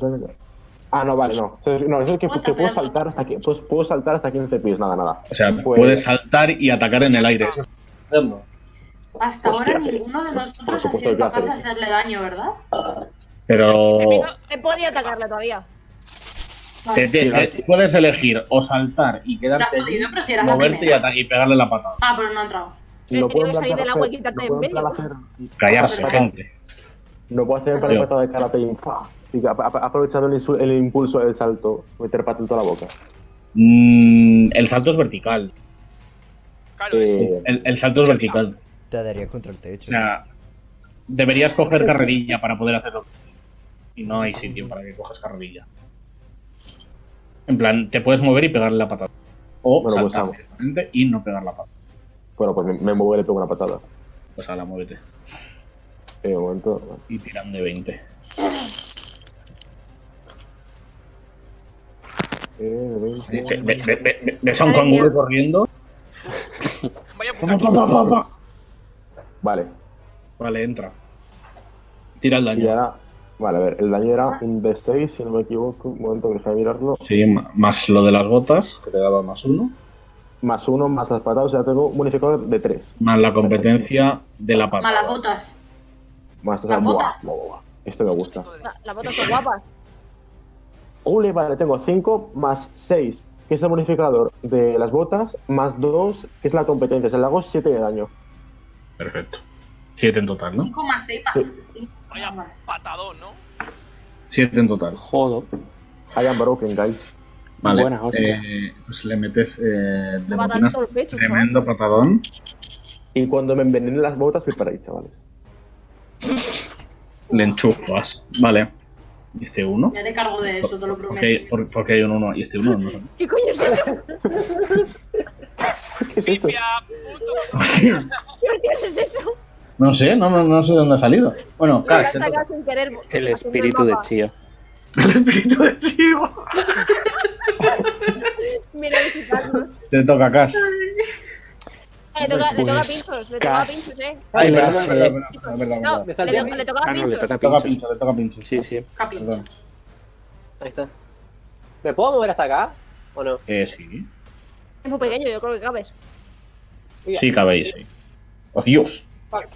D: Ah, no, vale, no. No, eso es que, que puedo
N: Bueno,
D: saltar hasta que, pues, puedo saltar hasta 15 pies, nada, nada.
I: O sea,
D: Pues-
I: puedes saltar y atacar en el aire. Eso es hacerlo.
A: Hasta
D: Hostia,
A: ahora
D: hace-
A: ninguno de
D: por- por
A: nosotros ha
D: supuesto
A: sido
D: que
A: capaz de
D: hace.
A: hacerle daño, ¿verdad?
I: Pero
C: He podido atacarle todavía.
I: te- te- te- puedes elegir o saltar y quedarte
A: Si has
I: allí,
A: podido, pero si eras la
I: moverte y,
A: primera.
I: ata- y pegarle la patada.
A: Ah, pero no ha entrado.
C: Pero
D: No
C: tenía
D: puedo
C: que salir
D: en plan
C: del agua y
D: hacer-
C: quitarte
D: no
C: en
D: puedo plan
C: medio.
D: hacer-
I: Callarse,
A: Ah,
I: gente.
D: No puedo hacer para
I: Yo.
D: la patada de karate y, ¡fua! y ap- ap- aprovechando el, insu- el impulso del salto, meter pata en toda la boca.
I: Mm, el salto es vertical.
F: Claro, es-
D: Eh,
I: El, el salto es vertical.
B: Te darías contra el
I: O
B: techo.
I: sea, deberías coger carrerilla para poder hacerlo. Y no hay sitio para que cojas carrerilla. En plan, te puedes mover y pegarle la patada. O
D: Bueno, pues
I: saltar
D: hago.
I: directamente y no pegar la patada.
D: bueno, pues me, me muevo y le pego una patada.
I: Pues ala, muévete.
D: Eh, un momento.
I: Y tiran de 20.
D: Eh,
I: Ve-
D: veinte.
I: ve- ve- ve- ¿Ves a un canguro corriendo?
F: Vaya puta.
I: Pa, pa, pa, pa, pa.
D: Vale,
I: Vale, entra. Tira el
D: y
I: daño.
D: ahora. Vale, a ver, el daño era un D6, si no me equivoco. Un momento que déjame mirarlo.
I: Sí, ma- más lo de las botas, que te daba más uno.
D: Más uno, más las patadas, o sea, tengo un bonificador de 3.
I: Más la competencia de
D: Ah,
I: la patada.
A: Malabotas.
D: Más, o sea,
A: ¿Las
D: buah,
A: botas?
D: buah, buah, buah. Esto me gusta.
C: La- Las botas son guapas.
D: Ole, vale, tengo 5 más 6, que es el bonificador de las botas, más 2, que es la competencia. O sea, le hago 7 de daño.
I: Perfecto. Siete en total, ¿no?
A: 5,6 más.
F: Vaya patadón, ¿no?
I: Siete en total.
G: Jodo.
D: I am broken, guys.
I: Vale.
G: Buena hostia.
I: eh, pues le metes eh,
C: Me
I: le
C: va a
I: metes
C: dar todo el pecho, chaval.
A: ¿eh?
I: tremendo patadón.
D: Y cuando me envenenen las botas, preparáis, chavales.
I: Le enchufas. Vale. Y este uno.
A: Ya te cargo de eso, te lo prometo.
I: Porque, por- porque hay un uno y este uno. No.
C: ¿Qué coño es eso?
D: ¿Qué es esto?
F: Pifia, puto.
C: ¿Qué hostias es eso?
I: No sé, no, no, no sé dónde ha salido. Bueno,
C: Me
I: claro,
C: la he sacado sin querer.
G: El
C: haciendo
G: espíritu de
C: mapa.
G: Chio.
C: Mira, visitarnos.
I: te toca Cas.
C: Le toca, le toca
G: Pues,
C: pinchos, le toca
G: cas-
C: pinchos, eh.
I: Ay,
G: Le
I: perdón,
G: hace-
I: perdón, perdón, perdón,
C: No, le,
I: perdón.
O: Me salía a
C: to-
O: mí.
C: le toca
G: Ah, no, le
C: pinchos.
G: toca
I: Le toca
G: pincho.
I: pincho, le toca pincho.
G: Sí, sí.
A: Capi.
I: Perdón.
O: Ahí está. ¿Me puedo mover hasta acá? ¿O no?
I: Eh, sí.
C: Es muy pequeño, yo creo que cabes.
I: Sí, cabéis, sí. ¡Oh, Dios!
O: Vale.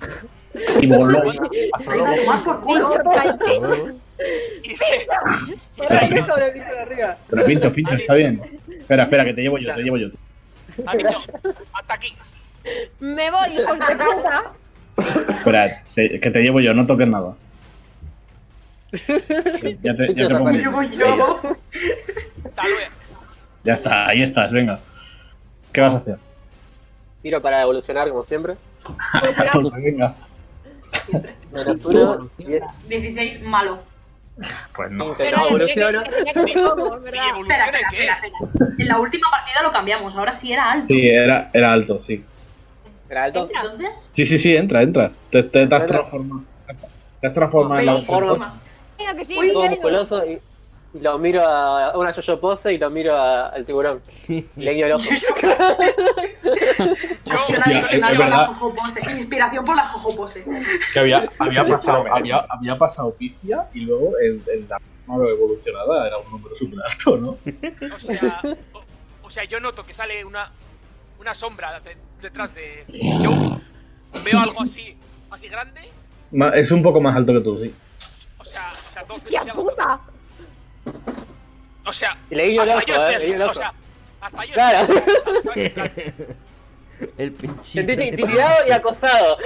I: Y voló.
A: Ahí va a tomar por culo.
C: Pincho, pincho.
F: Y se,
O: Ahí no sobre el piso de arriba.
I: Pero pincho, pincho, está bien. Espera, espera, que te llevo yo, te llevo yo.
F: han dicho, hasta aquí.
C: Me voy, hijos de puta.
I: Espera, te- que te llevo yo, no toques nada. Ya te, ya te pongo.
A: Yo voy yo.
F: Tal vez.
I: Ya está, ahí estás, venga. ¿Qué vas a hacer?
E: Tiro para evolucionar, como siempre.
I: Pues venga.
E: Menos uno, diez.
A: 16, malo.
I: Pues no.
E: Que no evoluciona.
F: ¿Y
A: Espera,
F: evoluciona
A: espera,
F: en qué?
A: espera, espera. En la última partida lo cambiamos, ahora sí era alto.
I: Sí, era, era alto, sí.
E: Era alto.
A: Entonces,
I: Sí, sí, sí, entra, entra. Te, te, te has
E: Entra.
I: transformado. Te has transformado en la
A: veis,
E: forma.
A: toma.
C: Venga, que sí,
A: Uy,
C: que
E: Todo
A: ya
C: sí.
E: musculoso y, y lo miro a a una yo pose y lo miro a- al tiburón. Le guiño el ojo.
F: Yo,
I: Hostia, es-
A: Inspiración por
I: es
A: la
I: verdad.
A: jojopose. Inspiración por la jojopose.
I: Que había, había pasado, había, había pasado pifia y luego el, el la mano evolucionada era un número súper alto, ¿no?
F: o sea, o, o sea, yo noto que sale una, una sombra de- detrás de. Yo veo algo así, así grande.
I: Ma- Es un poco más alto que tú, sí.
F: O sea, o sea, dos veces
C: ¡Hostia
F: y algo.
C: puta!
F: O sea,
E: Y le guiño el
F: hasta
E: ojo,
F: yo
E: eh, le guiño
F: estoy.
E: el
F: O
E: ojo.
F: sea, hasta yo
E: Claro.
F: estoy.
B: El pinchito.
E: Sentiste intimidado y acosado.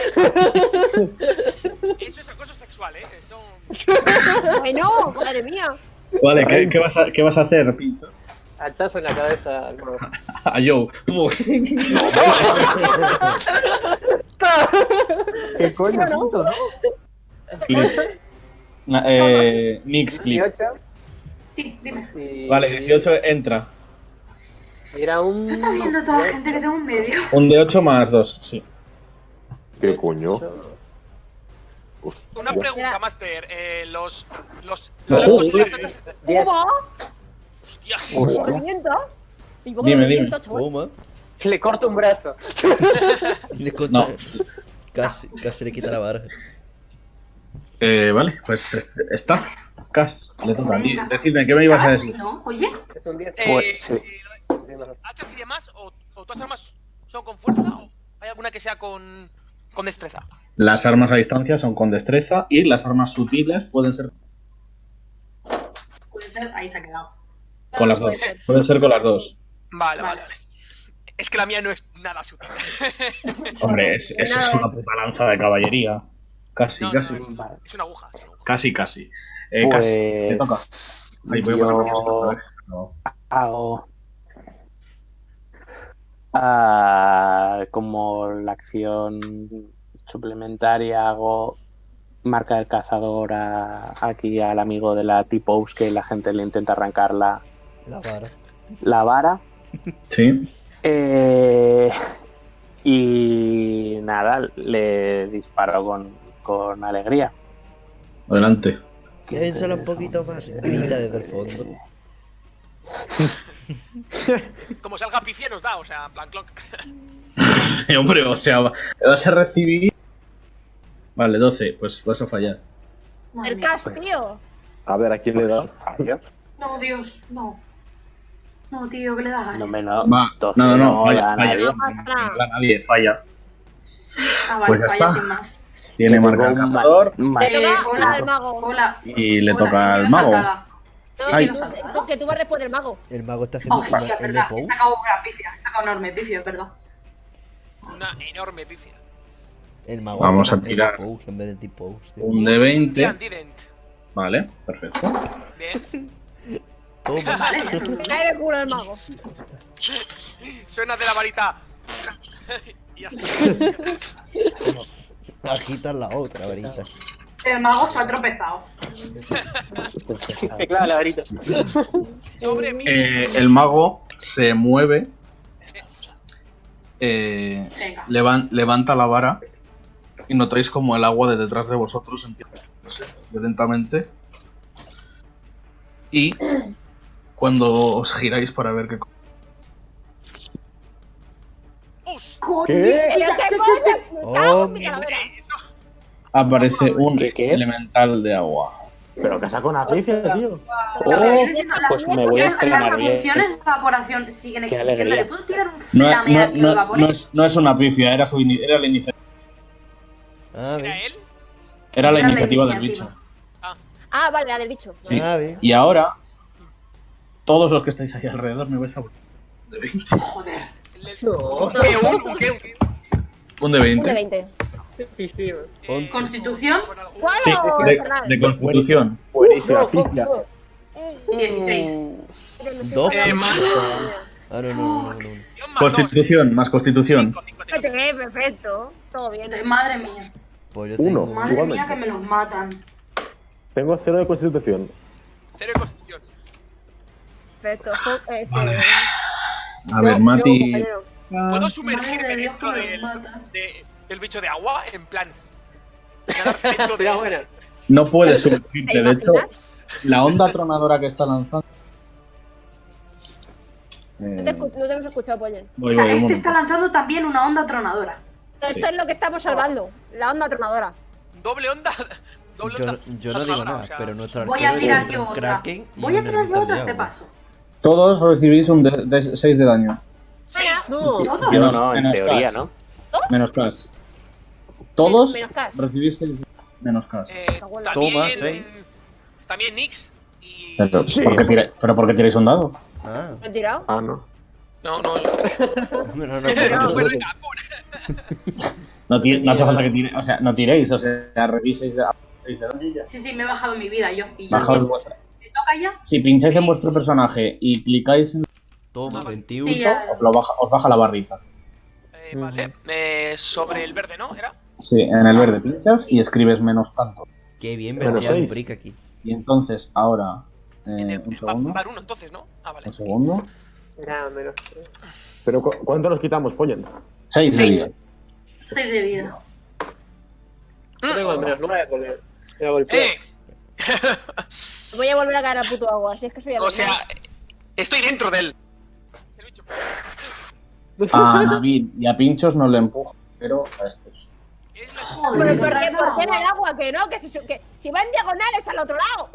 F: Eso es acoso sexual, ¿eh? Eso.
C: Bueno, madre mía.
I: Vale, ¿qué, qué vas, a, ¿qué vas a hacer, pincho? Ah,
E: Hachazo en la cabeza. al mono.
I: A Joe.
D: ¿Qué coño, puto?
I: Clip. Na- eh, Nix, clip.
E: 18.
A: Sí, dime.
E: Y...
I: Vale, 18 entra.
E: y Era un.
A: ¿Qué está viendo toda la gente que tengo en medio?
I: Un de 8 más 2, sí.
D: ¿Qué coño?
F: Una
D: Hostia.
F: pregunta, Master. Eh, los. Los.
I: No,
F: Los.
I: joder.
F: Los. Los. Los.
E: Diez.
C: ¿Cómo?
F: Hostias.
C: ¿Movimiento? ¿Y poco
I: Dime,
C: movimiento, chaval?
B: Toma.
E: Le corto un brazo.
B: Le corta-
I: No.
B: Casi, casi le quita la barra.
I: Eh, vale, pues este- está. Cas, le toca a mí. Decidme, ¿qué me ibas a
A: Casi,
I: decir?
A: ¿no? Oye,
E: Es un 10.
F: Eh,
G: Pues, sí.
F: hachas y demás, o, o todas las armas son con fuerza, o hay alguna que sea con, con destreza.
I: Las armas a distancia son con destreza y las armas sutiles pueden ser
A: puede ser, ahí se ha quedado.
I: con las dos.
C: Puede ser.
I: Pueden ser con las dos.
A: Vale.
F: Vale, vale, vale. Es que la mía no es nada sutil.
I: Hombre, es, es, es una puta lanza de caballería. Casi,
F: No, no,
I: casi.
F: es, es una aguja. es una aguja.
I: Casi, casi. Eh, casi.
G: Pues,
I: Te toca. Ay, voy a poner ¿eh? los controles, no.
G: hago ah, como la acción suplementaria hago marca del cazador a- aquí al amigo de la T-Pose que la gente le intenta arrancar la,
B: La barra.
G: la vara
I: Sí.
G: Eh, y nada le disparo con, con alegría
I: Adelante.
B: Piénsalo un poquito más. Grita desde el fondo.
F: Como salga pifié nos da, o sea, en plan clonk.
I: Sí, hombre, o sea, va- vas a recibir. Vale, 12, pues vas a fallar.
A: Madre
C: El
A: mía.
C: cast, tío.
D: A ver, ¿a quién le da?
A: No, Dios, no. No, tío, que le das?
G: no me lo
I: Va,
G: entonces
I: no, no, no,
G: le da
I: falla,
G: a nadie.
I: falla.
C: No pasa nada.
I: No da a nadie, falla.
A: Ah, vale,
I: Pues ya
A: falla
I: está.
A: sin más.
I: Tiene
G: Yo
I: marca
G: tengo
I: el
G: un
I: cazador
G: más-
A: Eh,
C: Te toca
A: hola.
C: al mago.
A: Hola.
I: y le
A: hola,
I: toca
A: que
I: al
A: me
I: mago.
A: saltaba.
C: No,
I: Ay.
C: que no- Porque tú vas después del mago.
B: El mago está haciendo
A: Hostia,
B: una
A: verdad.
B: L-pose.
A: He sacado una pifia. He sacado enorme pifia, es verdad.
F: Una enorme pifia.
B: El mago
I: Vamos
B: hace
I: a
B: una
I: tirar.
B: L-pose en vez de T-pose. tío.
I: Un de 20.
F: Didn't, didn't.
I: Vale, perfecto.
F: Bien.
B: Toma.
A: Vale, bien.
C: Me cae el culo del mago.
F: Suena de la varita. y ya está.
B: Agitas la otra varita.
A: El mago se ha tropezado.
E: Te clava la varita.
F: Sobre mí.
I: Eh, el mago se mueve. eh,
A: Venga.
I: levan- levanta la vara. Y notáis como el agua de detrás de vosotros empieza a moverse violentamente. Y cuando os giráis para ver qué. co-
F: Us.
A: Coño,
D: ¿Qué?
C: Pero qué
A: este
C: coño, me cago en mi
B: Hombre.
C: calavera.
I: Aparece un
G: ¿Qué, qué?
I: elemental de agua.
G: pero que saco una
D: Alicia, tío.
A: Lo que
G: Oh,
A: viene siendo la-
G: pues me voy a
A: las-
G: estrenar
A: Las funciones
G: bien
A: de evaporación siguen existiendo. ¿Le
G: alegría.
A: puedo tirar un
I: No,
A: flameazo
I: no- no-
A: de vapor?
I: no es, no es una pifia, era, su ini- era la, inicia-
B: A
F: Era
B: ver.
F: él.
I: era la
A: Era la
I: iniciativa del
A: iniciativa.
I: bicho.
C: Ah, vale, la del bicho.
I: Sí.
B: A ver.
I: Y ahora, todos los que estáis ahí alrededor me vais a volver. De 20.
A: Joder.
F: Le-
E: No.
F: ¿Qué? ¿Un, un, qué? ¿Un qué?
I: Un de
C: Un de
I: 20.
C: 20.
P: Piscina.
B: Once.
A: Constitución
I: Sí,
C: ¡Claro,
I: de,
C: Fernan!
I: de constitución.
D: Buenísima, pizza.
A: 16.
B: Dos.
F: Eh, más.
B: Ah, no, no, no, no, no.
F: Guión más
I: Constitución, más constitución.
F: dos, cinco, cinco, cinco.
C: Eh, perfecto. Todo bien.
I: Eh.
C: eh,
A: Madre mía.
B: Pues yo
D: Uno.
B: tengo-
A: Madre mía
D: Igualmente.
A: que me los matan.
D: Tengo cero de constitución.
F: Cero de constitución.
C: Perfecto. Este,
I: A ver,
C: yo- yo,
I: Mati.
C: compañero.
F: ¿Puedo
A: Madre
F: sumergirme
A: de Dios que
F: dentro
A: me los
F: del,
A: matan.
F: de- del bicho de agua? En plan. nadar dentro de-
Q: Pero bueno,
I: No puedes sumergirte.
C: ¿Te
I: De hecho,
C: imaginas?
I: la onda tronadora que está lanzando.
C: No te,
I: Eh,
C: escu- no te hemos escuchado, Pollen.
A: O
I: voy,
A: sea,
I: voy, un
A: este está
I: momento.
A: lanzando también una onda tronadora.
C: Pero esto es lo que estamos salvando. La onda tronadora.
F: Doble onda. Doble
B: Yo,
F: onda.
B: yo no digo
F: tronadora,
B: nada,
F: o sea,
B: pero nuestro
A: Voy a
B: arquero
A: tirar
B: encuentra
A: yo
B: un
A: otra.
B: Kraken y
A: Voy a
B: un
A: tirar yo
B: ermita de
A: otra este
B: agua.
A: paso.
I: Todos recibís un 6 de daño.
C: Venga,
Q: no.
A: Todo.
I: Yo-
G: No, no, en
I: Menos
G: teoría,
I: Cas.
G: ¿no?
I: Menos cas. Todos
C: Menos cas.
I: recibís seis menos cas.
F: Eh,
C: Toma,
F: también,
B: seis.
F: También Nix. Y...
D: Pero,
G: Sí.
D: ¿por qué tira-
I: ¿Pero por qué tiráis un dado?
B: Ah,
C: ¿Lo he tirado?
G: Ah, no.
F: No, no.
B: no, no, no,
F: Pero,
B: no.
F: venga, pon.
I: No, ti- no hace falta que tiréis, o sea, no tiréis, o sea, reviséis de, seis de daño y ya.
A: Sí, sí, me he bajado mi vida yo. Y ya.
I: Bajaos vuestra.
A: ¿Me toca ya?
I: Si pincháis en vuestro personaje y clicáis en
B: Toma, 21.
A: Sí, ya.
I: os, lo baja, os baja la barrita.
F: Eh, vale. Eh, sobre el verde, ¿no? ¿Era?
I: Sí, en el verde pinchas y escribes menos tanto.
B: Qué bien
D: Menos
B: vendría un
D: seis.
B: brick aquí.
I: Y entonces, ahora,
F: En
I: eh,
F: el-
I: un
F: va-
I: segundo,
F: Var uno, entonces, ¿no? Ah, vale.
I: un segundo.
Q: Nada, menos.
D: Pero cu- ¿cuánto nos quitamos, Pollen?
I: 6 de vida.
A: 6 de vida.
Q: Yo tengo menos nueve porque me golpeé.
F: Mm. ¡Eh!
C: Voy a volver a caer al puto agua. Si es que soy
F: O
C: anormal.
F: sea, estoy dentro del. El bicho.
I: A Navid y a Pinchos no le empujo, pero a estos.
F: Es la-
A: Joder,
C: Pero
A: me
C: ¿por qué?
A: parece
C: ¿Por qué en
A: agua.
C: el agua? Que no, que, se su- que si va en diagonal es al otro lado.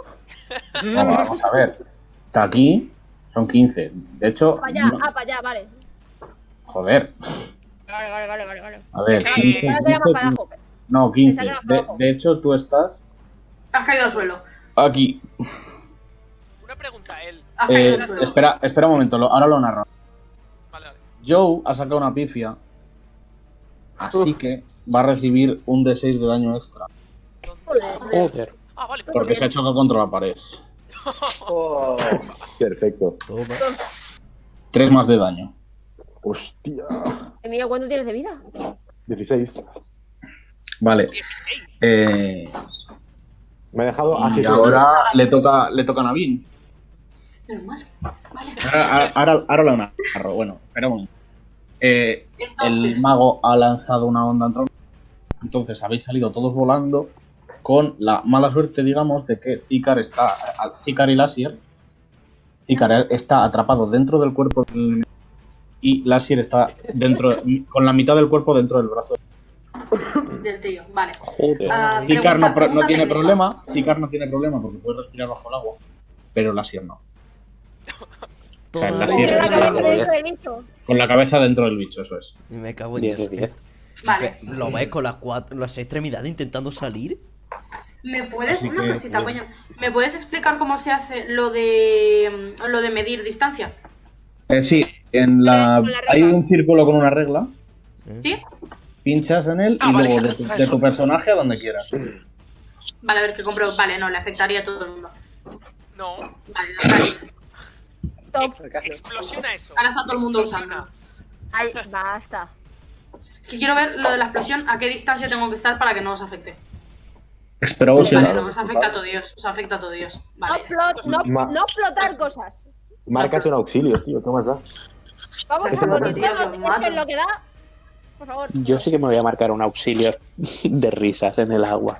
I: No, Ah, vamos a ver. Está aquí, son 15. De hecho,
C: Para allá,
I: no-
C: ah, para allá, vale.
I: joder.
C: Vale, vale, vale, vale. vale.
I: A ver,
F: Eh,
I: 15,
C: Ahora te
I: 15,
C: llamas para abajo.
I: No, 15.
C: Pensaba que era
I: De,
C: abajo.
I: de hecho, tú estás
A: Has caído al suelo.
I: aquí.
F: Una pregunta, él.
C: Ah,
A: Has
I: Eh,
A: caído al suelo.
I: espera, espera un momento, lo- ahora lo narro.
F: Vale, vale.
I: Joe ha sacado una pifia. Así que va a recibir un D6 de daño extra.
C: Joder.
G: Oh.
Q: Joder.
F: Ah, vale.
I: Porque se ha chocado contra la pared.
Q: Oh.
D: Perfecto.
B: Toma.
I: 3 más de daño.
D: Hostia.
C: Mira, ¿cuánto tienes de vida?
G: Ah,
D: 16.
I: Vale.
F: 16.
I: Eh,
D: Me ha dejado así.
I: y ahora le toca, le toca a Navin.
A: Menos mal.
I: Ahora, ahora, ahora lo narro. Bueno, espera un momento. Eh,
A: Ah,
I: el mago ha lanzado una onda tron- Entonces habéis salido todos volando con la mala suerte, digamos, de que Zikar está. a- Zikar y Lasier. Zikar está atrapado dentro del cuerpo del enemigo y Lasier está dentro con la mitad del cuerpo dentro del brazo.
A: Del tío. Vale.
G: Joder.
A: Ah, pregunta-
I: Zikar no, pro- no
A: pregunta
I: tiene
A: técnica.
I: problema. Zikar no tiene problema porque puede respirar bajo el agua. Pero Lasier no.
B: Toma.
G: Carla, sí,
C: Mira la
G: Joder.
C: cabeza dentro del bicho.
I: Con la cabeza dentro del bicho, eso es.
B: Y me cago en
G: 10 de
B: Dios.
G: 10.
A: Vale.
B: Lo ves con las cuatro, las seis extremidades intentando salir.
A: ¿Me puedes,
I: Así
A: una
I: que,
A: cosita,
I: bueno.
A: Goyan, ¿Me puedes explicar cómo se hace lo de mm, lo de medir distancia?
I: Eh, sí, en la,
C: Con la regla.
I: hay un círculo con una regla,
B: ¿eh?
A: ¿Sí?
I: pinchas en él
F: Ah,
I: y
F: vale,
I: luego
F: se
I: de tu,
F: retrasa
I: de
F: eso.
I: tu personaje a donde quieras.
A: Vale, a ver qué compro. Vale, no, le afectaría a todo el mundo.
F: No.
A: Vale, no, vale.
C: Top.
F: Explosiona eso.
A: Ahora está todo el mundo
F: Explosiona.
C: Ay, basta.
A: Que quiero ver lo de la explosión, a qué distancia tengo que estar para que no os afecte.
I: Espero que os
A: pues Vale,
I: sea-
A: no, os afecta a todo Dios, os afecta a todo Dios.
C: No,
A: Vale.
C: plot,
F: pues
C: no,
D: Ma-
C: no explotar cosas.
D: Márcate un auxilio, tío. ¿Qué más da?
C: Vamos
D: Ese
C: a
D: momento.
C: ponernos
A: Dios, mato.
C: eso es lo que da. Por favor.
G: Yo sí que me voy a marcar un auxilio de risas en el agua.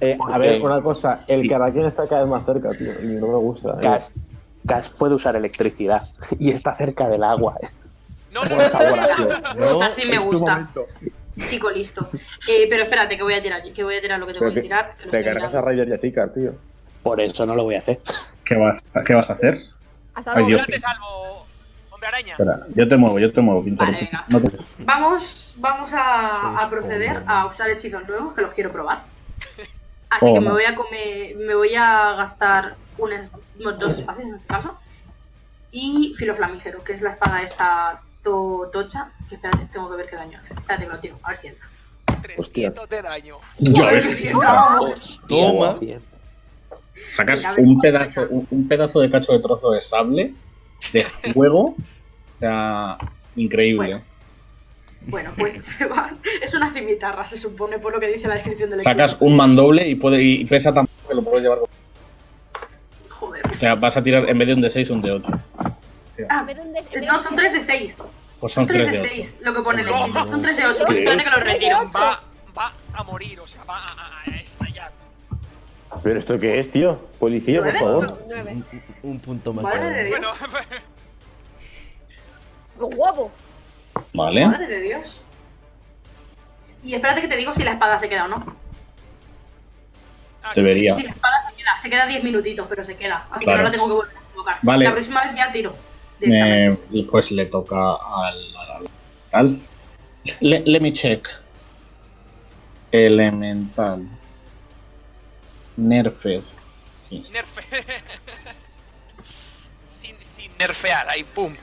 D: Eh, a
G: Ok.
D: ver, una cosa. El Karakin está cada vez más cerca, tío. Y no me gusta. eh.
G: Gas, Gas puede usar electricidad y está cerca del agua.
F: No, no,
D: Por
F: no.
D: favor, tío.
B: No,
A: Así me
D: es tu
A: gusta.
D: momento.
A: Chico, listo. Eh, pero espérate, que voy a tirar, que voy a tirar lo que tengo
D: Pero
A: que
D: que-
A: tirar. que lo
D: Te
A: estoy
D: cargas a
A: mirando.
D: Ryder y a Tikar, tío.
G: Por eso no lo voy a hacer.
I: ¿Qué vas, ¿Qué vas a hacer?
C: Hasta
I: Ay,
C: luego.
I: Dios.
F: Ya te salvo, hombre araña.
I: Espera, yo te muevo, yo te muevo, Pintor.
A: Vale, venga.
I: No te-
A: Vamos, vamos a, a proceder a usar hechizos nuevos que los quiero probar. Así que me
I: Toma.
A: voy a comer, me voy a gastar un es- unos dos espacios en este caso. Y filo flamígero, que es la espada esta to- tocha. Que espérate, tengo que ver qué daño hace. Espérate que lo tiro, a ver si entra.
F: 300 de daño.
I: Ya ves que sí entra.
B: Toma.
I: Sacas un pedazo, un, un pedazo de cacho de trozo de sable, de fuego. o sea, increíble.
A: Bueno, pues se va. Es una cimitarra, se supone, por lo que dice la descripción del
I: Sacas
A: hechizo.
I: un mandoble y, puede, y pesa tan poco que lo puedes llevar. con-
A: Joder.
I: O sea, vas a tirar en vez de un de 6, un de 8.
A: Ah,
C: Ve dónde- ve
A: no,
C: dónde-
A: son 3 de 6.
I: Pues son
A: Son
I: 3
A: 3
I: de
A: de
I: 8.
A: 6, lo que pone el
F: No.
A: hechizo. Son 3 de 8.
R: ¿Qué?
A: Espérate que lo retiro.
F: Va, va a morir, o sea, va a, a- a estallar.
D: ¿Pero esto qué es, tío? Policía, por favor.
B: Un, un punto más.
A: Madre
B: cada
A: de
B: uno.
A: Dios.
F: Bueno,
C: ¡Guapo!
I: Vale.
A: Madre de Dios. Y espérate que te digo si la espada se queda o no.
I: Debería.
A: Si la espada se queda, se queda 10 minutitos, pero se queda. Así
I: Claro.
A: que no la tengo que volver a colocar.
I: Vale.
A: La próxima vez ya tiro. directamente.
I: Eh, y pues le toca al. al- al- Le- let me check. Elemental. Nerfes.
F: nerfe. sin, sin nerfear, ahí, pum.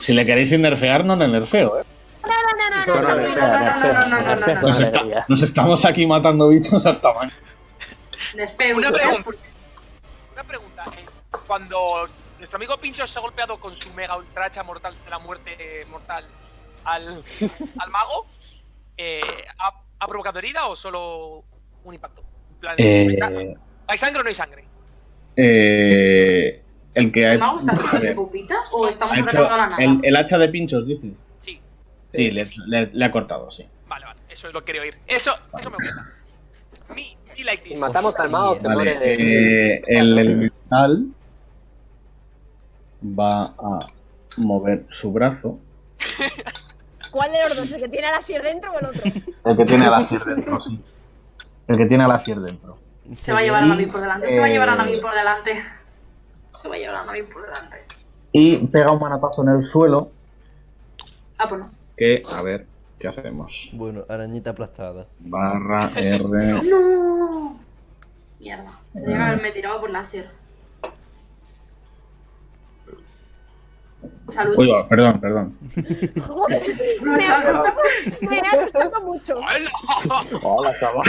I: Si le queréis sin nerfear, no le nerfeo, ¿eh?
C: No, no, no, no, no, no, no,
A: no, no, no, no, no, no,
I: Nos, está- nos estamos aquí matando bichos hasta mañana.
A: Despego,
F: Una
A: ¿eh?
F: pregunta.
A: Porque-
F: Una pregunta. eh, Cuando nuestro amigo Pincho se ha golpeado con su mega ultracha mortal de la muerte eh, mortal al, al mago, eh, ¿ha, ha provocado herida o solo un impacto? En plan, ¿hay sangre-
I: Eh,
F: ¿Hay sangre o no hay sangre?
I: eh, el que
A: ¿El mago está
I: a
A: haciendo
I: ver,
A: su pupita o estamos
I: ha hecho
A: atacando a la nada?
I: el, el hacha de pinchos, dices.
F: Sí.
I: Sí, le, le- le ha cortado, sí.
F: Vale, vale. Eso es lo que quiero oír. Eso, eso me gusta. Me, me like
S: Si
F: this.
S: matamos al mago, te
I: Vale,
S: muere de-
I: eh, el elemental va a mover su brazo.
C: ¿Cuál de los dos? ¿El que tiene a la Sir dentro o el otro?
I: El que tiene a la Sir dentro, sí. El que tiene a la Sir dentro.
A: Se va a llevar a Nami por delante. Se va a llevar a Nami
I: Eh.
A: por delante. Se va a llevar a Nami por delante.
I: Y pega un manotazo en el suelo.
A: Ah, pues no.
I: Que, a ver, ¿qué hacemos?
B: Bueno, arañita aplastada.
I: Barra R.
A: ¡No! Mierda. Tendría que haberme tirado por láser. Salud.
I: Uy, oh, perdón, perdón.
C: Joder, me ha asustado, me ha asustado mucho.
F: ¡Hola!
D: Hola, chaval.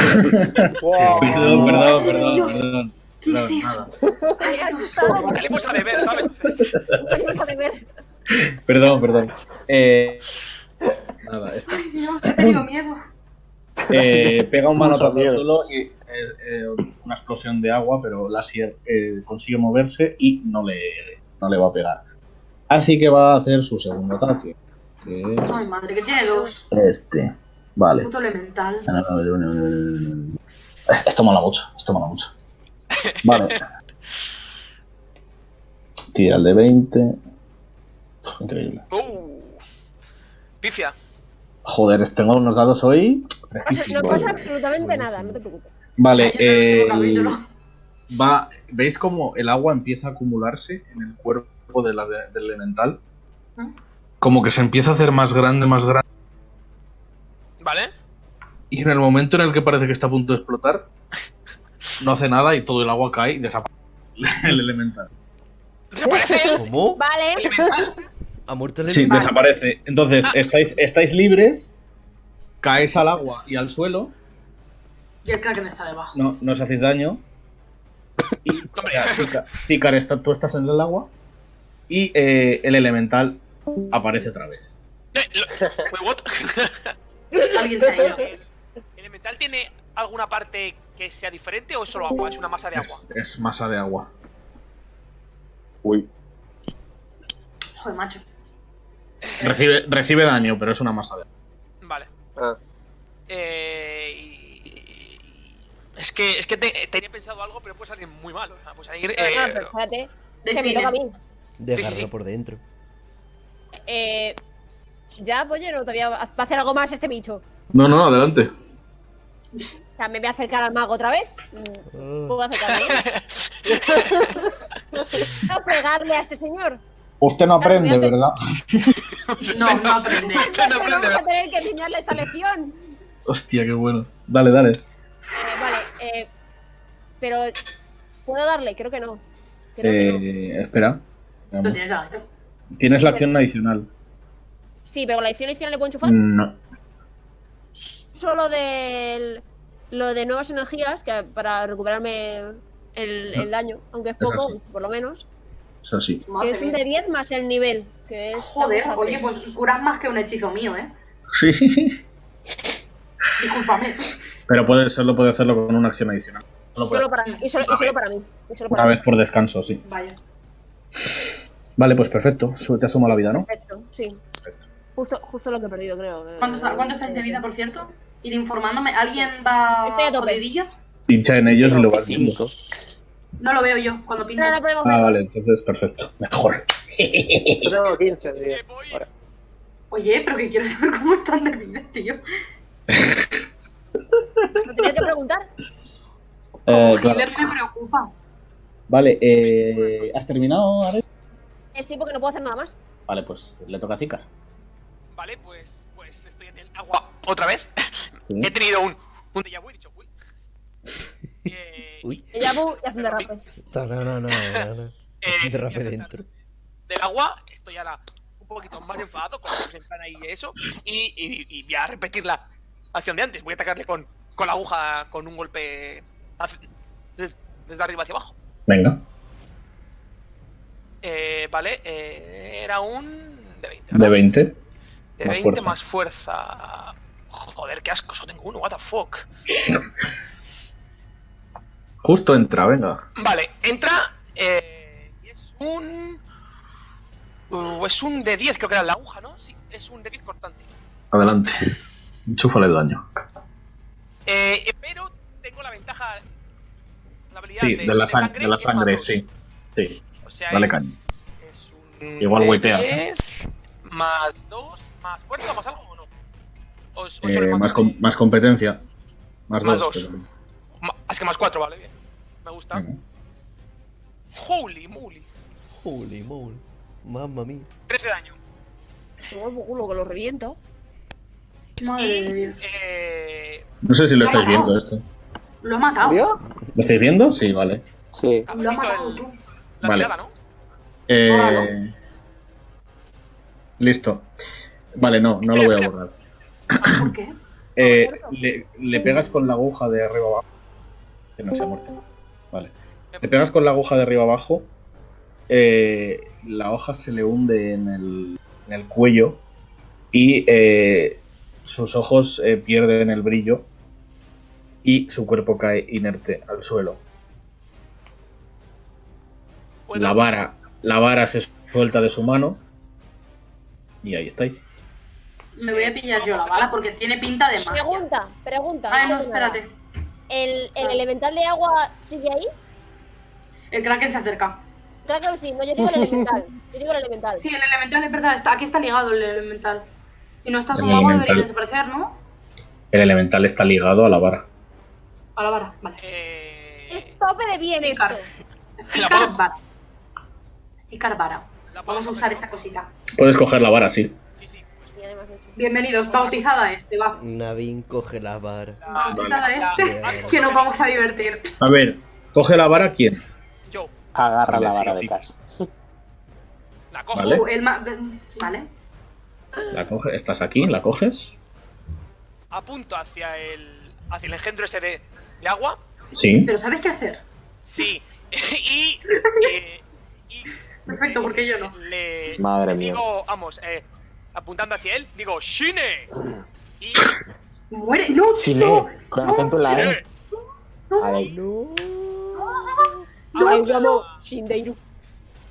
I: Perdón, perdón, perdón,
A: Dios.
I: perdón.
A: ¿Qué es
I: Perdón,
A: eso?
C: Me ha asustado
F: Que le puse a beber, ¿sabes?
C: mucho de ver.
I: Perdón, perdón. Eh, nada, está.
A: Ay, Dios, he tenido miedo.
I: Eh, pega un
D: Mucho
I: manotazo al
D: miedo.
I: suelo y eh, eh, una explosión de agua, pero Lassier eh, consigue moverse y no le, no le va a pegar. Así que va a hacer su segundo ataque. Que
A: Ay, madre, que tiene dos.
I: es este. Vale.
A: Puto elemental.
I: Esto mola mucho, esto mola mucho. Vale. Tira el de 20. Increíble.
F: Uh. Pifia.
I: Joder, tengo unos dados hoy.
C: O sea, no pasa absolutamente nada, no te preocupes.
I: Vale,
A: Hay un
I: eh,
A: último capítulo.
I: va, ¿veis cómo el agua empieza a acumularse en el cuerpo de la- de- del elemental?
A: ¿Mm?
I: Como que se empieza a hacer más grande, más grande.
F: ¿Vale?
I: Y en el momento en el que parece que está a punto de explotar, no hace nada y todo el agua cae y desaparece el elemental.
F: ¿Desaparece él?
B: ¿Cómo?
C: Vale,
B: ¿Ha muerto el
I: Sí,
B: elefante?
I: desaparece. Entonces, estáis, estáis libres, caéis al agua y al suelo,
A: Y el Kraken está debajo.
I: no, no os hacéis daño. Y, o sea, Tícar- Tícar está, tú estás en el agua y eh, el elemental aparece otra vez.
F: Eh, lo- Wait, what?
A: Alguien se ha ido.
F: ¿El elemental tiene alguna parte que sea diferente o es solo agua? Es una masa de agua.
I: Es, es masa de agua.
D: Uy.
A: Joder, macho.
I: Recibe, recibe daño, pero es una masa de agua.
F: Vale.
S: Ah.
F: Eh, y- Es que, es que te- tenía pensado algo, pero puede salir muy mal. O sea, puede salir. eh,
C: Ah, pero espérate, que me
A: Define.
C: toca a mí.
B: De
F: Sí, sí,
B: agarra
F: sí.
B: por dentro.
C: Eh, ¿Ya, Pollero, todavía va a hacer algo más este bicho?
I: No, no, adelante.
C: O sea, ¿me voy a acercar al mago otra vez? Mm,
F: Ah.
C: ¿Puedo acercarme? ¿Puedo pegarle a este señor?
I: Usted no
C: aprende,
I: aprende,
C: Claro, voy
I: ¿verdad?
A: No, no aprende.
F: Usted no
C: Entonces vamos a
F: aprende.
C: tener que enseñarle esta lección.
I: Hostia, qué bueno. Dale, dale.
C: Eh, vale, eh, pero ¿puedo darle? Creo
F: Eh.
C: que no. Creo que no.
I: Eh, espera.
A: Tú tienes la-
I: Tienes la acción adicional.
C: Sí, pero con la edición adicional le puedo enchufar
E: No.
C: solo del, lo de nuevas energías que para recuperarme el, el daño, aunque es poco,
E: Eso
C: por lo menos.
E: Es así.
C: Que
A: Madre
C: es un
A: mía.
C: de 10 más el nivel, que es...
A: Joder,
C: estamos a
A: oye,
C: tres.
A: pues curas más que un hechizo mío, ¿eh?
E: Sí.
A: Discúlpame.
E: Pero puede solo puede hacerlo con una acción adicional. Solo puede-
C: Solo para, y, solo, y solo para mí. y solo para
E: Una
C: mí.
E: vez por descanso, sí.
A: Vaya.
E: Vale, pues perfecto. Su- Te asoma la vida, ¿no?
C: Perfecto, sí. Justo, justo lo que he perdido, creo. eh,
A: ¿Cuánto, está- cuánto estáis de vida, por cierto? Ir informándome. ¿Alguien va
C: Estoy a tope.
A: jodidillo?
E: Pincha en ellos y lo vas viendo.
G: 95.
A: No lo veo yo cuando
C: No,
A: pinto.
C: no podemos
E: Ah,
C: verlo.
E: vale, entonces perfecto. Mejor.
H: No, 15, tío.
F: Que voy.
A: Oye, pero que quiero saber cómo están de vida, tío.
C: Se lo tenía que preguntar.
I: Oh,
E: Eh, claro.
A: Hitler me preocupa.
E: Vale, eh, ¿has terminado, Ares?
C: Eh, sí, porque no puedo hacer nada más.
E: Vale, pues le toca a Zika.
F: Vale, pues, pues estoy en el agua otra vez.
E: Sí.
F: He tenido un, un déjà vu, he dicho, uy. Eh,
B: Uy.
C: Me llamo y haciendo derrape.
B: Tananana.
F: eh,
B: Derrape
F: voy a
B: dentro.
F: del agua, estoy ahora un poquito más enfadado con los que están ahí y eso, y, y- y voy a repetir la acción de antes, voy a atacarle con, con la aguja, con un golpe hacia- des- desde arriba hacia abajo.
E: Venga.
F: Eh, vale, eh, era un de 20.
E: De
F: ¿verdad?
E: 20.
F: De
E: más
F: 20
E: fuerza.
F: más fuerza. Joder, qué asco, solo tengo uno, what the fuck.
E: Justo entra, venga.
F: Vale, entra. eh, y es un. uh, es un de 10, creo que era la aguja, ¿no? Sí, es un de 10 cortante.
E: Adelante. Enchúfale el daño.
F: Eh, eh, pero tengo la ventaja. La habilidad
E: Sí, de la, sang- de la
F: es más
E: sangre,
F: dos.
E: sí. Sí.
F: O sea,
E: Dale
F: es-
E: caña.
F: es un
E: Igual
F: de
E: wipeas,
F: 10, Más 2, más fuerza, más algo o no. Os- os
E: Eh,
F: sale
E: más,
F: cuatro.
E: com- más competencia. Más,
F: Más
E: dos.
F: dos. Ma- Es que más 4, vale, bien. Me gusta.
E: pero- Venga.
F: Holy moly.
B: Holy moly. Mamma mía.
F: 13 daño.
C: Tengo un culo que lo reviento.
A: Madre de Dios.
F: Eh,
E: No sé si lo estáis
A: Claro.
E: viendo esto.
A: Lo he matado.
H: ¿Vio?
E: ¿Lo estáis viendo? Sí, vale.
G: Sí.
A: Lo
F: ¿Habéis
A: ha
F: visto
A: matado
F: el-
A: tú.
F: la
E: Vale.
F: tirada, no?
E: Eh,
A: Bórralo.
E: Listo. Vale, no, no lo voy a borrar.
A: ¿Por qué?
E: Eh, le, le pegas con la aguja de arriba abajo. Que no se ha muerto. Vale. Le pegas con la aguja de arriba abajo. eh, la hoja se le hunde en el, en el cuello. Y eh, sus ojos eh, pierden el brillo. Y su cuerpo cae inerte al suelo.
F: Puedo-
E: La vara, la vara se suelta de su mano. Y ahí estáis.
A: Me voy a pillar yo la bala porque tiene pinta de magia.
C: Pregunta, pregunta.
A: Vale, no,
C: antes de nada.
A: espérate. Ah.
C: ¿El, el elemental de agua sigue ahí?
A: El Kraken se acerca.
C: Creo que sí. No, yo digo el elemental. Yo digo el elemental.
A: Sí, el elemental es verdad. Está, aquí está ligado el elemental. Si no está
E: El
A: sumado, debería
E: elemental.
A: desaparecer, ¿no?
E: El elemental está ligado a la vara.
A: A la vara, vale.
C: Es
F: Eh,
C: tope de bien esto.
A: Ficar.
F: La
A: Ficar
F: puedo-
A: vara. Ficar vara.
F: la puedo
A: Vamos a
F: coger,
A: usar
F: ¿no?
A: esa cosita.
E: Puedes coger la vara, sí.
F: Sí, sí. pues
C: Y además, de hecho.
A: Bienvenidos, bautizada este, va.
B: Navin coge la vara.
F: la-
A: Bautizada
F: la-
A: este,
F: la-
A: que nos vamos a divertir.
E: A ver, ¿coge la vara quién?
F: Yo,
G: Agarra
E: Vale,
G: la
E: sí,
G: vara
E: sí.
G: de casa.
F: la cojo.
E: Vale.
A: Uh, el ma- Vale.
E: ¿La coge- ¿Estás aquí? ¿La coges?
F: apunto hacia el hacia el engendro ese de, de agua.
E: Sí.
A: Pero ¿sabes qué hacer?
F: Sí. y, eh, y
A: Perfecto, porque yo no.
F: le,
G: Madre
F: le
G: mía.
F: digo, vamos, eh, apuntando hacia él, digo, ¡Shine! Y,
A: Muere. No, no,
G: Chile, con acento en la E.
F: eh,
G: Ahí.
B: No.
F: ahora
C: Ahora os llamo
F: una-
C: Shindeiru.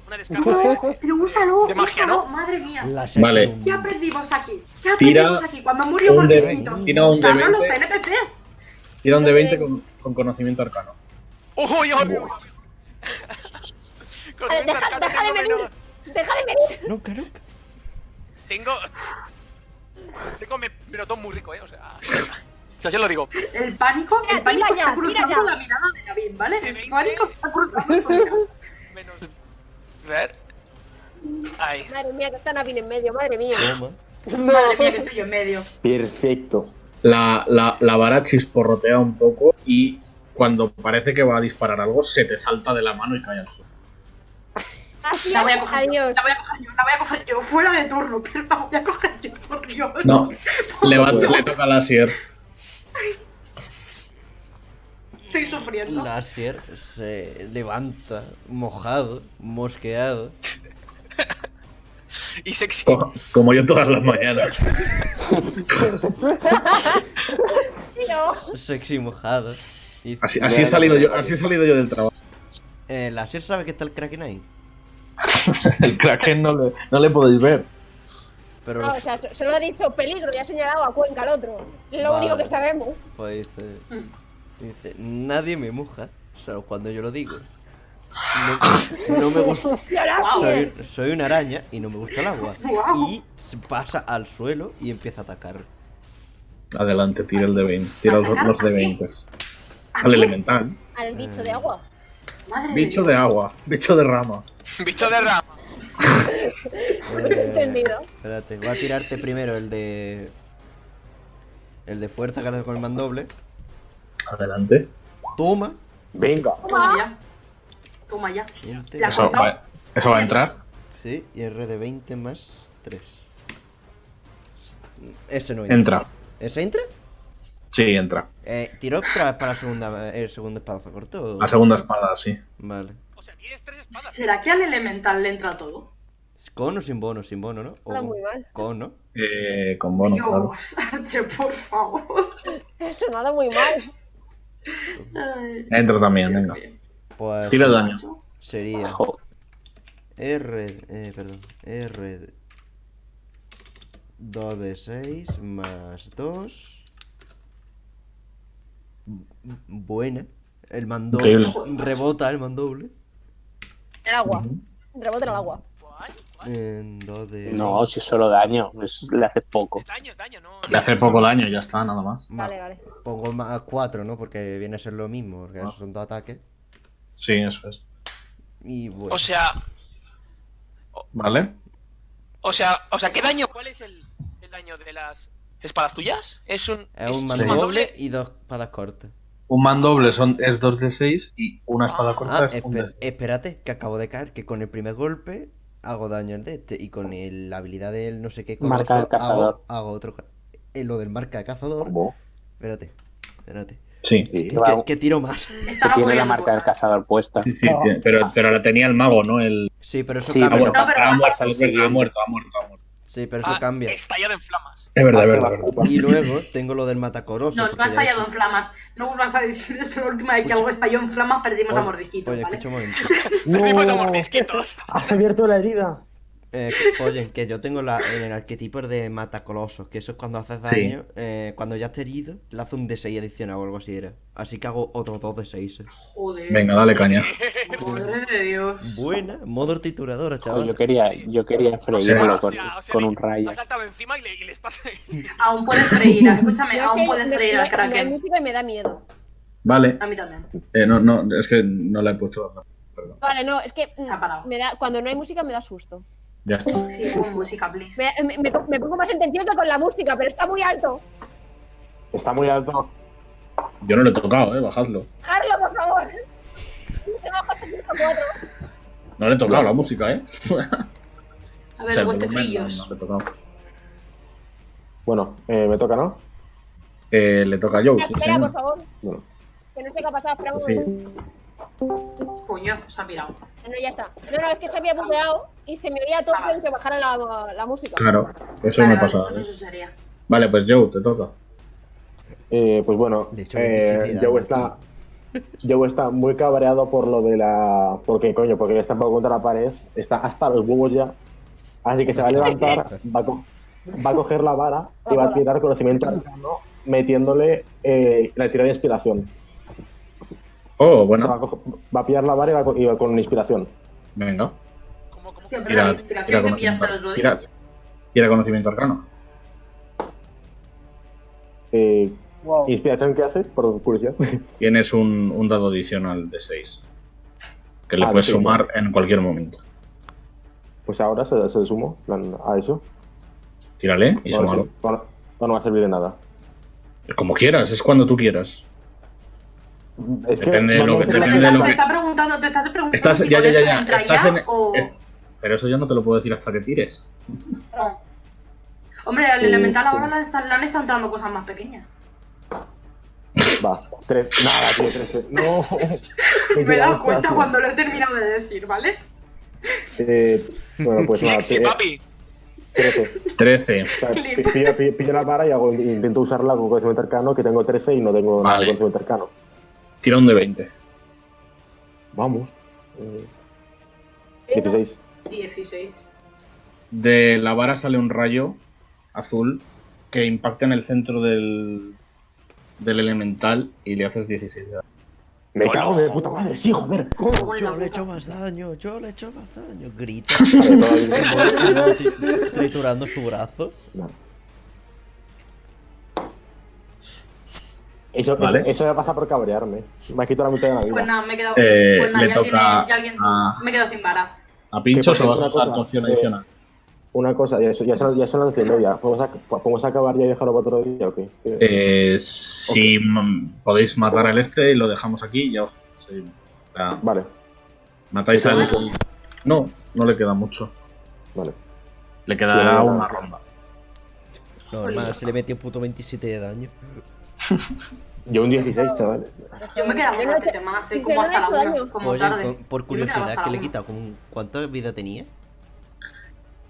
F: una descarga
A: Pero úsalo.
F: De magia,
A: úsalo,
F: ¿no?
A: Madre
E: Uh,
A: mía.
B: La
E: Vale.
A: ¿Qué aprendimos aquí? ¿Qué
E: Tira
A: aprendimos aquí? Cuando murió
E: un de-
A: Marquisito.
E: tira un de
A: Usaron los
E: 20.
A: NPCs.
E: Tira un de 20 con, con conocimiento arcano.
F: ¡Uy, uy, uy! Con
C: Vale,
F: un
C: deja-
F: arcano
C: deja de
F: tengo menos-
C: venir. Déjame venir.
B: Nunca, nunca.
F: Tengo. Tengo me, melotón muy rico, eh. O sea. Yo se lo digo.
A: El pánico, el
C: Tira,
A: pánico
C: tira
A: está
C: ya,
A: cruzando
C: tira ya.
A: la mirada de David, ¿vale?
F: De
A: El
F: 20.
A: pánico está cruzando su mirada.
F: Menos. A ver. Ahí.
C: Madre mía, que está Navin en medio, madre mía.
B: Toma.
A: Madre mía, que estoy yo en medio.
G: Perfecto.
E: La, la, la vara chisporrotea un poco y cuando parece que va a disparar algo, se te salta de la mano y cae al suelo.
C: Gracias,
A: La voy a coger yo,
C: adiós.
A: la voy a coger yo, la voy a coger yo, fuera de turno, pero la voy a coger yo, por Dios.
E: No, le, va- le toca a la Sier.
A: Estoy sufriendo.
B: Láser se levanta mojado, mosqueado.
F: Y sexy.
G: Oh.
E: Co- Como yo todas las mañanas.
B: Sexy mojado. Y
E: Así, así he salido yo, así he salido yo del trabajo.
B: Eh, Láser sabe que está el Kraken ahí.
E: El Kraken no le, no le podéis ver.
B: Pero
C: No, o sea, so- solo ha dicho peligro y ha señalado a Cuenca al otro. Es lo
B: Vale.
C: único que sabemos.
B: pues dice, dice, nadie me moja, solo cuando yo lo digo. No, no me gusta. Soy, soy una araña y no me gusta el agua. Y se pasa al suelo y empieza a atacar.
E: Adelante, tira el de 20. Tira los, los de 20. Al elemental.
C: Al bicho de agua.
A: Madre
E: Bicho de agua. Bicho de rama.
F: Bicho de rama.
C: Entendido.
B: Eh, Espérate, voy a tirarte primero el de. El de fuerza que ahora con el mandoble.
E: Adelante.
B: Toma.
D: Venga.
A: Toma ya. Toma ya.
B: Gente.
A: La
E: Eso va, eso va a entrar.
B: Sí, y R de 20 más 3. Ese no entra.
E: Entra.
B: ¿Ese entra?
E: Sí, entra.
B: Eh, ¿Tiró otra vez para la segunda, eh, el segundo espadazo corto? o-
E: La segunda espada, sí.
B: Vale.
F: O sea, tienes tres espadas.
A: ¿Será que al elemental le entra todo?
B: ¿Con o sin bono? Sin bono, ¿no? O
C: Está muy mal.
B: Con, ¿no?
E: Eh, con bono, claro.
A: Dios, Archer, por favor.
C: Ha sonado muy mal.
A: Ay,
E: Entra también, venga.
B: Pues
E: Tira el daño.
B: sería
G: Jo,
B: R, eh, perdón, R 2 de 6 más 2. Buena. El mandoble.
E: Increíble.
B: Rebota el mandoble.
C: El agua. Rebote en el agua.
F: ¿Cuál? ¿Cuál?
B: En 2 de
G: No, si es solo daño, es- le hace poco.
F: Es daño, es daño, no.
E: Le hace poco daño, ya está, nada más.
B: Ma-
C: Vale, vale.
B: Pongo más 4, ¿no? Porque viene a ser lo mismo, porque
E: Ah.
B: son dos ataques.
E: Sí, eso es.
B: Y bueno.
F: O sea,
E: ¿Vale?
F: o sea, o sea, ¿qué daño? ¿Cuál es el, el daño de las espadas tuyas? Es un,
B: es un
E: sí.
B: mandoble y dos espadas cortas.
E: Un mandoble son, es 2 de 6 y una espada corta
B: Ah,
E: es un
B: espe-
E: de 6.
B: espérate, que acabo de caer, que con el primer golpe hago daño al de este y con el- la habilidad del no sé qué coloso
G: Marca del
B: hago-
G: cazador.
B: Hago, otro ca- eh, lo del marca de cazador. Espérate, espérate.
E: Sí,
G: Sí,
B: ¿Qué,
G: va-
B: qué tiro más?
A: Están
G: que tiene la
A: apoyando
G: marca del
A: cosas.
G: cazador puesta.
E: sí, sí, tiene- pero, pero la tenía el mago, ¿no? El...
B: Sí, pero eso
G: Sí,
E: Ah,
B: cambia.
E: bueno,
A: pero- No,
E: ha, muerto, ha,
G: Sí,
E: muerto, ha
G: bien.
E: muerto, ha muerto, ha muerto.
B: Sí, pero eso
F: ah,
B: cambia.
F: estallado en flamas.
E: Es verdad, es
G: Hace
E: verdad.
G: la
E: es verdad.
B: Y luego tengo lo del matacoroso.
A: No, no
B: porque
A: has
B: ya he
A: fallado en
B: hecho-
A: flamas. No volvas a decir eso la última vez que algo estalló en flamas, perdimos a
B: Oye,
A: Mordisquito,
B: oye,
A: ¿vale?
B: escucha un momento.
F: Perdimos a mordisquitos.
D: Has abierto la herida.
B: Eh, oye, que yo tengo la, en el arquetipo de matacolosos, que eso es cuando haces
E: Sí.
B: daño, eh, cuando ya has herido, le haces un D6 adicional o algo así era. Así que hago otros dos D6.
A: Joder.
E: Venga, dale caña.
A: Madre de Dios.
B: Buena, modo trituradora,
G: Joder,
B: chaval.
G: yo quería, yo quería freírlo con, con un rayo.
F: Ha saltado encima y le, y le estás.
A: Aún puedes freír, escúchame,
C: No
A: aún
C: sé,
A: puedes
C: me
A: freír al
C: suena como
A: Kraken.
C: música y me da miedo.
E: Vale.
A: A mí también.
E: Eh, no, no, es que no la he puesto. Perdón.
C: Vale, no, es que mm,
A: Se ha parado.
C: me da, cuando no hay música me da susto.
E: Ya está.
A: Sí, con música, please.
C: Me, me- me- me pongo más en tensión que con la música, pero está muy alto.
D: Está muy alto.
E: Yo no lo he tocado, eh, bajadlo.
C: ¡Jarlo, por favor! Te bajo hasta cinco, cuatro.
E: No le he tocado la música, eh.
A: A
E: O
A: ver,
E: sea, el volumen no,
A: gotefrillos.
E: no lo he tocado.
D: Bueno, eh, me toca, ¿no?
E: Eh, le toca a Joe.
T: Pues
E: sí,
C: Espera, por
E: señor.
C: favor.
D: Bueno.
C: Que no sé qué ha pasado, espera un
E: Sí.
C: momento.
A: Coño, se ha pirado.
C: Ah, No, ya está. No, no, es que se había bugueado y se me oía todo
A: Ah.
C: en que bajara la, la música.
T: Ah,
E: Claro, eso
A: Vale,
E: me
A: vale,
E: pasa. ¿eh?
A: pues eso
I: ¿eh?
A: sería.
E: Vale, pues Joe, te toca.
D: Eh, pues bueno,
B: De hecho,
D: eh,
B: 27 de
D: Joe
B: daño,
D: está. Joe está muy cabreado por lo de la. Porque, coño, porque ya está estampado contra la pared. Está hasta los huevos ya. Así que se va a levantar, va a, co- va a coger la vara y va a tirar conocimiento arcano, metiéndole eh, la tirada de inspiración.
E: Oh,
D: O sea, va,
E: bueno.
D: a co- va a pillar la vara y va, co- y va con inspiración.
E: Venga.
F: ¿Cómo, cómo?
A: Siempre la
E: Tira,
A: inspiración que
E: tira
A: pillaste el
E: conocimiento,
A: otro
E: tira,
A: día.
E: tira conocimiento arcano.
D: Eh,
H: Wow.
D: ¿Inspiración qué hace? Por curiosidad.
E: Tienes un, un dado adicional de 6. Que le
D: Ah,
E: puedes
D: sí,
E: sumar en cualquier momento.
D: Pues ahora se, se sumo plan, a eso.
E: Tírale y
D: Ahora sí,
E: sumalo.
D: ahora- ahora no va a servir de nada.
E: Como quieras, es cuando tú quieras.
D: Es que
I: Depende de lo que-
D: normalmente-
I: depende de lo
A: Te
I: que-
A: está preguntando, te estás preguntando
I: Estás,
A: si
I: ya,
A: con
I: ya, ya,
A: eso
I: ya.
A: entra
I: Estás
A: ya
I: en-
A: o...
I: es- pero eso ya no te lo puedo decir hasta que tires.
A: no. Hombre, al
D: Sí,
A: elemental
D: sí.
A: ahora le están, le han estado entrando cosas más pequeñas.
D: Va, tres. Nada, tío, tres. No.
I: Pues
A: Me he dado cuenta
D: Gracias.
A: cuando lo he terminado de decir, ¿vale?
D: Eh, bueno, pues nada,
F: Lexi,
D: eh,
F: papi.
D: trece.
I: 13.
D: O sea, pi- pillo, pillo- pillo la vara y hago, intento usarla con conocimiento arcano, que tengo 13 y no tengo nada
I: Vale.
D: de conocimiento arcano.
I: Tirón de 20.
D: Vamos. Eh, 16.
A: 16.
I: De la vara sale un rayo azul que impacta en el centro del, del elemental y le haces 16 de daño.
D: Me
F: Hola.
D: cago de puta madre, sí, joder. coño.
A: Hola,
B: Yo le he
A: puta.
B: hecho más daño, yo le he hecho más daño. Grita.
D: Vale, todavía-
B: como- como triturando su brazo.
D: No. Eso,
I: Vale.
D: eso, eso me pasa por cabrearme. Me ha quitado la mitad de la vida.
A: Pues nada, me he quedado.
I: Eh,
A: pues nada,
I: le
A: ya
I: toca
A: tiene- ya alguien-
I: a-
A: Me he quedado sin vara.
I: A pinchos
D: Que,
I: o
D: por
I: vas a
D: cierto,
I: usar
D: una cosa,
I: poción
D: eh,
I: adicional.
D: Una cosa, ya, son- ya son, ya son las once y media. ¿Podemos, ac- podemos acabar ya y dejarlo para otro día o qué?
I: Eh, si mm, podéis matar al este y lo dejamos aquí, ya os- sí, o sea,
D: Vale,
I: matáis
D: ¿Le queda
I: al.
A: Pues
I: No, no le queda mucho.
D: vale.
I: Le quedará
D: Bueno.
I: una ronda.
B: Normal, se le metió puto 27 de daño.
D: Yo un 16, chaval.
A: Yo me he quedado un
U: Yo no he
A: ratito más, eh, como
U: yo no
A: hasta
U: he
A: la
U: hecho
A: una,
U: daño.
A: como
B: Oye,
A: tarde.
B: con-
A: Yo me
B: por
A: he quedado
B: curiosidad,
A: hasta
B: que le
A: la
B: he quitado como un- ¿Cuánta vida tenía?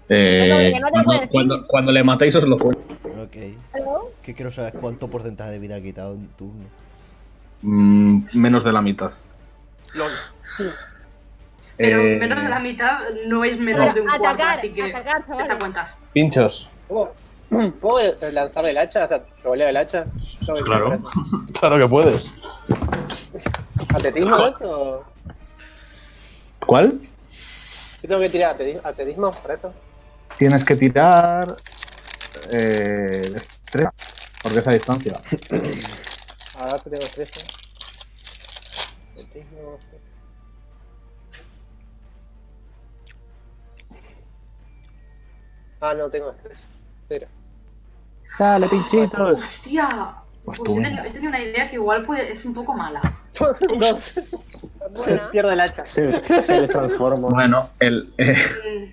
I: Eh,
U: que no te
I: cuando-
U: puede decir.
I: cuando, cuando le matáis os lo cuento.
B: Ok.
U: ¿Aló?
B: Que quiero saber cuánto porcentaje de vida ha quitado en turno.
I: Mm, menos de la mitad.
F: LOL.
A: Pero
I: Eh,
A: menos de la mitad no es menos
C: Ahora,
A: de un cuarto,
C: atacar,
A: así que
C: atacar,
A: te
C: chavales.
A: cuentas.
I: Pinchos.
T: ¿Puedo, ¿Puedo lanzar el hacha? O sea, rolear el hacha. Yo voy
I: Claro.
T: con el hacha.
I: Claro que puedes.
T: ¿Atletismo para esto?
I: ¿Cuál?
T: Yo tengo que tirar atleti- atletismo para esto.
I: Tienes que tirar. Eh, destreza, Porque esa distancia.
T: Ahora que tengo 13. Atletismo. Ah, no, tengo estrés. Cero.
G: Dale, pinchitos.
A: ¡Hostia! Pues
I: Pues
A: he
I: tú.
A: tenido-
B: eh.
A: he tenido una idea que igual puede- es un poco mala.
T: Dos.
C: Buena.
T: Pierdo el hacha.
D: Se, se les transforma.
I: Bueno, el, eh,
A: Mm,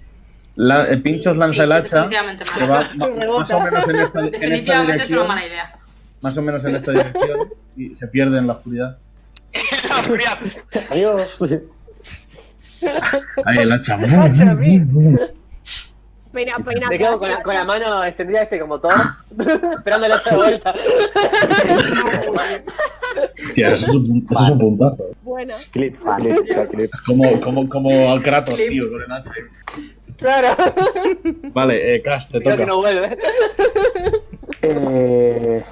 I: la- eh, Pinchos lanza
A: sí, pues
I: el hacha.
A: definitivamente
I: que
A: mala.
I: va ma- más o menos en esta, en esta
A: Definitivamente es una
I: dirección.
A: mala idea.
I: Más o menos en esta dirección. Y se pierde en la oscuridad.
F: La oscuridad.
D: Adiós.
I: Ahí el hacha.
T: Hacha, mira.
C: Peina, peina.
T: Me quedo con la, con la mano extendida este como todo, esperando el hacha de vuelta.
I: Hostia, eso es un, eso es un puntazo.
C: Buena.
D: Clip, clip, o sea, clip.
I: Como, como, como al Kratos, tío, con el hacha.
T: Claro.
I: Vale, eh, Cash, te
T: Creo que
I: toca.
T: no vuelve.
G: Eh,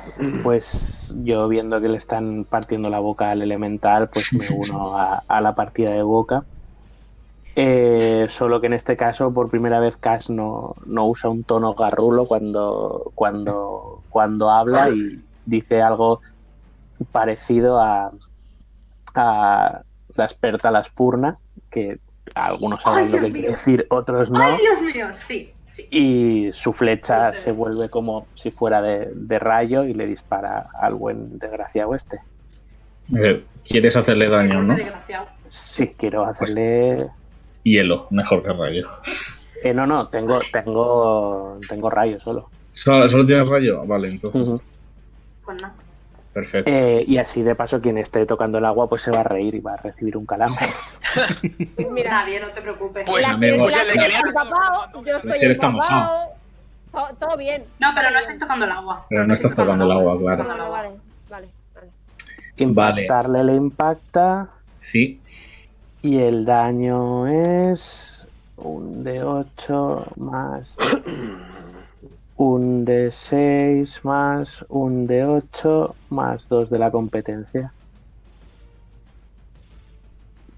G: pues yo viendo que le están partiendo la boca al elemental, pues me uno a, a la partida de boca. Eh, solo que en este caso, por primera vez, Cash no, no usa un tono garrulo cuando, cuando, cuando habla y dice algo parecido a, a Desperta las purnas, que algunos saben
A: Ay,
G: lo que
A: Dios
G: quiere
A: mío.
G: decir, otros no
A: ¡Ay, Dios mío! Sí, sí.
G: y su flecha se vuelve como si fuera de, de rayo y le dispara al buen desgraciado este.
I: Eh, Quieres hacerle daño,
A: Qué
I: ¿no?
A: desgraciado.
G: Sí, quiero hacerle...
I: Hielo, mejor que rayo.
G: Eh, no, no, tengo, tengo, tengo rayo solo.
I: ¿Solo, solo tienes rayo? Vale, entonces.
A: Pues nada.
I: Perfecto.
G: Eh, y así de paso quien esté tocando el agua pues se va a reír y va a recibir un calambre.
A: Está bien, no te preocupes.
F: Pues,
C: la
I: amigo,
C: película
F: pues el de
C: está
F: Guerrero.
C: empapado, yo
I: Guerrero
C: estoy
I: está
C: empapado. To- Todo bien.
A: No, pero no estás tocando el agua.
I: Pero no estás tocando el agua,
C: Vale,
I: claro.
A: Tocando el agua.
C: vale, vale, vale.
I: Vale.
G: Impactarle le impacta
I: Sí.
G: y el daño es un de 8 más un de 6 más un de 8 más 2 de la competencia.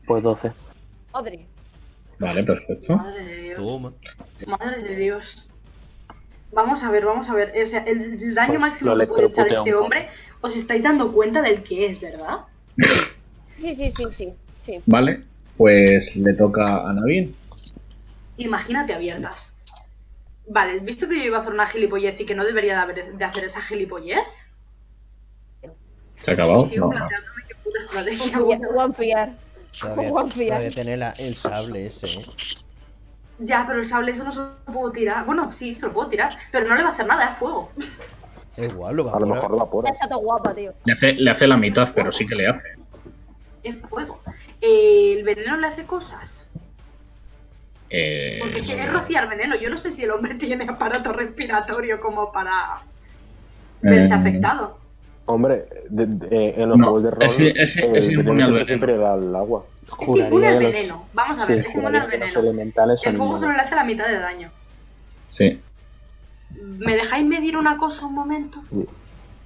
G: Pues 12.
C: Madre.
I: Vale, perfecto.
A: Madre de Dios.
B: Toma.
A: Madre de Dios. Vamos a ver, vamos a ver. O sea, el, el daño
G: Pues
A: máximo
G: lo
A: que puede echar
G: electrocutea un
A: este
G: poco.
A: hombre, os estáis dando cuenta del que es, ¿verdad?
C: Sí, sí, sí, sí. sí.
I: Vale, pues le toca a Navin.
A: Imagínate abiertas. Vale, visto que yo iba a hacer una gilipollez y que no debería de, haber- de hacer esa gilipollez,
I: ¿Se ha acabado?
A: sigo
I: No.
A: planteándome que
I: Ah,
A: estrategia.
C: Guanfiar.
B: Todavía, todavía
C: Guanfiar.
B: tiene la- el sable ese, ¿eh?
A: Ya, pero el sable eso no se lo puedo tirar. Bueno, sí, se lo puedo tirar, pero no le va a hacer nada, es fuego.
B: Es igual, lo va
D: A lo mejor va por
C: Ya está todo guapa, tío.
I: Le hace, le hace la mitad, pero sí que le hace.
A: Es fuego. Eh, el veneno le hace cosas.
I: Eh,
A: Porque quiere rociar veneno. Yo no sé si el hombre tiene aparato respiratorio como para verse
I: Eh,
A: afectado.
D: Hombre, de- de- en los
I: No,
D: juegos de rol.
I: es- es-
D: el
I: es
D: veneno
I: inmune al
D: siempre,
I: veneno.
D: siempre da al agua.
A: Es inmune
G: que
A: al
G: los-
A: veneno. Vamos a
G: sí,
A: ver, es inmune
G: juraría
A: al
G: que los
A: veneno.
G: elementales son
A: El fuego solo
G: inmunes.
A: le hace la mitad de daño.
I: Sí.
A: ¿Me dejáis medir una cosa un momento?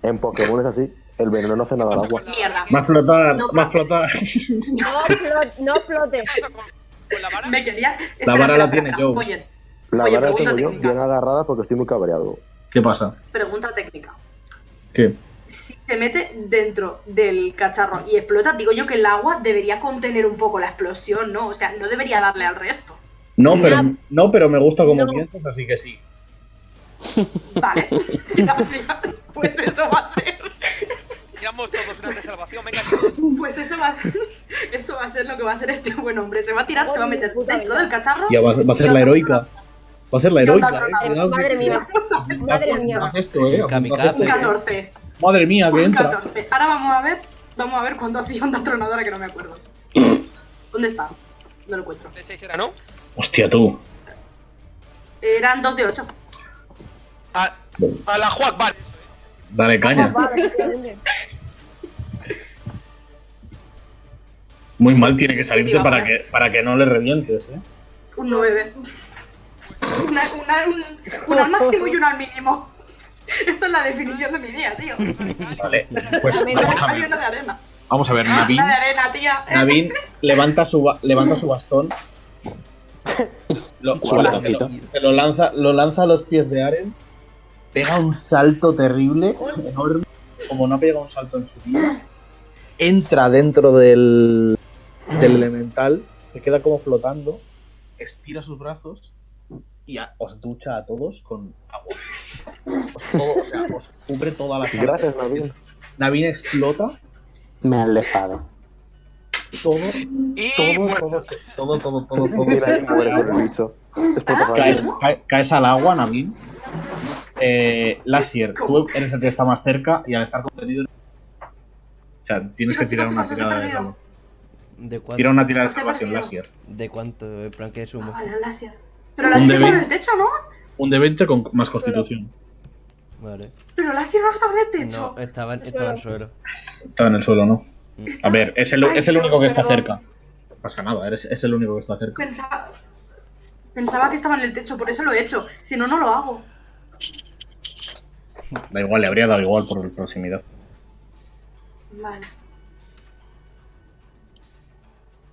D: En Pokémon es así. El veneno no hace nada al agua.
A: Mierda.
I: Va a explotar,
A: No,
I: va a explotar.
C: No, plo- no explotes.
F: ¿Qué pasa con, con la vara?
A: Me quería.
I: La
A: Espera,
I: vara la
A: espera,
I: tiene
A: espera.
I: Joe.
A: Oye,
D: La
A: Oye,
D: verdad
A: pregunta
D: tengo yo
A: técnica.
D: bien agarrada porque estoy muy cabreado.
I: ¿Qué pasa?
A: pregunta técnica.
I: ¿Qué?
A: Si se mete dentro del cacharro y explota, digo yo que el agua debería contener un poco la explosión, ¿no? O sea, no debería darle al resto.
I: No, pero, no, pero me gusta como
V: No.
I: piensas, así que sí.
A: Vale. Gracias. Pues eso va a ser.
F: Tiramos todos una de salvación, venga, chicos.
A: Pues eso va a ser. Eso va a ser lo que va a hacer este buen hombre. Se va a tirar, se va a meter
C: Puta
A: dentro
C: vida.
A: del cacharro.
I: Ya va, a- va a ser la heroica. Va a ser la
A: Yo
I: heroica.
A: tanto
I: eh.
A: no,
I: Cuidado que-
V: madre mía.
C: Madre mía.
I: Haz esto, eh.
B: Kamikaze.
A: Un 14.
I: Madre mía, que
A: Un
I: entra.
A: 14. Ahora vamos a ver. Vamos a ver cuánto hacía onda tronadora que no me acuerdo. ¿Dónde está? No lo encuentro.
F: De 6 era, ¿no?
I: Hostia, tú.
A: Eran 2 de 8.
F: A, a la Juan, vale.
I: Dale caña.
C: Vale, realmente.
I: Muy mal tiene que salirte para que, para que no le revientes, eh.
A: Un 9. Una, una- un, un al máximo y uno al mínimo. Esto es la definición de mi día, tío.
I: Vale, pues
C: Amigo,
I: vamos a
A: Hay
I: ver.
A: una de arena.
I: Vamos a ver, Navin.
A: Una de arena, tía.
I: Navin levanta su, ba- levanta su bastón. Lo, su
G: Guau,
I: bastón,
G: bastoncito.
I: se lo lanza, lo lanza a los pies de Aren. Pega un salto terrible, enorme, como no pega un salto en su vida. Entra dentro del, del elemental, se queda como flotando, estira sus brazos y a- os ducha a todos con agua. Os, todo- o sea, os cubre toda la sala.
D: Gracias, Nabil.
I: Navin explota,
G: Me han lefado.
I: todo
F: Y
I: todo,
F: muerto.
I: todo, todo, todo, todo, todo.
D: Mira, ahí muere con el bicho. Es puto
I: Caes,
D: rayo.
I: cae- caes al agua, Navin. Eh, Lassier, tú eres el que está más cerca y al estar contenido. O sea, tienes que tirar una tirada de salvación.
B: ¿De cuánto?
I: Tira una tirada de salvación, Lassier.
B: ¿De cuánto? En plan, ¿qué sumo?
A: Vale, gracias. Pero la
I: Un
A: tía está en
I: bebé.
A: el techo, ¿no?
I: Un de 20 con más constitución.
B: Vale.
A: Pero la sierra está en el techo.
B: No,
I: eh,
B: estaba, en- estaba en el suelo.
I: Está en el suelo, ¿no? A ver, es el, es el
A: Ay,
I: único que está
A: perdón.
I: cerca. No pasa nada, eres, es el único que está cerca.
A: Pensaba, pensaba que estaba en el techo, por eso lo he hecho. Si no, no lo hago. Pues-
I: Da igual, le habría dado igual por proximidad.
A: Vale.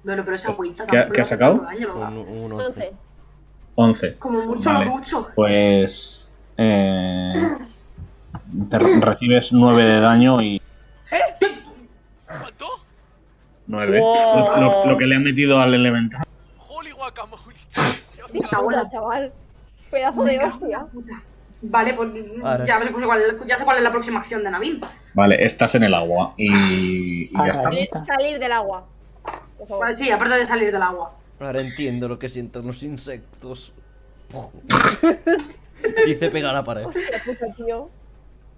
A: Bueno, pero esa agüita
I: Pues, ¿Qué ha-
A: tampoco le
I: qué ha
A: hace
I: sacado?
A: tanto daño, lo
B: Un,
A: hago.
B: un 11.
C: Entonces,
I: 11.
A: Como mucho
I: Vale.
A: lo ducho.
I: Pues. Eh, te re- recibes 9 de daño y
F: ¿Cuánto?
I: 9.
V: Wow.
I: Lo, lo que le ha metido al elemental.
F: Holy guacamole. Dios,
C: sí,
A: Ah, bueno.
C: puta, chaval. Pedazo de hostia.
A: Vale, pues
B: Ahora
A: ya,
B: sí.
A: veré cuál- ya sé cuál es la próxima acción de Navin.
I: Vale, estás en el agua y, y
G: Ah,
I: ya está.
V: Salir- Salir del agua. Por
C: Oh.
V: favor.
A: Vale, sí, aparte de salir del agua.
B: Ahora entiendo lo que sienten los insectos. Dice pega la pared.
C: Hostia puta, tío.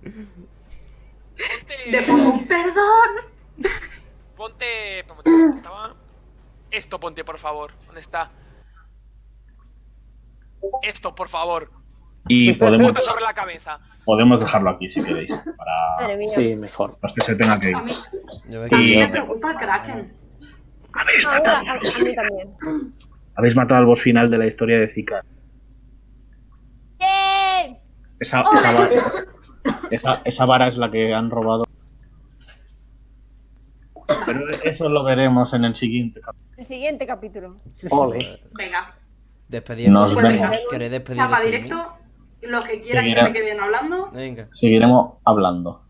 A: De
F: ponte.
A: poco, perdón.
F: Ponte. ¿cómo te- cómo estaba? Esto ponte, por favor. ¿Dónde está? Esto, por favor.
I: Y podemos,
F: Ponte sobre la cabeza.
I: podemos dejarlo aquí si queréis. Para
C: Madre mía.
G: Sí, mejor.
I: los que se tengan que ir.
A: A mí,
B: Ya ve
A: a mí
I: Sí.
B: que
A: me preocupa el
B: Ah.
A: Kraken.
I: Habéis
C: Ahora,
I: matado,
C: a, a mí también.
I: habéis matado al boss final de la historia de Zika.
C: ¡Bien!
I: Esa, esa, vara, esa, esa vara es la que han robado. Pero eso lo veremos en el siguiente capítulo.
C: El siguiente capítulo.
G: Ole.
A: Venga,
B: despedimos.
I: Nos
A: Pues
I: vemos.
A: venga.
B: ¿Queréis despedir
A: chapa
B: el streaming?
A: directo. Los que quieran que
I: Seguirá.
A: se queden hablando.
B: Venga.
I: Seguiremos hablando.